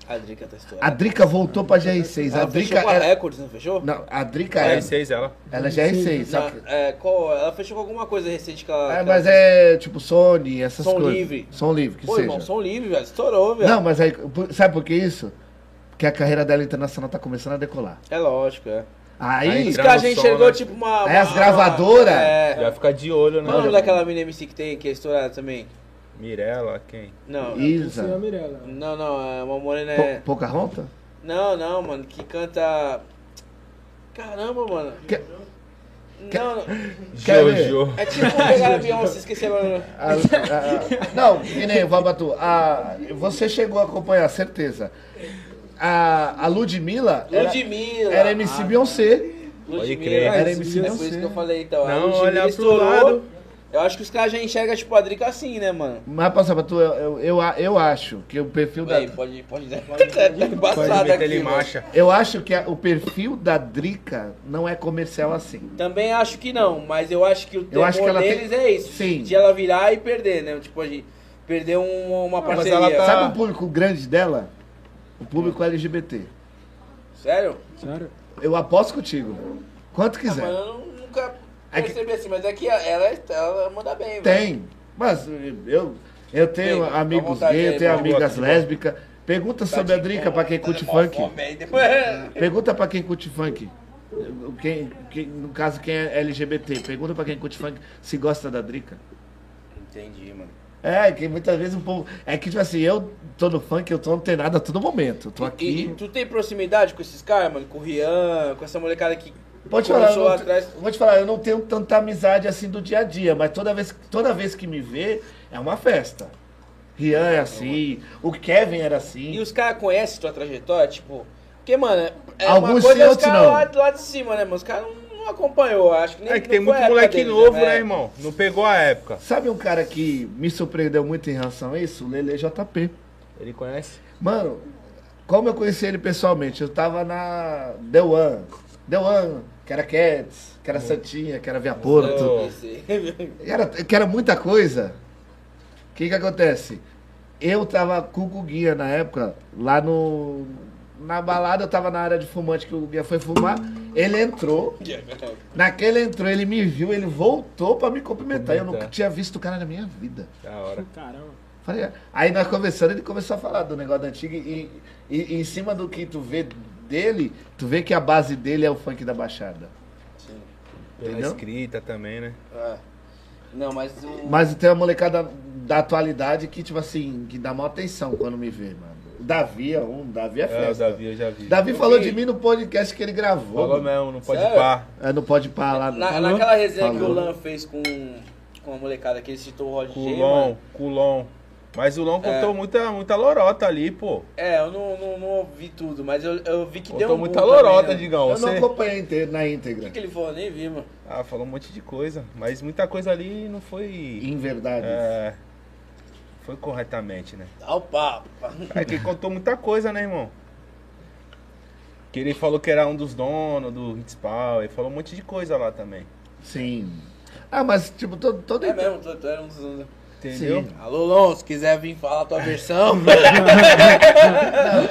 S2: A Drica tá
S4: A
S2: estourada.
S4: Drica voltou pra GR6. A
S2: ela
S4: Drica
S2: fechou com a
S4: era.
S2: Records, não fechou?
S4: Não, a Drica
S3: É,
S4: era.
S3: seis ela.
S4: Ela é GR6, sabe?
S2: Não, é, qual, ela fechou com alguma coisa recente que ela.
S4: É, mas é tipo Sony, essas
S2: Som
S4: coisas.
S2: livre.
S4: Som livre, que
S2: Pô,
S4: seja.
S2: irmão, som livre, velho. Estourou, velho.
S4: Não, mas aí, por- sabe por que isso? Porque que a carreira dela internacional tá começando a decolar.
S2: É lógico, é.
S3: Aí
S4: Aí,
S2: Isso
S3: entra
S2: que a
S3: no
S2: gente
S3: som,
S2: chegou
S3: né?
S2: tipo uma.
S4: Aí as
S2: uma-
S4: gravadoras-
S2: É.
S3: Já fica de olho, né?
S2: Qual o nome daquela mina MC que tem, que é estourada também?
S3: Mirella, quem?
S2: Não.
S1: Sim, a
S4: Isa,
S1: Mirella.
S2: Não, não, é uma morena.
S4: Po-
S2: é-
S4: Pocahontas?
S2: Não, não, mano, que canta. Caramba, mano.
S4: Que-
S2: Não, não.
S4: Quer ver?
S3: Jojo.
S2: É tipo pegar a Beyoncé, esqueci agora.
S4: A- a- não, que nem Vambatu, a, você chegou a acompanhar, certeza. A, a Ludmilla, era-
S2: Ludmilla. Ah,
S4: era, MC Beyoncé.
S3: Pode
S2: Ludmilla.
S3: crer.
S2: É,
S4: Era
S2: isso
S4: MC
S2: é por isso que eu
S4: Beyoncé.
S2: falei, então. a
S3: Não,
S2: Ludmilla
S3: olha pro
S2: estourou.
S3: lado.
S2: Eu acho que os caras já enxergam, tipo, a Drica assim, né, mano?
S4: Mas, passa pra tu, eu, eu, eu, a- eu acho que o perfil da.
S2: Aí, pode, pode, pode. Tá embaçado
S3: Meter
S2: aqui,
S3: ele
S2: mano.
S3: marcha.
S4: Eu acho que a- o perfil da Drica não é comercial assim.
S2: Também acho que não, mas eu acho que o temor
S4: acho que ela tem-
S2: deles é isso.
S4: Sim.
S2: De ela virar e perder, né? Tipo, a gente perder um- uma
S3: mas
S2: parceria.
S3: ela tá-
S4: Sabe um o público grande dela? O público LGBT.
S2: Ah, Sério?
S1: Sério?
S4: Eu aposto contigo. Quanto quiser.
S2: Mano, eu nunca
S4: É que-
S2: percebi assim, mas é que ela, ela manda bem, velho.
S4: Tem. Mas eu, eu tenho
S2: Tem, fica à
S4: amigos
S2: vontade
S4: gays,
S2: aí, Tá
S4: eu tenho
S2: mano.
S4: amigas lésbicas. Pergunta sobre a Drica pra quem curte funk. É. Pergunta pra quem curte funk. Quem, quem- no caso, quem é LGBT. Pergunta pra quem curte funk se gosta da Drica.
S2: Entendi, mano.
S4: É, que muitas vezes o povo. É que, tipo assim, eu tô no funk, eu tô antenado a todo momento. Eu tô
S2: E, e
S4: aqui.
S2: tu tem proximidade com esses caras, mano? Com o Rian, com essa molecada que
S4: Pode
S2: começou
S4: falar, eu não,
S2: atrás.
S4: vou te falar, eu não tenho tanta amizade assim do dia a dia, mas toda vez, toda vez que me vê, é uma festa. Rian é assim, o Kevin era assim.
S2: E os caras conhecem tua trajetória, tipo. Porque, mano, é uma
S4: Alguns
S2: coisa
S4: sim,
S2: os
S4: outros
S2: caras
S4: não.
S2: lá, lá de cima, né, mano? Os caras não, não acompanhou, acho que nem.
S3: É que
S2: não
S3: tem
S2: foi
S3: muito
S2: a época
S3: moleque
S2: deles,
S3: novo,
S2: É.
S3: né, irmão? Não pegou a época.
S4: Sabe um cara que me surpreendeu muito em relação a isso? O Lele JP.
S3: Ele conhece?
S4: Mano, como eu conheci ele pessoalmente? Eu tava na The One. The One, que era Cats, que era
S2: Uhum.
S4: Santinha, que era Via Porto.
S3: Oh.
S2: Eu sei.
S4: Que era, que era muita coisa. O que que acontece? Eu tava com o Guguinha na época, lá no... Na balada, eu tava na área de fumante que o Guguinha foi fumar. Ele entrou, naquele entrou, ele me viu, ele voltou pra me cumprimentar. Eu nunca
S3: Cumprimentar.
S4: tinha visto o cara na minha vida.
S3: Da hora.
S1: Caramba.
S4: Falei, é. aí nós conversando, ele começou a falar do negócio da antiga e, e- e em cima do que tu vê dele, tu vê que a base dele é o funk da Baixada.
S2: Sim.
S3: Pela
S4: Entendeu?
S3: escrita também, né?
S2: Ah. Não, mas o.
S4: Mas tem uma molecada da atualidade que, tipo assim, que dá maior atenção quando me vê, mano. O Davi é um, Davi
S3: É,
S4: é
S3: o
S4: festa.
S3: Davi, eu já vi.
S4: Davi
S2: Eu
S4: falou
S2: vi.
S4: de mim no podcast que ele gravou.
S3: Falou
S4: mano.
S3: mesmo, não pode
S2: Sério?
S3: par.
S4: É, não pode parar lá. não.
S2: Na,
S4: Falou?
S2: naquela resenha que o
S4: Falou.
S2: Lan fez com, com a molecada que ele citou o Rod G,
S3: Culon,
S2: mano.
S3: culon. Mas o Lon contou muita, muita lorota ali, pô.
S2: É, eu não, não, não ouvi tudo, mas eu, eu vi que deu
S3: Contou
S2: um
S3: muita
S2: boom
S3: lorota,
S2: também, né?
S3: Digão.
S4: Eu
S3: Você...
S4: não acompanhei inteiro, na
S2: O que,
S4: íntegra.
S2: que ele falou? Nem vi, mano.
S3: Ah, falou um monte de coisa. Mas muita coisa ali não foi.
S4: Em verdade.
S3: É, foi corretamente, né?
S2: Dá o papo.
S3: É que ele contou muita coisa, né, irmão? Que ele falou que era um dos donos do Hitspal, ele falou um monte de coisa lá também.
S4: Sim. Ah, mas, tipo, todo. todo
S2: É mesmo, tu, tu era um dos...
S3: Entendeu?
S4: Sim.
S2: Alô, Lon, se quiser vir falar a tua versão. né?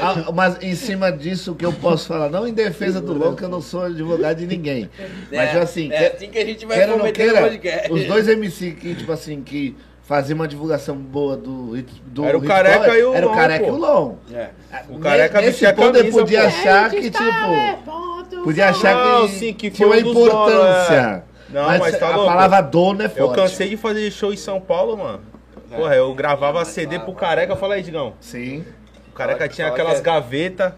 S4: Ah, Mas em cima disso o que eu posso falar, não em defesa do Lon, que eu não sou advogado de ninguém. Mas
S2: é,
S4: assim,
S2: é
S4: que-
S2: assim que a gente vai
S4: queira ou não
S2: cometer o
S3: um
S4: queira,
S2: podcast.
S4: os dois MC que, tipo assim, que faziam uma divulgação boa do hit- do
S3: Era o
S4: hit
S3: Careca
S4: boy,
S3: e o
S4: Era o
S3: Lon,
S4: careca
S3: pô.
S4: e o Lon.
S2: É.
S3: O Careca
S4: Nesse
S3: vestia a
S4: ponto eu
S3: camisa,
S4: podia
S3: pô.
S4: achar que,
S5: tá, é,
S4: tipo. Podia achar
S3: Não,
S4: que,
S3: sim, que
S4: tinha uma
S3: foi um dos donos,
S4: importância.
S3: é. Não,
S4: mas,
S3: mas tá
S4: a
S3: louco.
S4: palavra dono é forte.
S3: Eu cansei de fazer show em São Paulo, mano. Porra, eu gravava CD pro careca, fala aí, Digão.
S4: Sim.
S3: O careca
S2: Fala que-
S3: tinha
S2: fala
S3: aquelas
S2: que é.
S3: gavetas.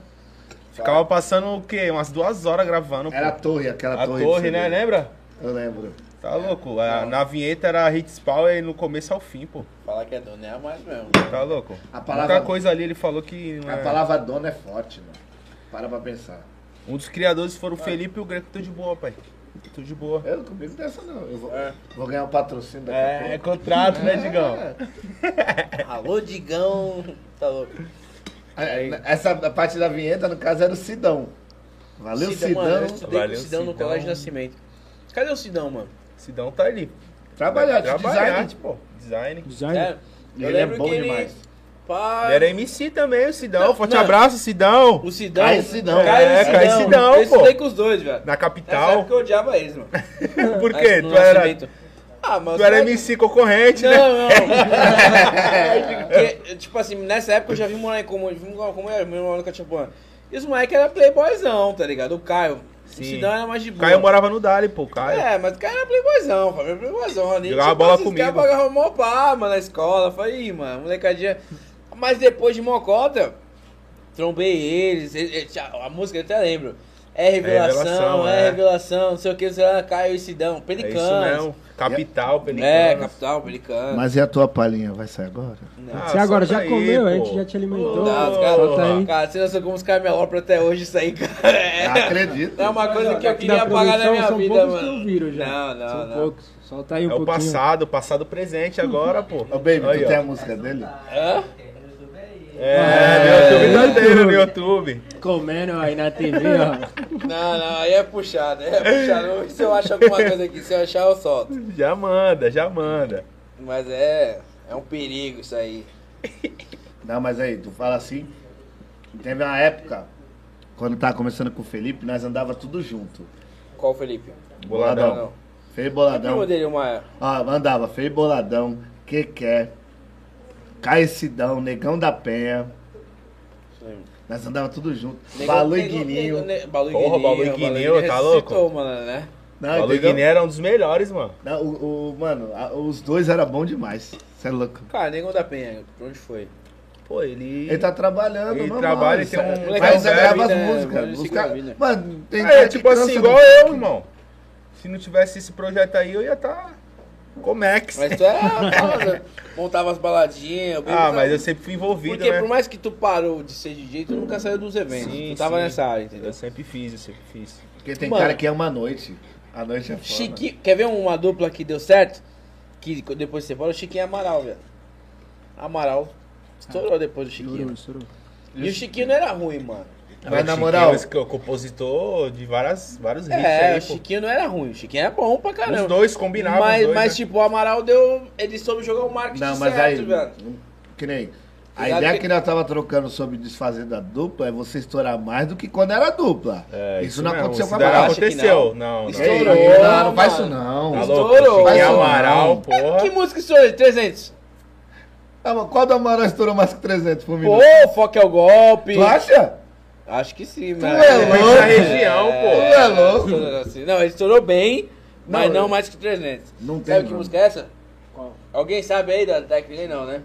S3: Ficava passando o quê? Umas duas horas gravando. pô.
S4: Era a torre, aquela
S3: a
S4: torre.
S3: torre,
S4: de
S3: né?
S4: CD.
S3: Lembra?
S4: Eu lembro.
S3: Tá louco. A- na vinheta era Hits Power no começo ao fim, pô.
S2: Falar que é dono é mais mesmo.
S3: Tá louco.
S4: A palavra-
S3: Muita coisa ali ele falou que. não
S4: A
S3: é-
S4: palavra dono é forte, mano. Para pra pensar.
S3: Um dos criadores foram o Felipe e o Greco. Tudo de boa, pai. Tudo de boa.
S4: Eu comigo dessa não. Eu vou,
S2: É.
S4: vou ganhar um patrocínio daqui a
S3: É, é contrato, né, Digão?
S2: Alô, Digão. Tá louco.
S4: pouco. É, né, Essa parte da vinheta, no caso, era o Sidão. Valeu, Sidão.
S2: Mano, eu estudei
S3: Valeu,
S2: com o Sidão, no
S3: Sidão.
S2: Colégio Nascimento. Cadê o Sidão, mano?
S3: Sidão tá ali.
S4: Trabalhar de
S3: Trabalhar,
S4: design. tipo.
S3: pô. Design.
S1: Design.
S2: É,
S4: E ele é bom demais.
S2: Pá,
S3: Ele era MC também, o Sidão.
S2: Não,
S3: Forte
S2: não.
S3: abraço, Sidão.
S2: O Sidão.
S4: Caio Sidão.
S2: Caio
S3: É,
S2: Sidão.
S3: Caio Sidão,
S2: Eu estudei
S3: pô.
S2: com os dois, velho.
S3: Na
S2: Nessa
S3: capital.
S2: época eu odiava eles, mano.
S3: Por quê?
S2: No
S3: Tu era,
S2: Nascimento. Ah, mas
S3: tu era MC concorrente, né?
S2: Não, um não. Porque, tipo assim, nessa época eu já vim morar em comum, vim morar em comum, eu vim morar no Cachapana. E os moleques eram playboyzão, tá ligado? O Caio. O Sidão era mais de boa.
S3: Caio morava no Dali, pô, Caio.
S2: É, mas o cara era playboyzão, Fábio era playboyzão. Roninho.
S3: Jogava
S2: Tipo,
S3: bola
S2: esses
S3: comigo.
S2: caras pagavam mó pá, mano, na escola. Falei, "Ih, mano, molecadinha. Mas depois de Mocota, trombei eles. ele- ele- a música eu até lembro. É revelação,
S3: revelação,
S2: é,
S3: é.
S2: revelação, não sei o que, não sei lá, Caio e Sidão,
S3: É
S2: Pelicanos.
S3: isso mesmo. Capital, Pelicanos.
S2: É, capital, Pelicanos.
S4: Mas e a tua palhinha? Vai sair agora?
S2: Não.
S3: Ah,
S1: Você agora já
S3: solta aí,
S1: comeu, a
S3: pô. É
S1: gente já te alimentou.
S2: Não, os
S1: Solta aí.
S2: caras, cara, você não sabe como os caras me alopram até hoje isso aí, cara. É,
S4: Acredito.
S2: é uma coisa que eu
S1: Aqui
S2: queria apagar da
S1: produção,
S2: minha
S1: são
S2: vida,
S1: poucos que
S2: mano.
S1: ouviram já.
S2: Não, não,
S1: são
S2: não.
S1: poucos. Solta aí um
S3: É o
S1: pouquinho.
S3: passado, passado presente agora, pô.
S4: Ô, Baby,
S3: Aí,
S4: tu
S3: ó.
S4: tem um- a música dele?
S2: Hã? Ah,
S3: É, no YouTube inteiro, no YouTube.
S1: Comendo aí na TV, ó.
S2: Não, não, aí é puxado, aí é puxado. Vamos ver se eu acho alguma coisa aqui, se eu achar eu solto.
S3: Já manda, já manda.
S2: Mas é. É um perigo isso aí.
S4: Não, mas aí, tu fala assim. Teve uma época, quando tava começando com o Felipe, nós andava tudo junto.
S2: Qual, Felipe?
S3: Boladão. um
S2: Não.
S4: Feio
S2: É primo
S1: um.
S4: boladão.
S2: dele, o Maia.
S4: Ó, andava feio boladão, que quer, Caecidão, Negão da Penha. Nós andava tudo junto. Balu e Guininho.
S2: Nego- Balu e
S3: Porra,
S2: Guininho.
S3: Balu e Guininho, tá louco?
S2: ressuscitou, mano, né?
S4: Não,
S3: Paulo
S4: Ah, entendeu?
S3: Guiné era um dos melhores, mano.
S4: Não, o, o- mano, a- os dois eram bons demais. Você é louco.
S2: Cara, Negão da Penha, pra onde foi?
S3: Pô, ele.
S4: Ele tá trabalhando,
S3: Ele
S4: normal,
S3: trabalha,
S4: isso
S3: tem um-
S4: é-
S3: Moleque,
S4: Mas
S3: é um
S4: grava
S2: velho,
S4: as
S2: né,
S4: músicas.
S2: mano,
S4: os
S2: fica
S4: cara-
S2: ouvindo.
S4: Mano, tem
S3: É,
S4: cara que
S3: tipo assim,
S4: cansa
S3: igual
S4: do-
S3: eu, irmão. Se não tivesse esse projeto aí, eu ia tá. Comex.
S2: Mas tu era foda. Montava as baladinhas. o
S3: Ah,
S2: bebê-
S3: mas eu sempre fui envolvido,
S2: tá- Porque
S3: né?
S2: por mais que tu parou de ser DJ, tu nunca saiu dos eventos.
S3: Sim,
S2: tu tava
S3: sim.
S2: nessa área, entendeu?
S3: Eu sempre fiz, eu sempre fiz.
S4: Porque tem
S2: Mano.
S4: cara que é uma noite. A noite é foda.
S2: Chiquinho, quer ver uma dupla que deu certo? Que depois você fala, o Chiquinho e Amaral, velho. Amaral estourou depois do Chiquinho.
S1: Chorou, chorou.
S2: E o Chiquinho não era ruim, mano.
S4: Mas na
S3: Chiquinho
S4: moral,
S3: é o compositor de várias, vários hits
S2: É,
S3: aí,
S2: o
S3: pô.
S2: Chiquinho não era ruim. O Chiquinho era bom pra caramba.
S3: Os dois combinavam. os
S2: Mas,
S3: dois,
S2: mas
S3: né?
S2: tipo, o Amaral deu. Ele soube jogar o marketing
S4: não, mas
S2: certo,
S4: aí.
S2: velho.
S4: Que nem. A
S2: Cuidado
S4: ideia
S2: que-
S4: que nós tava trocando sobre desfazer da dupla é você estourar mais do que quando era dupla.
S3: É,
S4: isso, não
S3: mesmo,
S4: aconteceu
S3: isso
S4: com a
S3: daí é
S2: Amaral.
S4: Barra.
S2: Acha que não?
S3: aconteceu. Não, não.
S2: Isso aí,
S3: Tá
S2: Estourou,
S4: não, não faz isso
S2: mano.
S4: não.
S3: louco,
S2: Estourou.
S3: Chiquinho
S4: Mas-
S3: Amaral, porra.
S2: Que música estourou? ele? 300.
S4: Ah, mas qual do Amaral estourou mais que 300 por
S2: Pô,
S4: minuto?
S2: foca é o golpe.
S4: Tu acha?
S2: Acho que sim, mano.
S4: é
S3: Depende
S4: louco.
S3: da região,
S4: Tu é louco.
S2: Estourou assim. Não, ele estourou bem, mas
S4: Não,
S2: não,
S4: eu-
S2: mais que 300.
S4: Não tem
S2: Sabe que
S4: nome.
S2: música é essa? Alguém sabe aí da técnica aí não, né?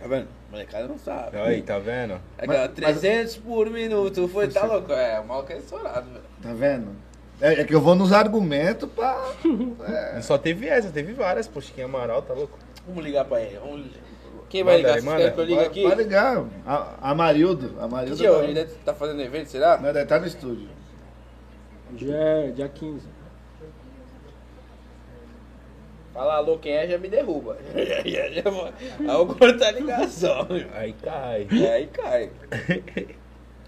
S2: Tá vendo? Molecada não sabe.
S3: pô. Aí, tá vendo?
S2: Aquela
S4: Mas-
S2: 300 por minuto, foi, tá louco? É, o maluco é estourado, velho.
S4: Tá vendo? É, é que eu vou nos argumentos pra.
S3: Não só teve essa, teve várias, pô. Chiquinho Amaral, tá louco?
S2: Vamos ligar pra ele. Vamos... ligar. Quem vai ligar?
S3: Manda aí,
S2: Vocês
S3: manda.
S2: querem que eu ligue
S4: Vai-
S2: aqui?
S4: Vai ligar. A, Amarildo.
S2: Que
S4: Amarildo.
S2: dia hoje? Ele deve tá fazendo evento, será?
S4: Não, deve estar no estúdio.
S1: Hoje é dia 15.
S2: Fala alô quem é, já me derruba. Já- já- já vou- Aí tá eu vou cortar a ligação.
S3: Aí cai.
S2: E aí cai.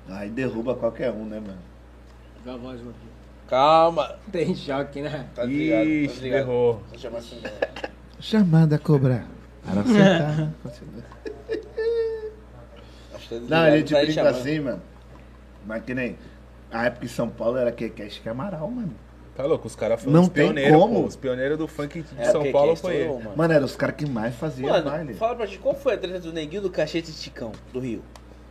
S4: Aí derruba qualquer um, né, mano?
S1: Dá voz, mano.
S2: Calma.
S1: Tem choque, né?
S2: Tá desligado, tá
S3: Ixi,
S2: desligado.
S3: errou.
S2: Deixa eu chamar assim.
S4: Chamada cobrar.
S2: Acho que tá
S4: Não,
S2: desligado,
S3: é
S4: a gente
S2: tá aí
S4: brinca
S2: chamando.
S4: assim, mano. Mas que nem. A época em São Paulo era que que que Amaral, mano.
S3: Tá louco, os caras foram
S4: Não
S3: os
S4: tem
S3: pioneiros,
S4: como.
S3: pô. Os pioneiros do funk de
S2: É,
S3: São
S2: porque
S3: Paulo
S2: quem
S3: foi
S2: estourou,
S3: ele. é
S2: mano.
S4: Mano, eram os caras que mais faziam baile.
S2: Mano, fala pra gente, qual foi a treta do Neguinho do Cachete e Ticão, do Rio?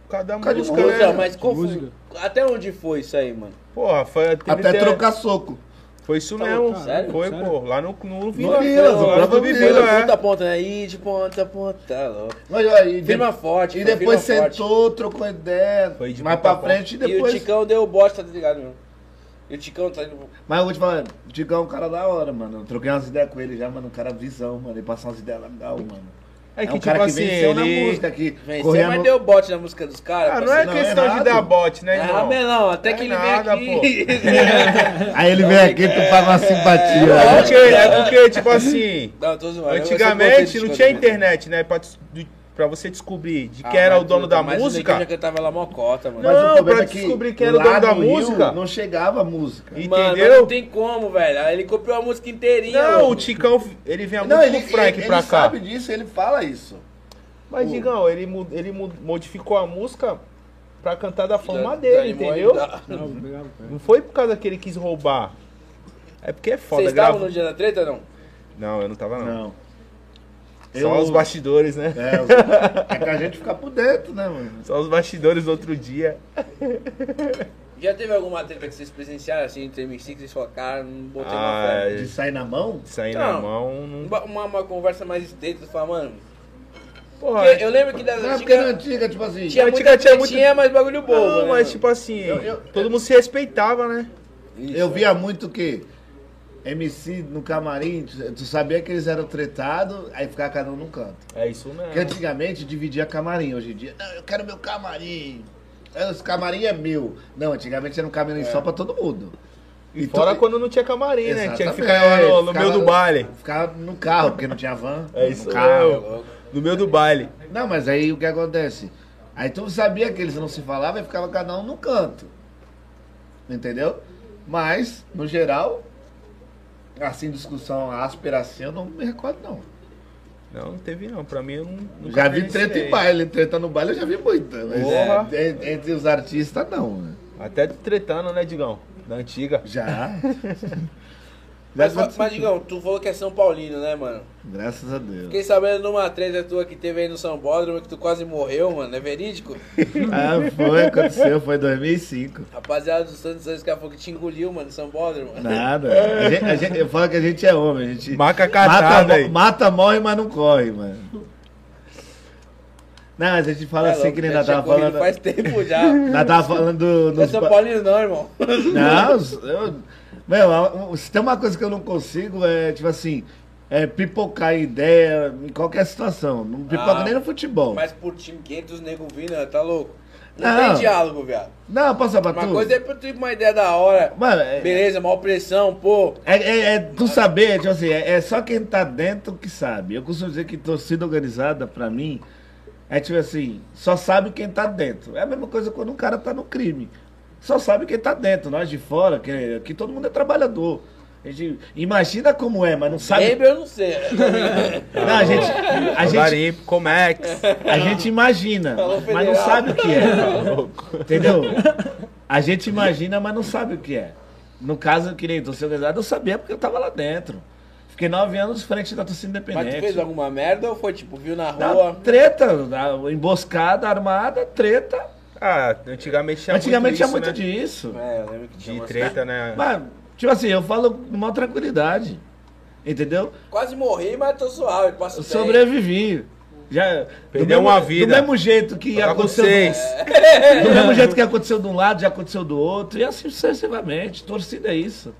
S3: Cada
S4: Cada
S3: música,
S4: música,
S2: Então,
S3: né?
S2: mas qual foi-
S1: música.
S2: até onde foi isso aí, mano?
S3: Porra, foi teve
S4: Até
S3: ter-
S4: trocar soco.
S3: Foi isso
S2: Tá
S3: mesmo.
S2: louco, sério?
S3: Foi,
S1: Sério?
S3: pô. Lá no, no Vila.
S4: Vila,
S3: lá
S4: Vila,
S3: no
S4: Vila,
S3: Vila,
S2: De
S3: é.
S2: ponta a ponta, né? Ih, de ponta a ponta, tá louco.
S4: Mas, ó, e de-
S2: Firma forte,
S4: E
S2: foi
S4: depois
S2: firma forte.
S4: sentou, trocou ideia.
S3: Foi de
S4: mais
S3: ponta
S4: pra
S3: a ponta.
S4: frente e
S2: E o
S4: depois.
S2: Ticão deu o bosta, tá ligado, meu? E o Ticão tá indo...
S4: Mas eu vou te falar, o Digão é um cara da hora, mano. Eu troquei umas ideias com ele já, mano. Um cara visão, mano. Ele passou umas ideias legal, mano.
S3: É que,
S4: um
S3: tipo
S4: cara que
S3: assim,
S4: venceu na
S3: ele...
S4: música, que
S2: Venceu,
S4: corria
S2: mas
S4: no-
S2: deu bote na música dos caras.
S3: Ah, não
S2: parceiro.
S3: é
S4: Não,
S3: questão
S4: errado.
S3: de dar bote, né,
S2: Ah,
S3: irmão?
S2: melão, até que
S3: É
S2: ele
S3: nada,
S2: vem aqui.
S4: Aí ele vem aqui e tu paga uma
S3: É
S4: simpatia.
S3: porque, é porque, tipo assim,
S2: não, tô zoando. eu gostei
S3: antigamente
S2: desse
S3: não
S2: Ticão
S3: tinha
S2: também.
S3: internet, né? Pra, des- de- pra você descobrir de quem
S2: Ah,
S3: era o
S2: mas
S3: dono
S2: tudo,
S3: da
S2: mas o Neguinho já
S3: música.
S2: cantava lá mocota, mano.
S4: Mas
S3: Não,
S4: o problema
S3: pra
S4: é que
S3: descobrir quem era o
S4: lá
S3: dono da
S4: no Rio
S3: música.
S4: Não chegava a música.
S3: E-
S2: Mano,
S3: Entendeu?
S2: mas não tem como, velho. Aí ele copiou a música inteirinha.
S3: Não,
S2: mano.
S3: o Ticão, ele vinha muito com o Frank
S4: ele,
S3: pra
S4: ele
S3: cá.
S4: sabe disso, ele fala isso.
S3: Mas,
S4: O-
S3: Digão, ele, mu- ele mu- modificou a música pra cantar da forma
S2: Da- da
S3: dele,
S2: Imoy-
S3: é entendeu?
S2: da-
S1: Não, vou pegar no pé.
S3: Não foi por causa que ele quis roubar. É porque é foda,
S2: Vocês estavam
S3: grava.
S2: no dia da treta, não?
S3: Não, eu não tava, não.
S4: Não.
S3: Só
S4: Eu-
S3: os bastidores, né?
S4: É, os- é que a gente fica por dentro, né, mano?
S3: Só os bastidores do outro dia.
S2: Já teve alguma treta que vocês presenciaram assim entre MC que vocês falaram, cara, não botei uma
S3: Ah,
S2: fé.
S4: De sair na mão?
S3: sair
S2: Não.
S3: na mão. Não...
S2: Uma, uma, uma conversa mais estreita, tu fala, mano.
S3: Porra, é
S2: Porque eu lembro que das
S4: Não, porque na
S2: antigas
S4: antiga, tipo assim.
S2: tinha
S3: antiga
S2: muita
S3: tinha muito-
S2: tretinha, mas bagulho bobo.
S3: não,
S2: né,
S3: mas
S2: mano?
S3: tipo assim,
S4: Eu- eu-
S3: todo mundo se respeitava, né?
S4: Eu via muito que MC no camarim, tu tu sabia que eles eram tretados, aí ficava cada um num canto.
S3: É isso mesmo.
S4: Porque antigamente dividia camarim, hoje em dia, não, eu quero meu camarim. É, Esse camarim é meu. Não, antigamente era um
S3: É.
S4: camarim só pra todo mundo.
S3: E
S4: Então-
S3: fora quando não tinha camarim, né? Tinha que ficar lá
S4: Exatamente,
S3: no, no
S4: ficava-
S3: meio do baile.
S4: Ficava no carro, porque não tinha van.
S3: É
S4: no
S3: isso
S4: carro.
S3: mesmo. No meio do baile.
S4: Não, mas aí o que acontece? Aí tu sabia que eles não se falavam e ficava cada um no canto. Entendeu? Mas, no geral, assim, discussão áspera assim, eu não me recordo não.
S3: Não, não teve não. Pra mim, eu não. nunca
S4: já vi
S3: presenciei.
S4: treta em baile, treta no baile eu já vi muita. Mas
S3: Porra.
S4: é, en- entre os artistas, não. né?
S3: Até tretando, né, Digão? Da antiga.
S4: Já. Já
S2: Mas, fa-
S4: aconteceu.
S2: mas Digão, tu falou que é São Paulino, né, mano?
S4: Graças a Deus.
S2: Fiquei sabendo numa treta tua que teve aí no São Bódromo que tu quase morreu, mano. É verídico?
S4: Ah, foi, aconteceu, foi em 2005.
S2: Rapaziada do Santos Santos que falou que te engoliu, mano, no São Bódromo.
S4: Nada. A gente, a gente- eu falo que a gente é homem, a gente.
S3: Maca
S4: Mata,
S3: catada
S4: mo-
S3: aí.
S4: mata, morre, mas não corre, mano. Não, mas a gente fala
S2: É
S4: assim
S2: louco,
S4: que nem
S2: já
S4: nós
S2: tinha
S4: tava
S2: corrido
S4: falando.
S2: Faz tempo já.
S4: Nós tava falando do-
S2: Não é
S4: nos
S2: São
S4: ba-
S2: Paulino não, irmão.
S4: Não, os- eu, meu, a- se tem uma coisa que eu não consigo é, tipo assim, é pipocar ideia em qualquer situação. Não pipoca
S2: Ah,
S4: nem no futebol.
S2: Mas por time 500 nego vindo, né, tá louco? Não,
S4: Não.
S2: tem diálogo, viado.
S4: Não, posso falar pra
S2: Uma
S4: tu?
S2: coisa é pra tu ir com uma ideia da hora.
S4: Mano, é,
S2: Beleza, maior pressão, pô.
S4: É, é- é tu saber, tipo assim, é, é só quem tá dentro que sabe. Eu costumo dizer que torcida organizada, pra mim, é tipo assim, só sabe quem tá dentro. É a mesma coisa quando um cara tá no crime. Só sabe quem tá dentro. Nós de fora, que, que todo mundo é trabalhador. A gente imagina como é, mas não sabe.
S2: Lembra, eu não sei.
S4: Não, a gente, a gente,
S3: Garimpo, Comex.
S4: a gente imagina,
S2: Falou
S4: mas
S2: federal.
S4: não
S2: Tá
S4: sabe o que é. Entendeu? A gente imagina, mas não sabe o que é. No caso, que nem torcida organizada, eu sabia porque eu tava lá dentro. Fiquei nove anos frente da torcida
S2: Mas tu fez
S4: independente.
S2: alguma merda ou foi tipo, viu na
S4: Da
S2: rua?
S4: treta, da emboscada armada, treta.
S3: Ah, antigamente tinha
S4: Antigamente tinha muito
S3: muito isso, né?
S4: disso.
S2: É, eu lembro que tinha
S3: de
S2: umas-
S3: treta,
S2: É.
S3: né?
S4: Mas, tipo assim, eu falo com maior tranquilidade. Entendeu?
S2: Quase morri, mas tô suave, passo
S4: Eu
S2: bem.
S4: sobrevivi. Já, do
S3: Perdeu
S4: mesmo-
S3: uma vida.
S4: Do mesmo jeito que
S3: Tava com
S4: aconteceu.
S3: seis.
S4: Do
S3: É.
S4: mesmo jeito que aconteceu de um lado, já aconteceu do outro, e assim sucessivamente. Torcida é isso.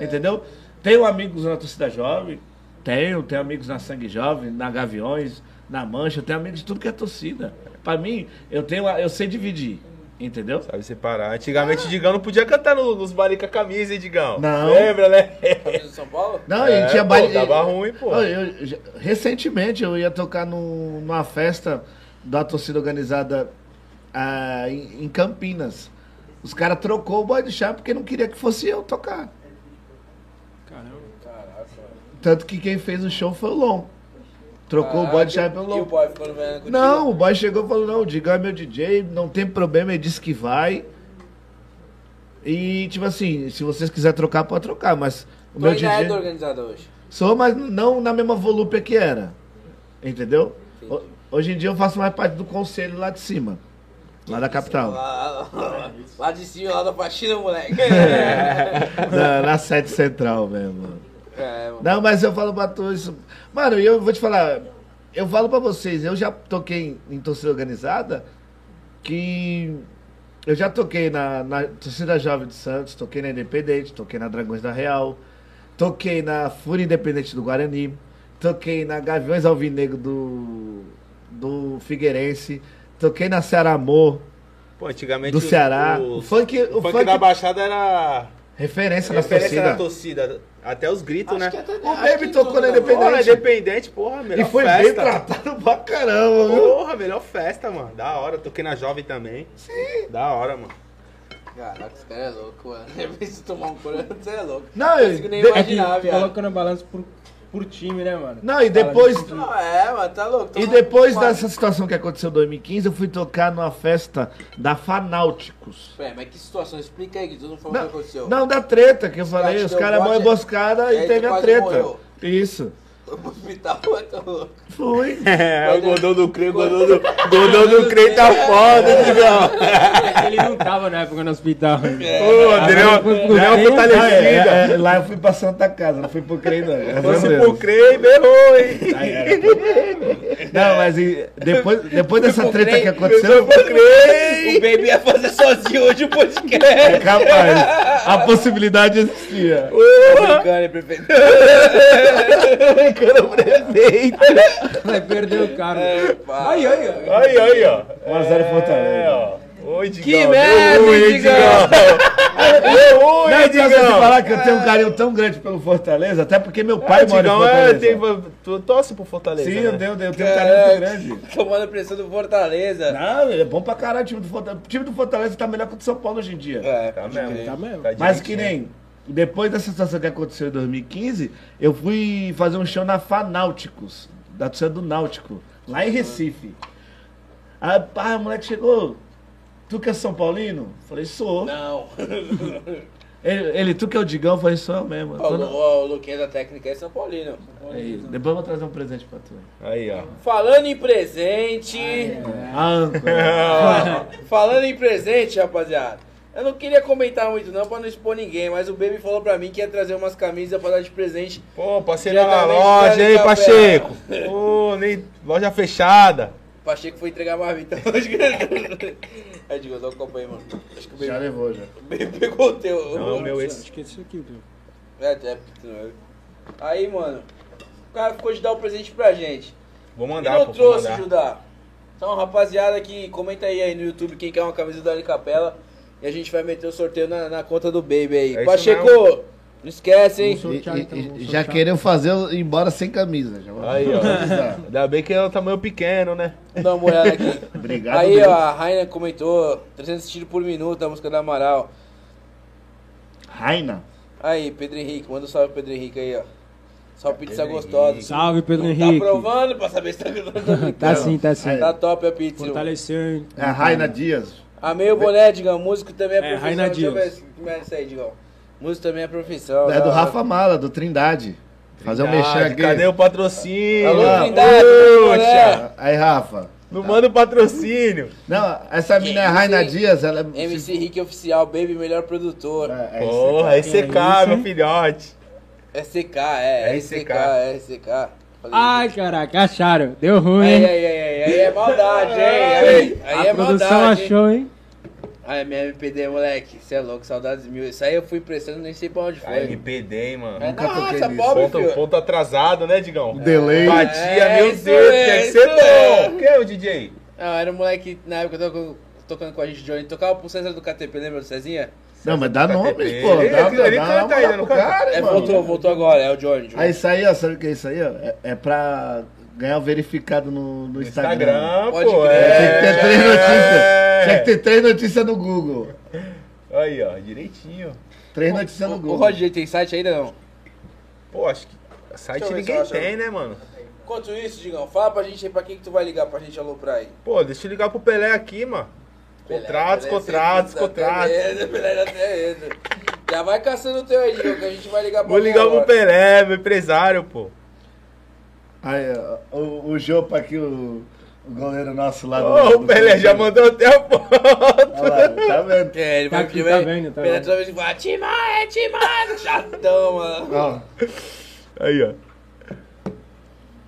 S4: Entendeu? Tenho amigos na torcida jovem, tenho, tenho amigos na Sangue Jovem, na Gaviões, na Mancha, tenho amigos de tudo que é torcida. Pra mim, eu tenho, a- eu sei dividir. Entendeu?
S3: Sabe separar. Antigamente o Digão não podia cantar no- nos bares com a camisa, hein, Digão?
S4: Não.
S3: Lembra, né?
S2: Camisa do São Paulo?
S4: Não,
S3: É,
S4: e tinha
S3: pô,
S4: baile.
S3: tava ruim, pô.
S4: Eu- eu- já- recentemente eu ia tocar num- numa festa da torcida organizada ah, em, em Campinas. Os caras trocou o boy de chá porque não queria que fosse eu tocar.
S1: Caramba.
S2: Caraca.
S4: Tanto que quem fez o show foi o Lon. Trocou o boy de chá pelo
S2: Ah, E o
S4: Lon.
S2: boy ficou no verão contigo?
S4: Não, o boy chegou e falou: não, o Digão é meu DJ, não tem problema, ele disse que vai. E, tipo assim, se vocês quiserem trocar, pode trocar, mas o
S2: Tu
S4: meu
S2: ainda é
S4: DJ.
S2: do organizador hoje.
S4: Sou, mas não na mesma volúpia que era. Entendeu?
S2: Entendi.
S4: Ho- Hoje em dia eu faço mais parte do conselho lá de cima. Lá da capital.
S2: Lá, lá, lá, lá de cima, lá da faxina, moleque.
S4: É. Na, na sede central mesmo.
S2: É, mano.
S4: Não, mas eu falo pra tu isso. Mano, e eu vou te falar. Eu falo pra vocês, eu já toquei em, em torcida organizada que. Eu já toquei na, na torcida jovem de Santos, toquei na Independente, toquei na Dragões da Real, toquei na Fúria Independente do Guarani, toquei na Gaviões Alvinegro do, do Figueirense, toquei na Ceará Amor,
S3: Pô, antigamente
S4: Do
S3: o-
S4: Ceará.
S3: O,
S4: O funk-
S3: o
S4: o
S3: funk
S4: funk-
S3: da Baixada era
S4: referência,
S3: referência
S4: na
S3: da
S4: torcida.
S3: torcida. Até os gritos, né?
S4: O Baby tocou na
S3: Porra,
S4: Independente
S3: independente, porra, melhor
S4: e foi
S3: festa.
S4: bem tratado pra caramba, viu?
S3: Porra, melhor festa, mano. Da hora, toquei na Jovem também. Sim. Da hora, mano.
S2: Caraca, esse cara é louco, mano. Eu preciso tomar um coro, você é louco.
S4: Não,
S2: eu consigo nem
S4: de-
S1: É que
S2: imaginar,
S1: tu
S2: viado.
S1: coloca na balança por, por time, né, mano?
S4: Não,
S1: Fala
S4: e depois-
S1: disso.
S2: Não, é, mano, tá louco.
S4: E
S2: Toma-
S4: depois
S2: Mano,
S4: dessa situação que aconteceu em 2015, eu fui tocar numa festa da Fanáuticos.
S2: Pera, mas que situação? Explica aí que tu não falou o que
S4: Não,
S2: aconteceu.
S4: não, da treta que eu falei,
S2: te
S4: os
S2: deu
S4: caras
S2: bote,
S4: mó emboscada
S2: aí
S4: e
S2: tu
S4: teve a
S2: quase
S4: treta.
S2: morreu.
S4: Isso.
S2: O hospital muito louco.
S4: Foi.
S3: É, o Godão do Crê, Godão do, Godão do Crê tá foda, Digão.
S1: Ele não tava na época no hospital. né?
S3: Ô, Adrião, Adrião
S4: Ah, é,
S3: fortalecida.
S4: é, é, lá eu fui pra Santa Casa, não fui pro Crei, não. Graças a
S3: Fosse
S4: Deus.
S3: pro Crê, berrou, hein?
S4: Aí era pro Crei, mano. Não, mas e depois, depois dessa
S2: pro
S4: treta
S2: Crei,
S4: que
S3: Foi
S4: aconteceu,
S3: pro
S2: O
S3: Crê.
S2: Baby ia fazer sozinho hoje o
S4: É,
S2: podcast.
S4: capaz, a possibilidade existia.
S2: Brincando, é prefeito.
S1: Vai perder o cara.
S2: pá.
S1: Aí, aí, ó.
S3: Aí, aí, ó.
S4: 1x0
S3: É,
S4: Fortaleza.
S3: ó. Oi, Digão.
S2: Que merda,
S3: Deu ruim,
S2: hein, Digão?
S3: Deu
S4: Não,
S3: ruim,
S4: eu posso te
S3: Digão.
S4: falar que eu tenho um carinho tão grande pelo Fortaleza, até porque meu
S3: Pai,
S4: pai mora em
S3: Digão, é,
S4: Fortaleza.
S3: tem, tu torce pro Fortaleza.
S4: Sim,
S3: né?
S4: eu tenho, eu tenho um carinho
S2: É.
S4: muito grande.
S2: Tomando a pressão do Fortaleza.
S4: Não, ele é bom pra caralho. O time do Fortaleza, o time do Fortaleza tá melhor que o do São Paulo hoje em dia.
S2: É,
S3: Tá
S2: pode
S3: mesmo,
S2: crer.
S1: Tá mesmo.
S3: Tá
S4: Mas
S3: direitinho.
S4: que nem. Depois da situação que aconteceu em 2015, eu fui fazer um show na Fanáuticos, da torcida do Náutico, lá em Recife. Aí, pá, o moleque chegou. Tu que é São Paulino? Falei, sou.
S2: Não.
S4: Ele, ele, tu que é o Digão? Falei, sou eu mesmo.
S2: Ó,
S4: Tô
S2: O,
S4: na-
S2: Lu- o Luquinha da técnica é São Paulino.
S4: Aí, depois eu vou trazer um presente pra tu.
S3: Aí, ó.
S2: Falando em presente. É.
S4: Ah, âncora.
S2: Falando em presente, rapaziada. Eu não queria comentar muito não pra não expor ninguém, mas o Baby falou pra mim que ia trazer umas camisas pra dar de presente.
S3: Pô, parceiro na
S2: Diretamente
S3: loja,
S2: da
S3: hein,
S2: Liga
S3: Pacheco? Pô, nem loja fechada.
S2: Pacheco foi entregar então, marmita hoje. Aí digo, dá um copo aí, mano. Acho que o
S4: Já
S2: Baby,
S4: levou, já.
S2: o Baby pegou o teu.
S3: Não, meu esse.
S1: Acho que é isso aqui, viu?
S2: É, é, tu não é. Aí, mano, o cara ficou de dar o presente pra gente.
S3: Vou
S2: E
S3: mandar,
S2: não
S3: pô. vou
S2: trouxe,
S3: mandar.
S2: Judá. Então, rapaziada, que comenta aí, aí no YouTube quem quer uma camisa do Ali Capela. E a gente vai meter o sorteio na, na conta do Baby aí.
S3: É isso
S2: Pacheco,
S3: mesmo.
S2: não esquece, hein?
S1: Vamos sortear, então, vamos
S4: já
S1: sortear.
S4: quereu fazer eu ir embora sem camisa. Já vou
S3: Aí, ó.
S4: avisar.
S3: Ainda bem que é um tamanho pequeno, né?
S2: Vamos dar uma olhada aqui.
S4: Obrigado.
S2: aí,
S4: mesmo.
S2: ó, a Raina comentou 300 tiros por minuto, a música da Amaral.
S4: Raina.
S2: Aí, Pedro Henrique, manda um salve pro Pedro Henrique aí, ó. Salve pizza
S3: Pedro
S2: gostosa.
S3: Henrique.
S1: Salve, Pedro
S2: Tá
S1: Henrique.
S2: provando pra saber se tá gostando.
S1: Tá sim, tá sim.
S4: Aí.
S2: Tá top a pizza. irmão.
S1: Fortaleceu, hein?
S4: É a Raina Dias.
S2: Amei o boné, Digão. Músico também é,
S1: É,
S2: profissão.
S1: Raina
S2: Deixa eu ver
S1: Dias.
S2: como é isso aí, Digão. Músico também é profissão.
S4: É
S2: da
S4: do
S2: hora.
S4: Rafa Mala, do Trindade. Fazer um mexer aqui.
S3: Ah, Cadê o patrocínio?
S2: Alô,
S4: Olá.
S2: Trindade,
S3: Poxa,
S2: Poxa.
S4: Aí, Rafa.
S3: não manda o patrocínio.
S4: Não, essa mina é a
S2: MC.
S4: Raina Dias, ela é.
S2: MC Rick Oficial, Baby Melhor Produtor.
S4: É, é
S3: Porra,
S4: isso aí,
S3: SK,
S1: isso,
S3: meu
S1: hein?
S3: filhote.
S2: SK, é.
S3: É
S2: SK,
S3: SK.
S2: é SK. Falei,
S1: Ai, caraca, acharam. Deu ruim,
S2: Aí,
S1: hein?
S2: aí, aí, aí, aí é maldade, hein? Aí,
S1: a
S2: aí é
S1: produção
S2: maldade. hein?
S1: achou, hein?
S2: Ai, minha MPD, moleque. Você é louco, saudades mil. Isso aí eu fui impressionando, nem sei pra once
S3: Ai,
S2: foi.
S3: MPD, hein,
S2: É
S3: mano.
S4: Nunca toquei
S2: nossa,
S4: nisso.
S2: pobre,
S3: Ponto,
S2: filho.
S3: ponto atrasado, né, Digão?
S4: Um delay.
S3: Batia,
S2: É,
S3: meu
S2: isso
S3: Deus, tinha
S2: é,
S3: que ser
S2: isso é.
S3: bom. Quem é o DJ?
S2: Não, era um moleque, na época, eu tava tocando com a gente, Johnny. Tocava pro César do KTP, lembra do Cezinha?
S4: Não, mas dá nome,
S3: Ele-
S4: pô.
S3: ele-
S4: Dá,
S3: ele
S4: dá,
S3: canta
S4: dá uma
S3: ainda,
S4: moral
S3: não
S4: pro
S3: canta?
S4: cara,
S2: É,
S4: mano.
S2: voltou, voltou agora, é o Johnny. Johnny.
S4: Aí isso aí, ó, sabe o que é isso aí, ó? É, é pra ganhar o verificado no, no Instagram.
S3: Instagram,
S2: Pode
S3: pô.
S2: crer.
S3: é.
S4: Tinha que ter três notícias. Tinha
S3: É.
S4: que ter três notícias no Google.
S3: Aí, ó, direitinho.
S4: Três notícias no
S2: o, o
S4: Google.
S2: Roger tem site ainda não?
S3: Pô, acho que site
S2: Deixa eu ver se eu
S3: ninguém
S2: acho
S3: tem,
S2: algum.
S3: né, mano?
S2: Enquanto isso, Digão, fala pra gente aí pra quem que tu vai ligar pra gente aloprar aí.
S3: Pô, deixa eu ligar pro Pelé aqui, mano. Contratos, contratos, contratos.
S2: Já vai caçando o teu aí, Digão, que a gente vai ligar pra
S3: Vou ligar pro
S2: Pelé.
S3: Pelé, meu empresário, pô.
S4: Aí, ó, o, o Jopa aqui, o, o goleiro nosso lá
S3: Ô, o
S4: tá
S3: Pelé já mandou até a foto.
S4: Olha lá, tá vendo?
S2: É, ele
S1: Tá
S2: vai
S1: aqui,
S2: pedir,
S1: tá
S2: vai-
S1: vendo, tá
S2: Pelé
S1: vendo.
S2: toda vez que fala, Timar, Timar, chatão, mano.
S4: Ó,
S3: Aí, ó.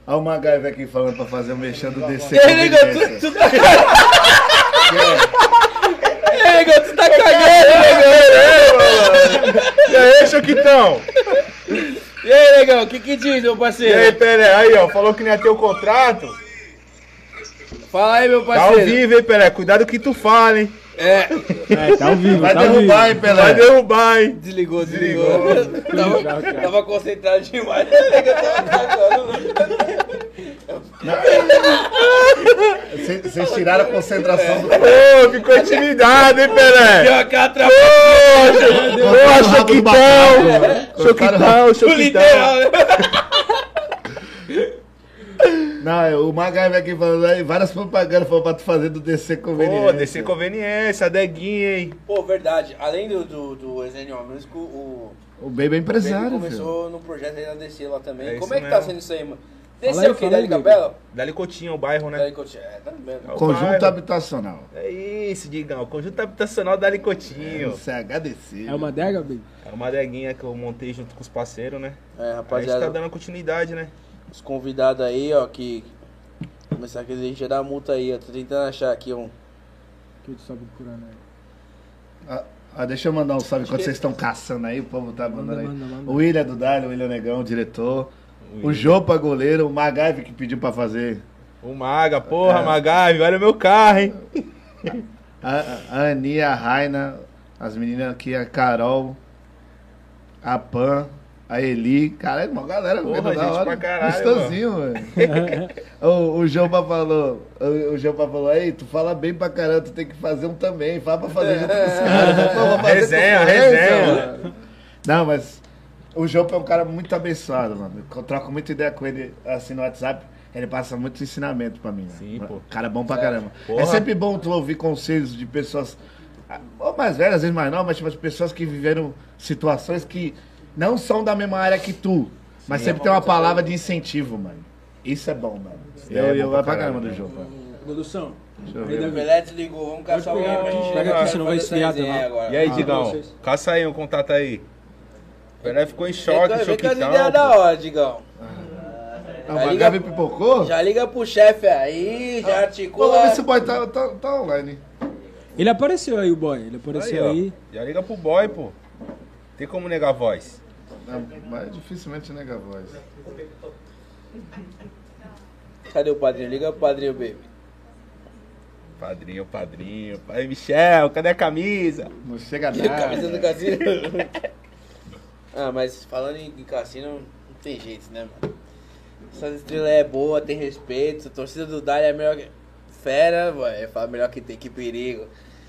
S4: Olha o Magaiva aqui falando pra fazer o mexendo do DC.
S2: Ele ligou, tu,
S4: Conveniência.
S2: tu tá Ele ligou, tu tá cagando, Negão.
S3: E aí, Choquitão?
S2: E aí, Negão, o que que diz, meu
S3: então. E aí,
S2: parceiro?
S3: Pelé? Aí, ó, falou que não ia ter o contrato.
S2: Fala aí, meu
S3: Tá ao
S2: parceiro.
S3: vivo, hein, Pelé? Cuidado que tu fala, hein?
S1: É,
S2: É,
S1: tá ao vivo,
S4: Vai
S1: tá ao vivo.
S4: derrubar,
S3: Vai
S4: hein, Pelé?
S3: derrubar, hein?
S2: Desligou, desligou. tava,
S1: cara.
S2: tava concentrado demais. tava cagando, né?
S4: Vocês tiraram a concentração do.
S3: Ô, ficou intimidado, hein, Pelé?
S2: Pior que atrapalhou
S3: Ô, Choquitão!
S2: né?
S4: Cortaram o rabo do macaco.
S3: Choquitão, Choquitão.
S2: literal, né?
S4: Não, o Magaiva aqui falando aí, várias propagandas foram pra tu fazer do DC Conveniência.
S3: Pô, descer conveniência, adeguinha, hein?
S2: Pô, verdade. Além do, do, do Exenio Músico, o
S4: O Baby é
S2: Pedro
S4: empresário, filho.
S2: começou no projeto aí na DC lá também.
S3: É
S2: Como é
S3: isso
S2: que tá
S3: mesmo.
S2: sendo isso aí, mano?
S1: Fala
S2: DC
S1: aí,
S2: é o quê?
S1: fala aí,
S2: Dali
S1: Gabi.
S2: Capela?
S3: Dali Cotinha, o bairro, né?
S2: Dali Cotinha. É, tá mesmo.
S3: o
S4: Conjunto
S3: bairro.
S4: habitacional.
S3: É isso, Digão. O conjunto habitacional Dali Cotinho.
S4: Você é agradecido.
S1: É uma adega, Baby?
S3: É uma adeguinha que eu montei junto com os parceiros, né?
S2: É,
S3: A gente tá
S2: rapaziada,
S3: dando continuidade, né?
S2: os convidados aí, ó, que começar a querer gerar multa aí, ó. Tô tentando achar aqui um.
S1: Que eu estava procurando aí.
S4: Ah, ah, deixa eu mandar um salve enquanto
S2: que-
S4: vocês estão caçando aí, o povo tá mandando
S1: Manda,
S4: aí.
S1: manda, manda.
S4: O William é do Dário, o William Negão, o diretor. O Jopa goleiro, o Magaiva que pediu pra fazer.
S3: O Maga,
S4: É.
S3: porra, Magave, olha o meu carro, hein?
S4: A, a Aninha, a Raina, as meninas aqui, a Carol, a Pan, a Eli. Caralho, uma galera
S3: Porra,
S4: mesmo, da
S3: gente
S4: hora.
S3: pra caralho,
S4: Gostosinho, mano. o, o Jopa falou, o, o Jopa falou, aí, tu fala bem pra caramba, tu tem que fazer um também. Fala pra fazer junto com os caras. né? Pô, vou fazer
S3: Resenha,
S4: concorrência,
S3: resenha.
S4: mano. Não, mas o Jopa é um cara muito abençoado, mano. Eu troco muita ideia com ele, assim, no WhatsApp. Ele passa muito ensinamento pra mim, né?
S3: Sim, pô.
S4: Cara bom pra caramba.
S3: Porra.
S4: É sempre bom tu ouvir conselhos de pessoas, ah, ou mais velhas, às vezes mais novas, mas tipo, de pessoas que viveram situações que não são da mesma área que tu. Mas sempre tem uma palavra de incentivo, mano. Isso é bom, mano.
S3: é bom
S4: eu eu
S3: pra
S4: gosto pra caramba do
S3: caralho,
S4: jogo, mano.
S1: Produção.
S4: Deixa eu
S1: Aí,
S4: ver.
S1: Davi.
S2: O Pelé desligou, vamos caçar
S1: Pode
S2: alguém
S1: pegar
S2: pra
S1: um-
S2: gente
S1: pega
S2: chegar
S1: aqui, senão vai
S2: fazer essa
S1: esfriar,
S2: resenha
S1: tá lá.
S2: agora.
S3: E aí,
S1: Ah,
S3: Digão?
S1: vocês.
S3: Caça aí um contato aí. O Pelé ficou em
S2: Vem
S3: choque,
S2: cá- vem com as
S3: choquitão,
S2: ideias
S3: pô.
S2: da hora, Digão.
S4: Ah, o Gabi pipocou?
S2: Tá Já liga pro chefe aí, já
S4: Pô,
S2: articula.
S4: vamos ver se o boy tá, tá, tá online.
S1: Ele apareceu aí, o boy. Ele apareceu aí.
S3: Aí, ó. Já liga pro boy, pô. Tem como negar a voz.
S4: Ah, Mas dificilmente né, nega a voz.
S2: Cadê o padrinho? Liga pro padrinho, baby.
S3: Padrinho, padrinho. Pai Michel, cadê a camisa?
S4: Não chega
S2: Camisa do
S4: nada.
S2: cassino. ah, mas falando em em cassino, não tem jeito, né, mano? Essas estrelas é boa, tem respeito. A torcida do Dali é melhor que... Fera, ué, fala melhor que tem, que perigo.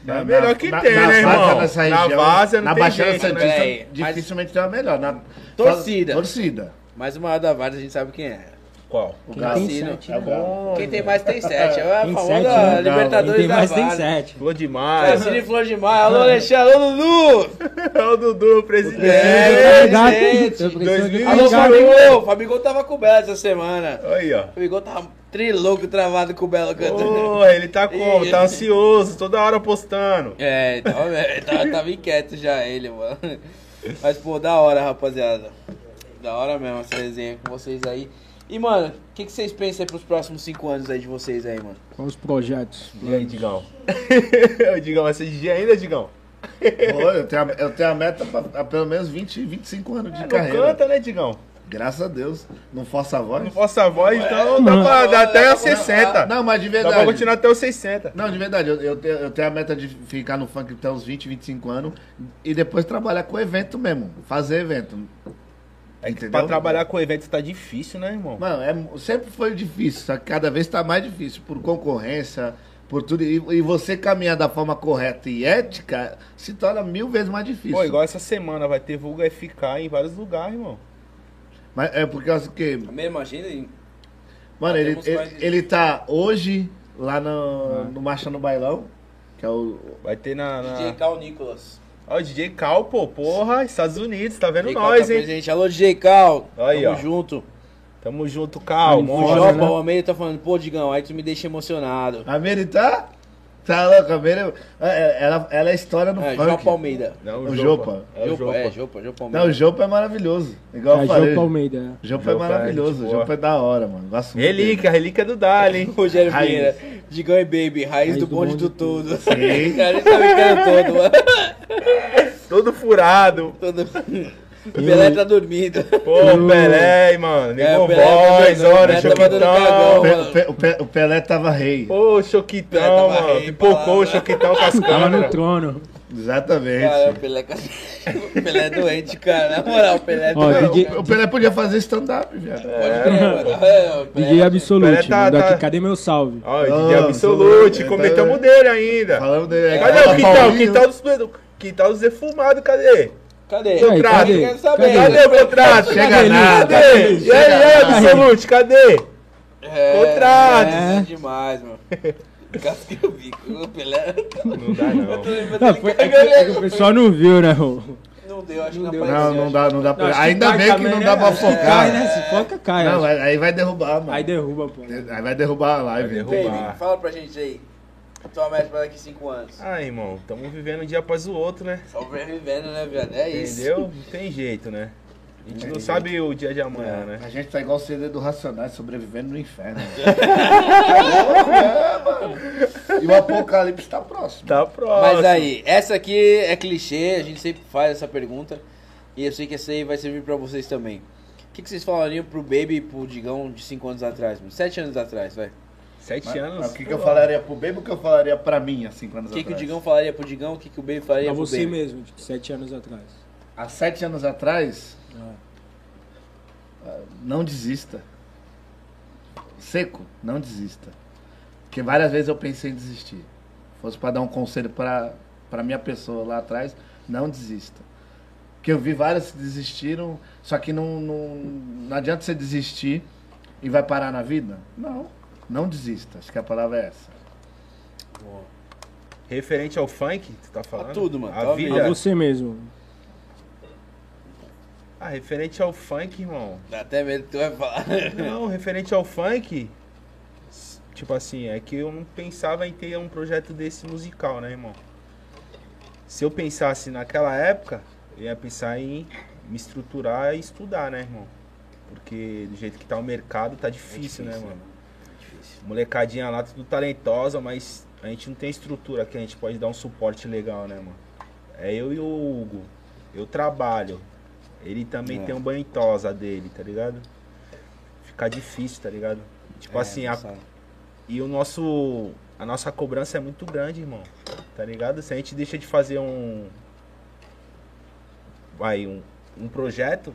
S3: É a melhor que tem,
S4: na é,
S3: né,
S4: Várzea,
S3: irmão?
S4: Nessa
S3: Na
S4: região,
S3: Várzea não
S4: na
S3: tem
S4: Baixada
S3: jeito,
S4: Santista,
S2: né? Mas-
S4: dificilmente tem uma melhor. Na...
S2: Torcida.
S4: Torcida.
S2: Mais uma hora da várzea, a gente sabe quem é.
S3: Qual?
S4: O
S1: Quem
S4: Galo.
S1: tem sete, né?
S4: É o Galo.
S2: Quem tem mais tem sete. É a
S1: Tem
S2: famosa
S1: sete, né? Quem
S2: Libertadores
S1: tem mais
S2: da
S1: tem
S2: Várzea.
S1: sete. Ah.
S3: Falou demais.
S2: Cassino e Flor de Mar. Alô, Alexandre. Alô, Dudu.
S3: É o Dudu, o presidente.
S2: É,
S1: Obrigado,
S2: gente.
S1: tá eu preciso
S3: Dois
S1: de-
S3: mil e
S2: Alô,
S1: Obrigado.
S2: Fabigol. Fabigol tava com o Belo essa semana.
S3: Aí, ó.
S2: Fabigol tava trilouco travado com o Belo cantando.
S3: Porra, ele tá como? Tá ansioso, toda hora postando.
S2: É, tava, é, tava, tava inquieto já ele, mano. Mas, pô, da hora, rapaziada. Da hora mesmo essa resenha com vocês aí. E, mano, o que, que vocês pensam aí pros próximos cinco anos aí de vocês aí, mano?
S1: Quais os projetos?
S3: E aí, Digão? o Digão vai ser DJ ainda, Digão?
S4: Pô, eu, tenho a, eu tenho a meta pra, pra pelo menos 20, 25 anos de
S3: É, não
S4: carreira.
S3: canta, né, Digão?
S4: Graças a Deus. Não força a voz.
S3: Não posso a voz, então dá pra dar até os 60. Dá
S4: Não, mas de
S3: pra
S4: verdade.
S3: continuar até os 60.
S4: Não, de verdade, eu, eu tenho, eu tenho a meta de ficar no funk até uns 20, 25 anos e depois trabalhar com evento mesmo. Fazer evento.
S3: É que
S4: Entendeu?
S3: pra trabalhar com o evento tá difícil, né, irmão?
S4: Mano, é mu- sempre foi difícil, só que cada vez tá mais difícil, por concorrência, por tudo. E, e você caminhar da forma correta e ética se torna mil vezes mais difícil.
S3: Pô, igual essa semana vai ter Vulga FK em vários lugares, irmão.
S4: Mas é porque eu acho que.
S2: A mesma agenda, hein?
S4: Mano, ele,
S2: Temos mais
S4: ele,
S2: de-
S4: ele tá hoje lá no, no Marcha no Bailão, que é o.
S3: Vai ter na. na...
S2: DJ Cal Nicolas.
S3: Ó, o DJ Cal, pô, porra, Estados Unidos, tá vendo
S2: DJ Cal
S3: nós,
S2: tá
S3: hein?
S2: presente. Alô, DJ Cal.
S3: Aí,
S2: Tamo
S3: ó.
S2: junto.
S3: Tamo junto, Cal.
S1: Aí,
S2: O
S1: Foda,
S3: Monja.
S2: Jopa,
S1: né?
S2: o Almeida tá falando, pô, Digão, aí tu me deixa emocionado.
S4: A Mary tá? Tá louca, a Mary. é- Ela, ela é história no
S2: É,
S4: funk.
S2: Jopa Almeida.
S3: Não,
S4: O Jopa.
S3: É o
S2: Jopa,
S3: Jopa.
S2: é, Jopa, Jopa Almeida.
S4: Não, o Jopa é maravilhoso. Igual
S1: É
S4: eu falei.
S1: João
S4: Jopa,
S1: Palmeira. né?
S4: é
S3: Jopa é
S4: maravilhoso.
S3: gente
S4: O
S3: boa.
S4: Jopa é da hora, mano. Gosto muito dele.
S3: Relíquia, relíquia do Dali, hein?
S2: Rogério
S4: Raiz.
S2: Vieira, Digão e Baby, raiz,
S1: Raiz
S2: do
S1: do
S2: bonde
S1: bonde
S2: do
S1: do
S2: todo. A gente
S4: Sim.
S2: tá brincando todo, mano.
S3: Todo furado.
S2: Todo... O Pelé tá dormindo.
S3: Pô, Pelé, mano.
S2: É, o
S3: Negou
S2: Pelé tá
S3: voz,
S2: jogando,
S3: olha,
S2: o Pelé tá mandando
S3: Choquitão.
S2: cagão.
S4: O Pe- o Pe- o Pe- o Pelé tava rei.
S3: Pô,
S2: Pelé tá
S3: Choquitão,
S2: tava
S3: mano.
S2: rei,
S3: Pipocou
S2: palavra.
S3: o Choquitão
S1: Tava no
S3: cascando.
S1: trono.
S2: Cara,
S4: Exatamente.
S2: o Pelé... é o Pelé é doente, cara. Na moral, o Pelé é
S1: Ó,
S2: doente.
S1: DJ,
S4: O Pelé podia fazer stand-up, viado.
S2: Pode crer, mano. É, o Pelé-
S1: DJ Absolute.
S3: Pelé tá-
S1: mandou aqui,
S3: tá-
S1: cadê meu salve?
S4: Ah,
S3: Ó, o DJ
S4: Nossa,
S3: Absolute,
S4: tá-
S3: comentamos dele ainda.
S4: Falando dele. é
S3: Cadê o Quintal?
S4: Paulinho.
S3: Quintal dos, quintal dos defumados, cadê?
S2: Cadê?
S1: Aí,
S3: Contrato.
S1: cadê?
S2: Quero saber. tá
S3: Cadê o contrato?
S4: Chega
S1: Cadê,
S4: nada.
S1: Lula?
S3: Cadê? E aí, aí, Absolute, cadê? Contratos!
S2: É demais, mano. Casquei o bico, o Pelé.
S3: Não dá não.
S1: Não, foi- é que- é que o pessoal não viu, né, Rô?
S2: Não deu, acho que
S1: Não
S2: não
S1: deu.
S4: Não,
S2: apareceu.
S4: não dá, não dá
S1: Não, acho
S4: pra. Ainda
S1: cai
S4: bem que
S1: também,
S4: não
S1: né?
S4: dá pra
S1: Acho que Cai,
S4: focar.
S1: né? Se foca, cai.
S2: É.
S4: Não,
S1: acho.
S4: aí aí vai derrubar, mano.
S1: Aí derruba, pô.
S4: Aí é vai derrubar a live.
S3: Vai derrubar.
S2: Baby, fala pra gente aí. A tua meta pra daqui 5 anos.
S3: Ah, irmão, tamo vivendo um dia após o outro, né?
S2: Sobrevivendo, né, viado? É isso.
S3: Entendeu? Não tem jeito, né? A gente não sabe o dia de amanhã, né?
S4: A gente tá igual o CD do Racionais, sobrevivendo no inferno. É, e o apocalipse tá próximo.
S3: Tá próximo.
S2: Mas aí, essa aqui é clichê, a gente sempre faz essa pergunta. E eu sei que essa aí vai servir pra vocês também. O que, que vocês falariam pro Baby e pro Digão de 5 anos atrás, mano? 7 anos atrás, vai.
S3: Sete
S4: Mas-
S3: anos.
S4: mas O que, que eu falaria pro Bebo, o que eu falaria pra mim assim, há cinco anos
S2: O que, que o
S4: atrás?
S2: Digão falaria pro Digão, o que, que o Baby falaria
S1: Pra
S2: pro
S1: você
S2: Baby?
S1: mesmo, de sete anos atrás.
S4: Há sete anos atrás,
S1: Ah.
S4: ah, não desista. Seco, não desista. Porque várias vezes eu pensei em desistir. Fosse pra dar um conselho pra para minha pessoa lá atrás, não desista. Porque eu vi várias que desistiram, só que não, não, não adianta você desistir e vai parar na vida? Não, não desista. Acho que a palavra é essa.
S3: Referente ao funk, tu tá falando?
S2: tudo, mano,
S3: A
S2: tá
S3: vida.
S1: Pra você mesmo.
S3: Ah, referente ao funk, irmão.
S2: Dá até medo que tu vai falar.
S3: Não, referente ao funk, s- tipo assim, é que eu não pensava em ter um projeto desse musical, né, irmão? Se eu pensasse naquela época, eu ia pensar em me estruturar e estudar, né, irmão? Porque do jeito que tá o mercado, tá difícil, né, mano? Molecadinha lá, tudo talentosa, mas a gente não tem estrutura que a gente pode dar um suporte legal, né, mano? É eu e o Hugo. Eu trabalho. Ele também
S2: É.
S3: tem um banho em tosa dele, tá ligado? Fica difícil, tá ligado? Tipo assim, a-
S2: É, sabe.
S3: e o nosso. A nossa cobrança é muito grande, irmão. Tá ligado? Se a gente deixa de fazer um. Vai, um, um projeto,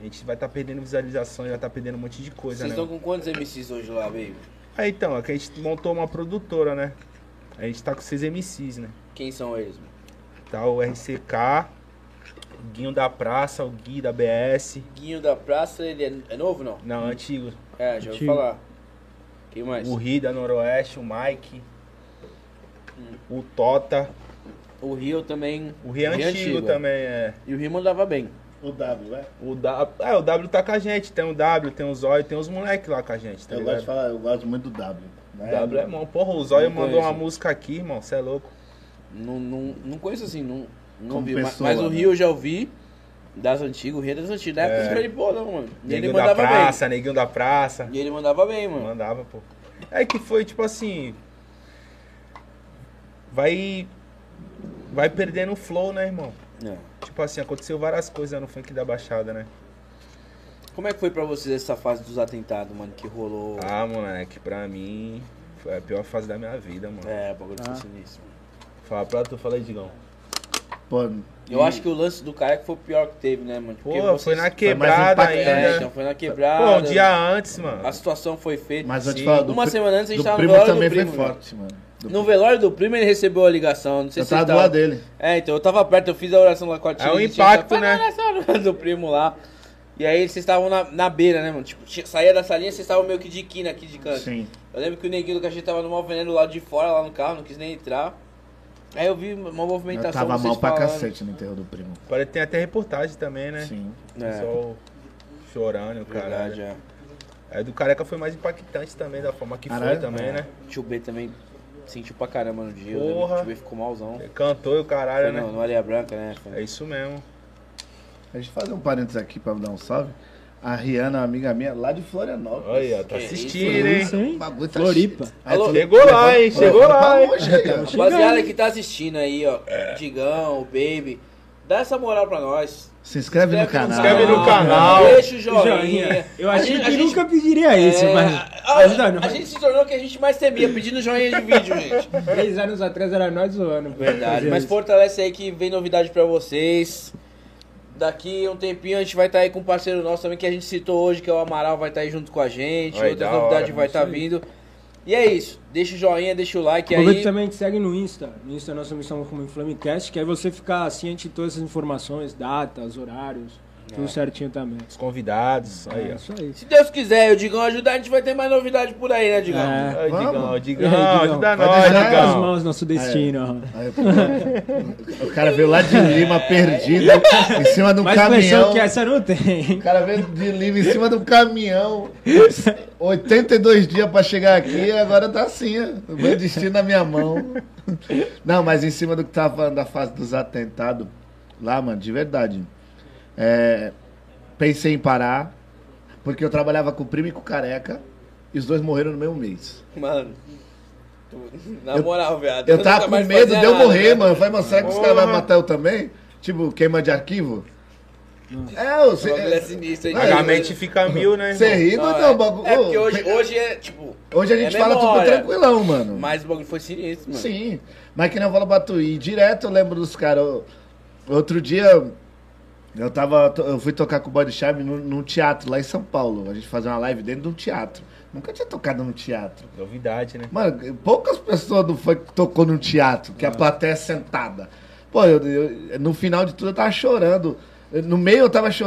S3: a gente vai estar perdendo visualização, vai estar perdendo um monte de coisa,
S2: Vocês
S3: né?
S2: estão com quantos MCs hoje lá, Baby?
S3: Ah, então, é que a gente montou uma produtora, né? A gente tá com seis MCs, né?
S2: Quem são eles, mano?
S3: Tá o RCK, o Guinho da Praça, o Gui da BS.
S2: Guinho da Praça, ele é, é novo não?
S3: Não, antigo.
S2: É, já ouvi
S1: Antigo.
S2: falar. Quem mais?
S3: O
S2: O,
S3: Ri da Noroeste, o Mike. O Tota.
S2: Rio também.
S3: O Ri é antigo,
S2: é.
S3: também, é.
S2: E o Rio mandava bem.
S4: O W, é?
S3: O W, ah, o W tá com a gente. Tem o W, tem o Zóio, tem os moleques lá com a gente, tá
S4: Eu gosto de
S3: ligado?
S4: falar, eu gosto muito do É W.
S3: O
S4: né?
S3: W é mão. Porra, o Zóio
S2: Não
S3: mandou uma
S2: conheço.
S3: música aqui, irmão. Você é louco.
S2: Não, não, não conheço assim, não, não
S4: Como
S2: vi. Mas-
S4: pessoa,
S2: mas o
S4: né?
S2: Rio eu já ouvi. Das antigas, o Rio é das antigas. Da época eu esperei pô, não, mano. E ele
S3: Neguinho da
S2: mandava
S3: Praça, Neguinho da Praça.
S2: bem. E ele mandava bem, mano.
S3: Mandava, pô. É que foi tipo assim. Vai. Vai perdendo o flow, né, irmão?
S2: É.
S3: Tipo assim, aconteceu várias coisas no funk da Baixada, né?
S2: Como é que foi pra vocês essa fase dos atentados, mano, que rolou?
S3: Ah, moleque, pra mim foi a pior fase da minha vida, mano.
S2: É, o bagulho foi sinistro.
S3: Fala pra tu, fala aí, Digão.
S4: Pô,
S2: Eu acho que o lance do cara é que foi o pior que teve, né, mano?
S3: Pô,
S2: Porque
S3: foi
S2: vocês-
S3: na quebrada
S4: mais impactante,
S2: É,
S3: ainda.
S2: então foi na quebrada.
S3: Pô, um dia antes, mano.
S2: A situação foi feita.
S4: Mas eu te
S3: Sim.
S4: falo, do
S2: Uma
S4: pri-
S2: semana antes a gente
S4: do
S2: tava no
S4: primo
S2: velório
S4: também
S2: do
S4: foi
S2: primo. mano.
S4: forte, mano. Do
S2: No velório do primo ele recebeu a ligação, não sei
S4: Eu
S2: se ele
S4: tava do
S2: tava...
S4: lado dele.
S2: É, então eu tava perto, eu fiz a oração lá com a tia.
S3: É um
S2: a gente tava-
S3: impacto,
S2: Faz a
S3: né?
S2: oração do primo lá. E aí vocês estavam na, na beira, né, mano? Tipo, tinha- saía da salinha, vocês estavam meio que de quina aqui de canto.
S4: Sim.
S2: Eu lembro que o neguinho do cachê tava no mal veneno lá de fora, lá no carro, não quis nem entrar. Aí eu vi uma
S4: Eu
S2: movimentação.
S4: tava
S2: vocês né?
S4: mal pra
S2: falando.
S4: cacete no enterro do primo.
S3: Parece que tem até reportagem também, né? Sim.
S4: Sim.
S2: É,
S3: Pessoal chorando,
S2: verdade,
S3: cara.
S2: é.
S3: Aí do careca foi mais impactante também, da forma que foi
S4: Caralho.
S3: também, né?
S2: Tio B também sentiu pra caramba no dia. eu lembro que O
S3: Porra.
S2: Tio B ficou malzão.
S3: Cantou e o caralho,
S2: Foi
S3: né?
S2: no, no Areia Branca, né? Foi-
S3: É isso mesmo.
S4: A gente fazer um parênteses aqui pra dar um salve. A Rihanna, é amiga minha, lá de Florianópolis.
S3: Aí, ó, tá
S2: Que
S3: assistindo, hein?
S1: Isso,
S4: O
S1: hein?
S4: bagulho tá
S1: Floripa.
S4: cheio. Aí
S2: Alô?
S4: tu-
S3: Chegou lá, hein? Chegou lá, hein?
S4: Longe, aí, ó.
S2: Rapaziada que tá assistindo aí, ó.
S3: É.
S2: Digão, o Baby. Dá essa moral pra nós.
S4: Se inscreve no
S2: Se
S4: canal.
S3: inscreve no canal.
S2: Deixa o joinha.
S1: Eu
S2: A
S1: achei
S2: gente-
S1: que
S2: a gente-
S1: nunca pediria
S2: É,
S1: isso, mas.
S2: a,
S1: mas não, não.
S2: a gente se tornou o que a gente mais temia, pedindo joinha de vídeo, gente.
S1: Três anos atrás era nós zoando.
S2: Verdade.
S1: Fazia
S2: Mas
S1: isso.
S2: fortalece aí que vem novidade pra vocês. Daqui um tempinho a gente vai estar aí com um parceiro nosso também que a gente citou hoje, que é o Amaral, vai estar aí junto com a gente.
S3: Aí,
S2: Outras
S3: da hora,
S2: novidades vai
S3: isso
S2: estar vindo. E é isso. Deixa o joinha, deixa o like
S1: Aproveita
S2: aí.
S1: também que segue no Insta. No Insta é nossa missão como Inflamecast, que aí você fica ciente de todas essas informações, datas, horários, Tudo certinho também.
S3: Os convidados. Aí,
S1: É
S3: ó.
S1: isso aí.
S2: Se Deus quiser, o Digão ajudar, a gente vai ter mais novidade por aí, né, Digão?
S1: É.
S3: Aí,
S4: Vamos.
S3: Digão, Digão,
S1: Digão,
S3: ajuda
S4: vai
S3: nós,
S4: deixar
S1: Nas
S3: Digão. É.
S1: mãos nosso destino. ó.
S4: Aí, pô, o cara veio lá de Lima, perdido, em cima de um
S1: Mas
S4: caminhão.
S1: pensou que é essa não
S4: O
S1: tem.
S4: cara veio de Lima em cima de um caminhão. 82 dias pra chegar aqui e agora tá assim, ó. O meu destino na minha mão. Não, mas em cima do que tava falando da fase dos atentados, lá, mano, de verdade. É, pensei em parar, porque eu trabalhava com o primo e com o careca, e os dois morreram no mesmo mês.
S2: Mano. tu- Na moral, viado.
S4: Eu
S2: nunca
S4: tava com
S2: tá mais
S4: medo de
S2: fazia
S4: eu
S2: nada,
S4: morrer,
S2: né?
S4: mano. Eu falei, mano, será que os caras vão
S3: Porra.
S4: matar eu também? Tipo, queima de arquivo? É, eu
S2: O bagulho é
S4: sei.
S2: sinistro, hein?
S3: A mente fica mil, né?
S4: Você
S3: irmão?
S4: ri,
S2: Não,
S4: mas
S2: é,
S4: não, bagulho.
S2: é porque hoje,
S4: Pe-
S2: hoje é, tipo...
S4: Hoje a gente
S2: é
S4: fala tudo
S2: memória.
S4: tranquilão, mano.
S2: Mas o bagulho foi sinistro, mano.
S4: Sim. Mas que nem eu falo pra tu ir direto, eu lembro dos caras. Eu- Outro dia eu tava. to- Eu fui tocar com o Body Charme num, num teatro lá em São Paulo. A gente fazia uma live dentro de um teatro. Nunca tinha tocado num teatro.
S3: Novidade, né?
S4: Mano, poucas pessoas do funk tocou num teatro, que a
S2: Ah.
S4: plateia é sentada. Pô, eu- eu- no final de tudo eu tava chorando. No meio eu tava chorando.